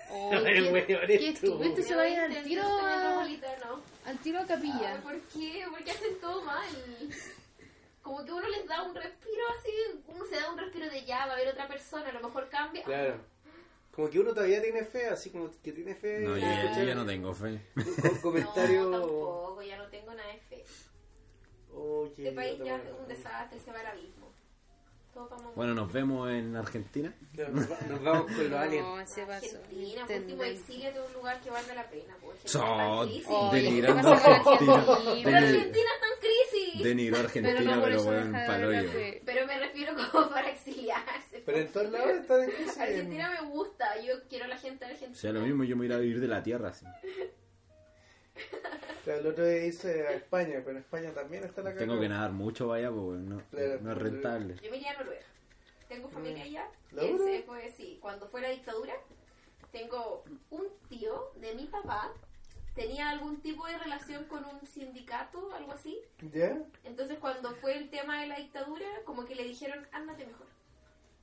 S5: Oh,
S2: El
S5: qué,
S2: weón es
S5: qué
S2: tú.
S5: estupendo Este se va a ir al
S3: Intento
S5: tiro a, Ah,
S3: metropolitano.
S5: al tiro a
S3: Ay,
S5: capilla.
S3: ¿Por qué? ¿Por qué hacen todo mal? Como que uno les da un respiro así, uno se da un respiro de ya, va a haber otra persona, a lo mejor cambia.
S2: Claro. Como que uno todavía tiene fe, así como que tiene fe.
S4: No, yo,
S2: en
S4: yo
S6: <laughs>
S2: escuchar
S4: ya no tengo fe.
S2: un
S3: <laughs> No,
S2: comentario.
S3: tampoco, ya no tengo nada de fe.
S2: Oye,
S3: Este país
S2: otra
S3: ya
S2: buena.
S3: es un desastre, se va al abismo. Todos vamos
S4: Bueno, nos vemos en Argentina.
S2: Claro, nos va- nos vamos con los aliens.
S6: No, se pasó.
S3: Argentina, por último,
S6: Entendente.
S3: exíliate a un lugar que valga la pena. Pues,
S4: So,
S6: Oh,
S4: denigrando
S6: ya se pasó con
S4: Argentina.
S6: Argentina.
S4: Deni-
S3: Pero Argentina está en crisis.
S4: Denigro Argentina,
S6: Pero no por
S4: pero
S6: eso
S4: bueno,
S6: dejar de
S4: paloyo.
S6: hablar de-
S3: Pero me refiero como <laughs> para exiliarse.
S2: Pero en todos lados están en crisis.
S3: Argentina me gusta, yo quiero a la gente de
S4: O
S3: Argentina.
S4: sea, lo mismo yo me iré a vivir de la tierra. así.
S2: O sea, El otro día hice a España, pero en España también está la
S4: Tengo
S2: cagada.
S4: que nadar mucho para allá, pues bueno, no,
S2: Claro.
S4: no es rentable.
S3: Yo me iría a Noruega. Tengo familia allá.
S2: Mm. ¿La
S3: que
S2: dura?
S3: se fue, sí, cuando fue la dictadura, tengo un tío de mi papá, tenía algún tipo de relación con un sindicato, algo así.
S2: ¿Ya?
S3: <laughs>
S2: <laughs>
S3: Entonces, cuando fue el tema de la dictadura, como que le dijeron, ándate mejor.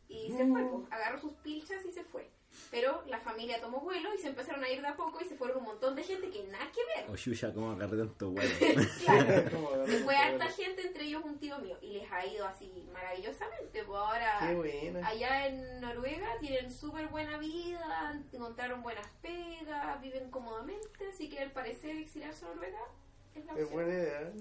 S3: Y se
S2: Mm.
S3: fue, pues, agarró sus pilchas y se fue. Pero la familia tomó vuelo y se empezaron a ir de a poco y se fueron un montón de gente que nada que ver.
S4: O Yuya, ¿cómo agarré tanto huevo?
S3: Claro.
S2: ¿Cómo agarrar
S3: Se
S2: un <laughs>
S3: fue harta
S2: vuelo?
S3: gente, entre ellos un tío mío, y les ha ido así maravillosamente. Pues ahora,
S2: Qué buena.
S3: allá en Noruega tienen súper buena vida, encontraron buenas pegas, viven cómodamente, así que al parecer exiliarse a Noruega es la
S2: Es
S3: opción.
S2: buena idea.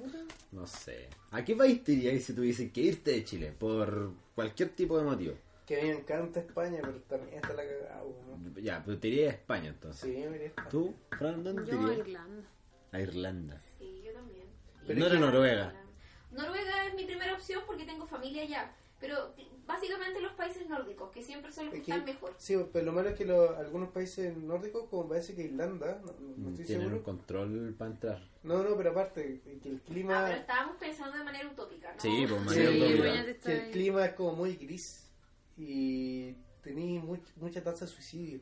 S4: No sé. ¿A qué país te irías si tuvieses que irte de Chile? Por cualquier tipo de motivo.
S2: Que a mí me encanta España, pero también está la cagada. weón.
S4: Ya, pero te irías a España entonces.
S2: Sí, mira. esta.
S4: ¿Tú, Fran, dónde te
S5: Yo a
S4: irías?
S5: Irlanda.
S4: A Irlanda.
S3: Sí, yo también.
S4: Pero no era Noruega.
S3: Noruega es mi primera opción porque tengo familia allá. Pero básicamente los países nórdicos, que siempre son los que
S2: Es que-
S3: están mejor. Ah,
S2: Sí, pero lo malo es que lo- algunos países nórdicos, como parece que Irlanda, no, no- no estoy
S4: Mm, Tienen un
S2: seguro.
S4: control para entrar.
S2: No, no, pero aparte, que el
S3: Ah,
S2: clima.
S3: pero estábamos pensando de manera utópica, ¿no?
S4: Sí, pues
S2: Sí,
S4: manera
S5: Sí,
S4: utópica.
S5: bueno, te
S2: que el
S5: estoy-
S2: clima es como muy gris y tenéis mucha tasa de suicidio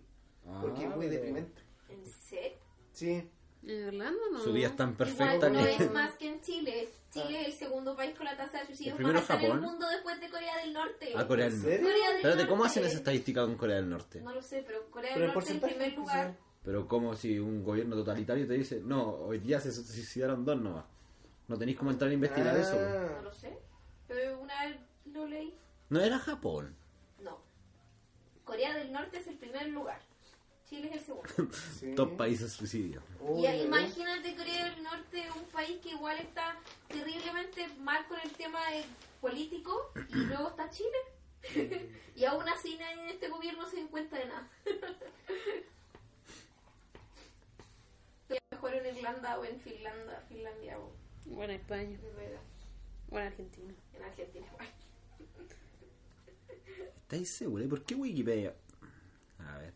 S2: porque
S4: Ah,
S2: es muy
S4: pero-
S2: deprimente.
S3: ¿En serio?
S2: Sí,
S5: ¿En Irlanda no?
S4: Su vida es tan
S3: Igual
S4: perfecta
S3: no
S4: que...
S3: es más que en Chile.
S2: Ah.
S3: Chile es el segundo país con la tasa de
S4: El
S3: suicidios más
S4: primero
S3: alta en el
S4: Japón.
S3: mundo después de Corea del Norte.
S4: <laughs> A Corea del
S2: ¿En
S4: Norte.
S2: serio?
S3: Corea del
S4: Espérate, ¿cómo
S3: Norte.
S4: hacen esa estadística con Corea del Norte?
S3: No lo sé, pero Corea
S2: pero
S3: del
S2: el
S3: Norte en
S2: porcentaje.
S3: primer lugar.
S4: Pero como si un gobierno totalitario te dice, no, hoy día se suicidaron dos nomás. No tenéis cómo entrar a
S2: Ah.
S4: investigar eso. pues.
S3: No lo sé. Pero una vez lo leí.
S4: No era Japón.
S3: No. Corea del Norte es el primer lugar. Chile es el segundo.
S2: Ah, sí.
S4: Top países suicidio.
S2: <laughs> Uy,
S3: Y
S2: ¿verdad?
S3: imagínate Corea del Norte, un país que igual está terriblemente mal con el tema eh, político
S2: <clears throat>
S3: y luego está Chile. <laughs> y aún así nadie en este gobierno se encuentra de nada. <laughs> Estoy mejor en Irlanda o en Finlandia, Finlandia o
S6: Bueno, España.
S3: en Noruega,
S6: Bueno, Argentina.
S3: en Argentina. igual.
S4: ¿Estáis seguros? ¿Y por qué Wikipedia? A ver.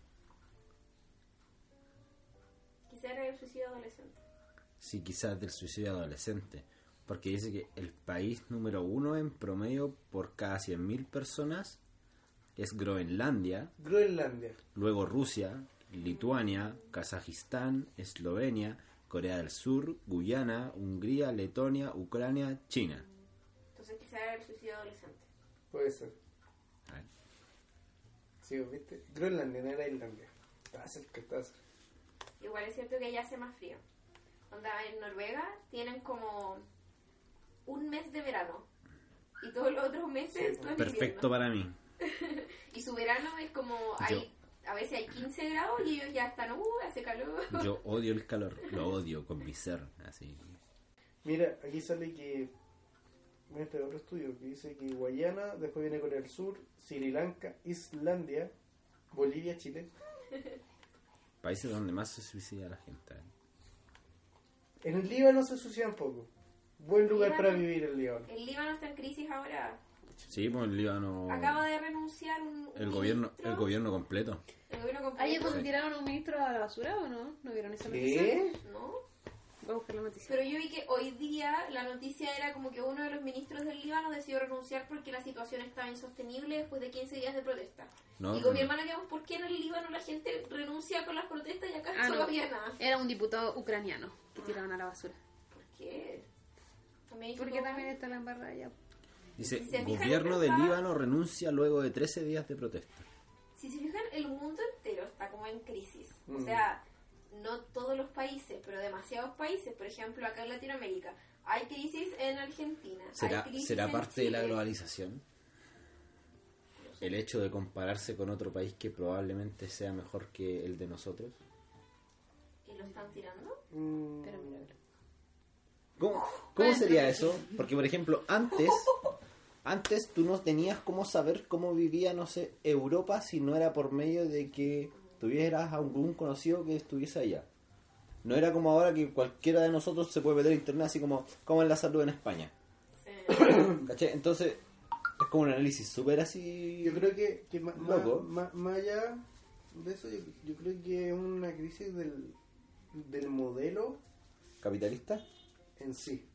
S3: Quizá era el suicidio adolescente.
S4: Sí, quizás del suicidio adolescente. Porque dice que el país número uno en promedio por cada 100.000 personas es Groenlandia,
S2: Groenlandia.
S4: luego Rusia, Lituania, Kazajistán, Eslovenia, Corea del Sur, Guyana, Hungría, Letonia, Ucrania, China.
S3: Entonces quizá era el suicidio adolescente.
S2: Puede ser.
S4: A ver.
S2: Sí, ¿viste? Groenlandia, no era Islandia. Estaba cerca, estaba cerca.
S3: Igual es cierto que allá hace más frío. Onda, en Noruega tienen como un mes de verano. Y todos los otros meses son
S4: Perfecto
S3: invierno.
S4: para mí.
S3: Y su verano es como... Hay, a veces hay 15 grados y ellos ya están... ¡Uh, hace calor!
S4: Yo odio el calor, lo odio con mi ser. Así.
S2: Mira, aquí sale que. Mira este otro estudio que dice que Guayana, después viene Corea del Sur, Sri Lanka, Islandia, Bolivia, Chile.
S4: Países donde más se suicida la gente. ¿eh?
S2: En el Líbano se suicidan poco. Buen lugar
S3: Líbano.
S2: para vivir el Líbano.
S3: El Líbano está en crisis ahora.
S4: Sí, pues el Líbano.
S3: Acaba de renunciar un... un
S4: El gobierno,
S3: ministro.
S4: el gobierno completo.
S3: El gobierno
S5: ¿Ayer
S3: completo.
S5: cuando tiraron a un ministro a la basura o no? ¿No vieron esa noticia?
S2: ¿Qué?
S3: ¿No?
S5: Voy a buscar la noticia.
S3: Pero yo vi que hoy día la noticia era como que uno de los ministros del Líbano decidió renunciar porque la situación estaba insostenible después de 15 días de protesta.
S4: No,
S3: y con
S4: no.
S3: mi hermana quedamos, ¿por qué en el Líbano la gente renuncia con las protestas y acá
S5: Ah, no.
S3: todavía nada?
S5: Era un diputado ucraniano que tiraron a la basura.
S3: ¿Por qué? También
S5: Porque también está la embarrada ya.
S4: Dice,
S3: Si se fijan,
S4: gobierno de
S3: estaba-
S4: Líbano renuncia luego de 13 días de protesta.
S3: Si se fijan, el mundo entero está como en crisis. O
S2: Mm.
S3: sea, no todos los países, pero demasiados países. Por ejemplo, acá en Latinoamérica hay crisis en Argentina. hay
S4: ¿Será,
S3: crisis
S4: será
S3: en
S4: parte de la
S3: Chile.
S4: globalización? El hecho de compararse con otro país que probablemente sea mejor que el de nosotros.
S3: ¿Y lo están tirando?
S2: Mm,
S5: Pero mira, mira.
S4: ¿Cómo, cómo sería eso? Porque, por ejemplo, antes, antes tú no tenías cómo saber cómo vivía, no sé, Europa si no era por medio de que tuvieras algún conocido que estuviese allá. No era como ahora que cualquiera de nosotros se puede meter a internet así como, ¿cómo es la salud en España? ¿Cachai? Entonces, es como un análisis súper así...
S2: Yo creo que, que ma- ma-
S4: Loco.
S2: ma- más allá de eso, yo, yo creo que es una crisis del, del modelo
S4: ¿Capitalista?
S2: en sí.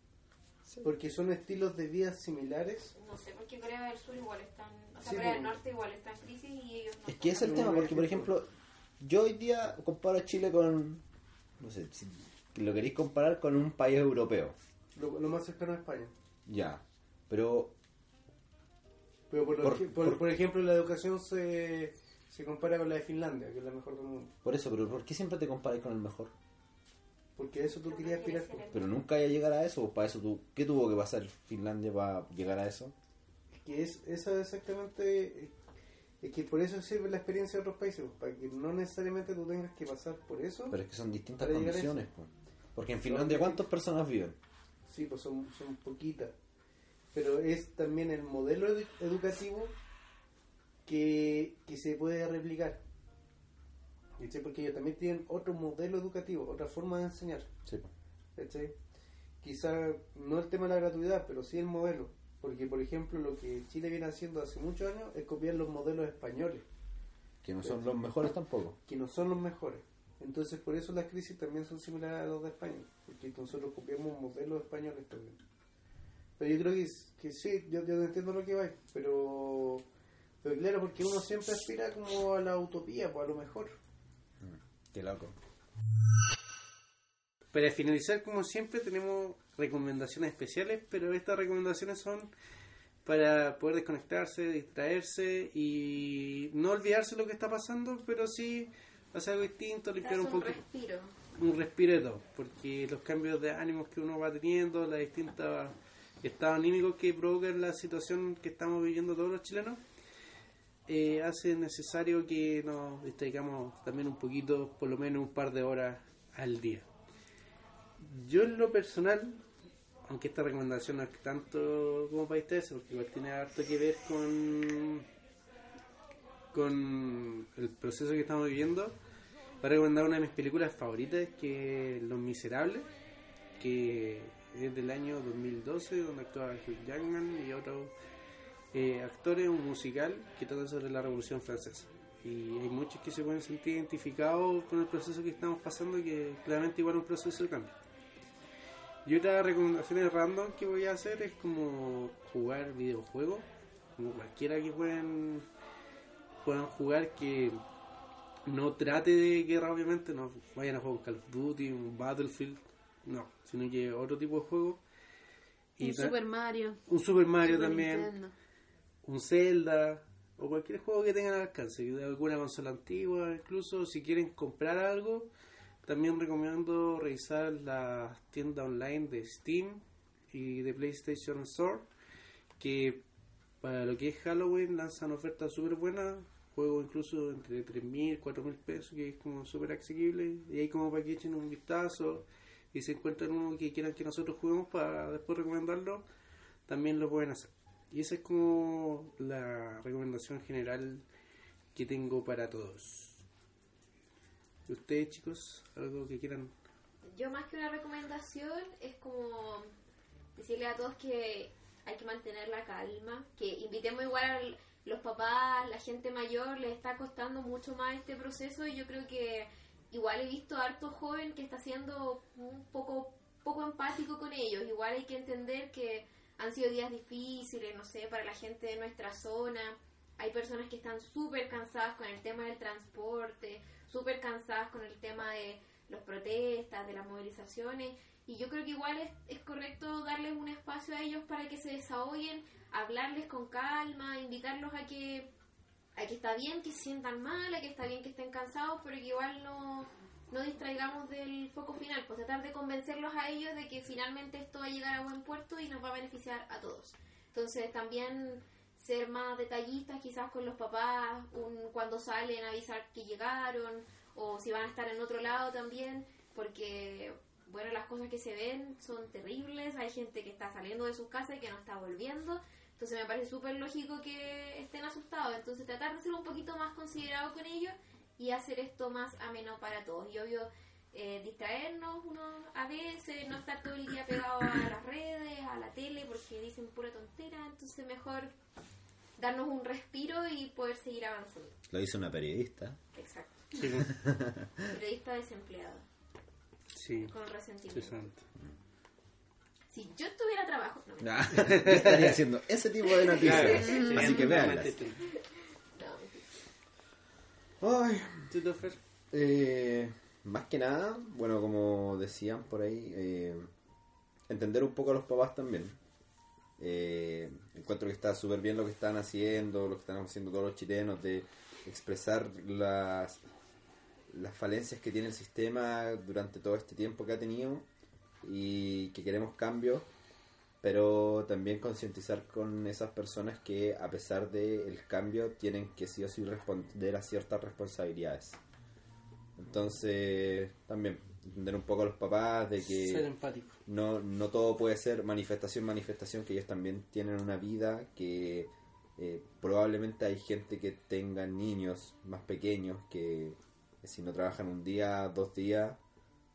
S2: Porque son estilos de vida similares.
S3: No sé, porque Corea del Sur igual está en- O sea,
S2: Sí,
S3: Corea
S2: pues.
S3: del Norte igual está en crisis y ellos no.
S4: Es que ese es el tema, porque por ejemplo, yo hoy día comparo a Chile con, no sé, si lo queréis comparar con un país europeo,
S2: Lo, lo más cercano a España.
S4: ya, pero
S2: Pero por, lo
S4: Por-
S2: que- por-
S4: por-
S2: por ejemplo, la educación se, se compara con la de Finlandia, que es la mejor del mundo.
S4: por eso, pero ¿por qué siempre te comparas con el mejor?
S2: Porque a eso tú querías aspirar.
S4: Pero nunca hay a llegar a eso, o para eso tú, ¿qué tuvo que pasar Finlandia para llegar a eso?
S2: Que es eso exactamente. eh, Es que por eso sirve la experiencia de otros países, pues, para que no necesariamente tú tengas que pasar por eso.
S4: Pero es que son distintas
S2: Para llegar a eso.
S4: condiciones, pues. Porque en Finlandia, ¿cuántas personas viven?
S2: Sí, pues son, son poquitas. Pero es también el modelo edu- educativo que, que se puede replicar. ¿Cachai? Porque ellos también tienen otro modelo educativo, otra forma de enseñar.
S4: Sí, pues.
S2: ¿Cachai? Quizá no el tema de la gratuidad, pero sí el modelo. Porque, por ejemplo, lo que Chile viene haciendo hace muchos años es copiar los modelos españoles,
S4: Que no son los mejores tampoco.
S2: que no son los mejores. Entonces, por eso las crisis también son similares a las de España, porque nosotros copiamos modelos españoles también. este Pero yo creo que, s- que sí, yo, yo entiendo lo que va, pero, pero claro, porque uno siempre aspira como a la utopía, pues a lo mejor.
S4: Qué loco.
S2: Para finalizar, como siempre, tenemos recomendaciones especiales, pero estas recomendaciones son para poder desconectarse, distraerse y no olvidarse lo que está pasando, pero sí hacer algo distinto, limpiar un poco,
S3: respiro.
S2: un respiro de todo, porque los cambios de ánimos que uno va teniendo, las distintas estados anímicos que provocan la situación que estamos viviendo todos los chilenos, eh, hace necesario que nos distraigamos también un poquito, por lo menos un par de horas al día. Yo en lo personal, aunque esta recomendación no es tanto como para ustedes, porque igual tiene harto que ver con con el proceso que estamos viviendo, voy a recomendar una de mis películas favoritas, que es Los Miserables, que es del año 2012, donde actúa Hugh Jackman y otros eh, actores, un musical que trata sobre la Revolución Francesa. Y hay muchos que se pueden sentir identificados con el proceso que estamos pasando, que claramente igual es un proceso de cambio. Y otra recomendación de random que voy a hacer es como jugar videojuegos, como cualquiera que puedan, puedan jugar que no trate de guerra, obviamente, no vayan a jugar un Call of Duty, un Battlefield, no, sino que otro tipo de juego.
S5: Un
S2: ta-
S5: Super Mario.
S2: un Super Mario
S5: Super
S2: también
S5: Nintendo.
S2: un Zelda o cualquier juego que tengan al alcance, de alguna consola antigua, incluso si quieren comprar algo, también recomiendo revisar la tienda online de Steam y de PlayStation Store, que para lo que es Halloween lanzan ofertas súper buenas, juegos incluso entre 3.000, 4.000 pesos, que es como súper asequible, y ahí como para que echen un vistazo y si encuentran uno que quieran que nosotros juguemos para después recomendarlo, también lo pueden hacer. Y esa es como la recomendación general que tengo para todos. ¿Y ustedes, chicos, algo que quieran?
S3: Yo más que una recomendación es como decirle a todos que hay que mantener la calma, que invitemos igual a l- los papás, la gente mayor, les está costando mucho más este proceso y yo creo que igual he visto a harto joven que está siendo un poco poco empático con ellos, igual hay que entender que han sido días difíciles, no sé, para la gente de nuestra zona, hay personas que están súper cansadas con el tema del transporte, súper cansadas con el tema de las protestas, de las movilizaciones, y yo creo que igual es, es correcto darles un espacio a ellos para que se desahoguen, hablarles con calma, invitarlos a que, a que está bien que se sientan mal, a que está bien que estén cansados, pero que igual no, no distraigamos del foco final, pues tratar de convencerlos a ellos de que finalmente esto va a llegar a buen puerto y nos va a beneficiar a todos. Entonces también ser más detallistas quizás con los papás, un- cuando salen avisar que llegaron o si van a estar en otro lado también, porque bueno, las cosas que se ven son terribles, hay gente que está saliendo de sus casas y que no está volviendo, entonces me parece súper lógico que estén asustados, entonces tratar de ser un poquito más considerado con ellos y hacer esto más ameno para todos. Y obvio, eh, distraernos uno a veces, no estar todo el día pegado a las redes, a la tele, porque dicen pura tontera, entonces mejor darnos un respiro y poder seguir avanzando.
S4: Lo hizo una periodista.
S3: Exacto.
S2: Sí,
S3: Periodista desempleado,
S2: sí,
S3: con resentimiento.
S2: interesante.
S3: Si yo tuviera trabajo, no,
S4: Nah, <laughs> yo estaría haciendo ese tipo de noticias.
S2: Sí,
S4: Así que veanlas.
S2: realmente este, tú.
S3: no, mentira.
S4: Ay,
S2: ¿Tú, este Tofer?
S4: eh, más que nada, bueno, como decían por ahí, eh, entender un poco a los papás también. Eh, encuentro que está súper bien lo que están haciendo, lo que están haciendo todos los chilenos, de expresar las, las falencias que tiene el sistema durante todo este tiempo que ha tenido y que queremos cambios, pero también concientizar con esas personas que a pesar del cambio tienen que sí o sí responder a ciertas responsabilidades. Entonces, también entender un poco a los papás de que
S2: Ser empático.
S4: no, no todo puede ser manifestación, manifestación, que ellos también tienen una vida, que eh, probablemente hay gente que tenga niños más pequeños que si no trabajan un día, dos días,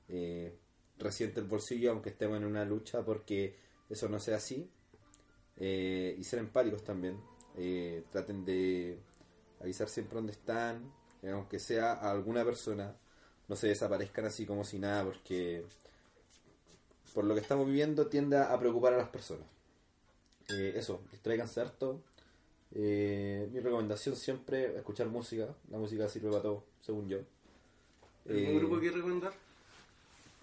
S4: eh, resiente el bolsillo aunque estemos en una lucha porque eso no sea así. Eh, y ser empáticos también. Eh, traten de avisar siempre dónde están, eh, aunque sea a alguna persona. No se desaparezcan así como si nada porque por lo que estamos viviendo tiende a preocupar a las personas. Eh, eso, distraiganse harto. Eh, mi recomendación siempre escuchar música. La música sirve para todo, según yo.
S2: ¿Algún
S4: Eh,
S2: grupo que recomendar?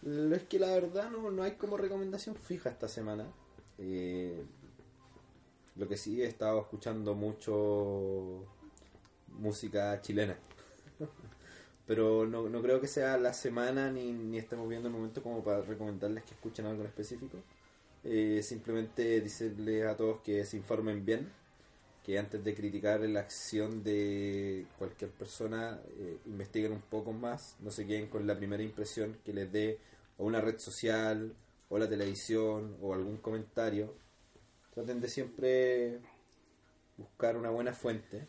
S4: lo es que la verdad no, no hay como recomendación fija esta semana. Eh, lo que sí he estado escuchando mucho música chilena. <laughs> Pero no, no creo que sea la semana ni, ni estemos viendo el momento como para recomendarles que escuchen algo en específico. Eh, simplemente decirles a todos que se informen bien, que antes de criticar la acción de cualquier persona, eh, investiguen un poco más, no se queden con la primera impresión que les dé o una red social, o la televisión, o algún comentario. Traten de siempre buscar una buena fuente,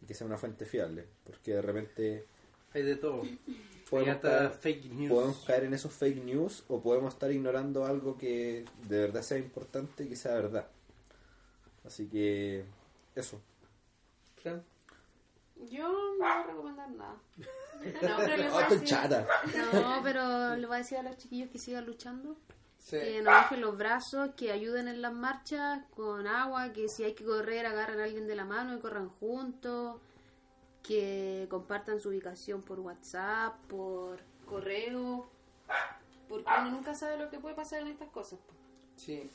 S4: y que sea una fuente fiable, porque de repente
S2: Hay de todo. Hay
S4: podemos
S2: hasta
S4: caer-
S2: fake
S4: podemos
S2: news.
S4: caer en esos fake news o podemos estar ignorando algo que de verdad sea importante y que sea verdad. Así que eso.
S2: Claro.
S5: Yo no voy a recomendar nada.
S3: No,
S4: <laughs>
S3: pero les
S4: ¡Oh,
S3: voy a
S4: estoy
S3: decir-
S4: chata!
S5: No, pero le voy a decir a los chiquillos que sigan luchando,
S2: Sí.
S5: que no bajen los brazos, que ayuden en las marchas con agua, que si hay que correr agarren a alguien de la mano y corran juntos, que compartan su ubicación por WhatsApp, por correo, porque uno nunca sabe lo que puede pasar en estas cosas. po.
S2: sí.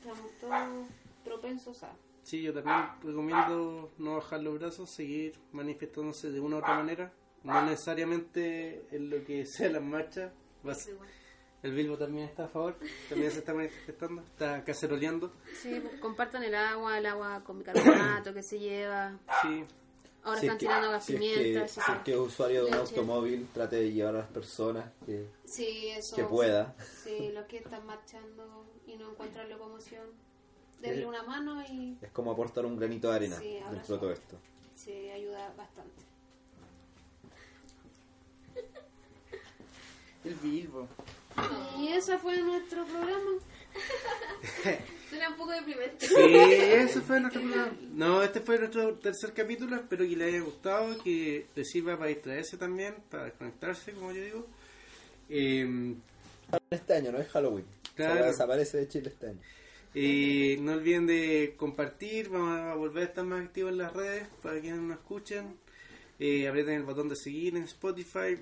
S5: Estamos todos propensos a...
S2: Sí, yo también recomiendo no bajar los brazos, seguir manifestándose de una u otra manera. No necesariamente en lo que sea las marchas. Va a ser- El Bilbo también está a favor, también se está manifestando, está caceroleando.
S5: Sí, pues, compartan el agua, el agua con bicarbonato que se lleva.
S2: Sí,
S5: Ahora
S4: Si es
S5: están
S4: que-
S5: tirando gas
S4: si es que-
S5: pimienta.
S4: si es que es usuario de un
S5: Leche.
S4: automóvil, trate de llevar a las personas que,
S5: Sí, eso.
S4: que pueda.
S5: Sí, los que están marchando y no encuentran locomoción, denle una mano y
S4: Es como aportar un granito de arena
S5: Sí, abrazo.
S4: dentro de todo esto.
S5: se ayuda bastante.
S7: El Bilbo.
S5: Y ese fue nuestro programa.
S3: Suena un poco deprimente.
S2: sí, ese fue nuestro programa. No, este fue nuestro tercer capítulo, espero que les haya gustado, que les sirva para distraerse también, para desconectarse, como yo digo. Em,
S4: Este año no es Halloween.
S2: Claro.
S4: Ahora Desaparece de Chile este año.
S2: Eh, no olviden de compartir, vamos a volver a estar más activos en las redes para quienes nos escuchan. Eh, aprieten el botón de seguir en Spotify.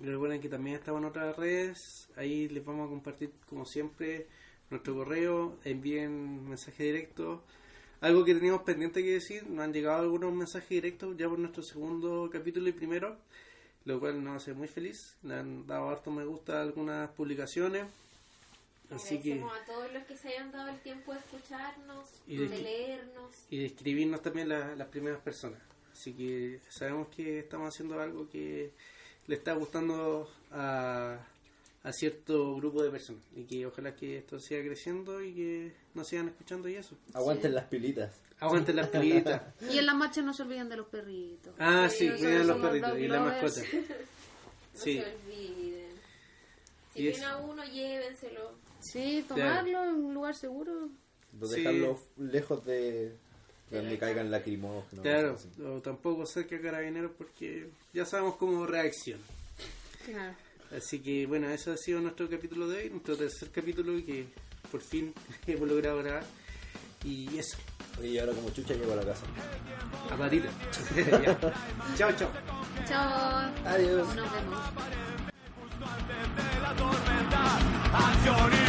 S2: Y Recuerden que también estamos en otras redes. Ahí les vamos a compartir, como siempre, nuestro correo. Envíen mensaje directo. Algo que teníamos pendiente que decir, nos han llegado algunos mensajes directos ya por nuestro segundo capítulo y primero, lo cual nos hace muy feliz. Le han dado harto me gusta a algunas publicaciones. Así que...
S3: Agradecemos a todos los que se hayan dado el tiempo de escucharnos,
S2: Y
S3: de,
S2: de que-
S3: leernos.
S2: y de escribirnos también la- las primeras personas. Así que sabemos que estamos haciendo algo que le está gustando a, a cierto grupo de personas. Y que ojalá que esto siga creciendo y que nos sigan escuchando y eso.
S4: Aguanten las pilitas.
S2: Aguanten las pelitas.
S5: <laughs> Y en las marchas no se olviden de los perritos.
S2: Ah,
S3: Sí,
S2: sí,
S3: nosotros
S2: cuidan los
S3: somos
S2: perritos
S5: dog
S2: y las
S5: lovers.
S2: mascotas.
S3: <laughs> No
S2: Sí,
S3: se olviden. Si
S2: Y
S3: tienen
S2: eso.
S3: a uno, llévenselo.
S5: Sí, tomarlo en un lugar seguro.
S4: Los
S2: Sí.
S4: Dejarlos lejos de de donde caigan lacrimógenos.
S2: claro.
S4: cosas así.
S2: O tampoco cerca de carabineros porque ya sabemos cómo reacciona.
S6: Claro.
S2: Así que bueno, eso ha sido nuestro capítulo de hoy, nuestro tercer capítulo que por fin <laughs> hemos logrado grabar. Y eso,
S4: Oye, y ahora como chucha llego a la casa.
S2: a patita. <laughs> Ya. chao, chao.
S5: Chao.
S4: Adiós.
S5: Nos vemos.
S7: tormenta, acción y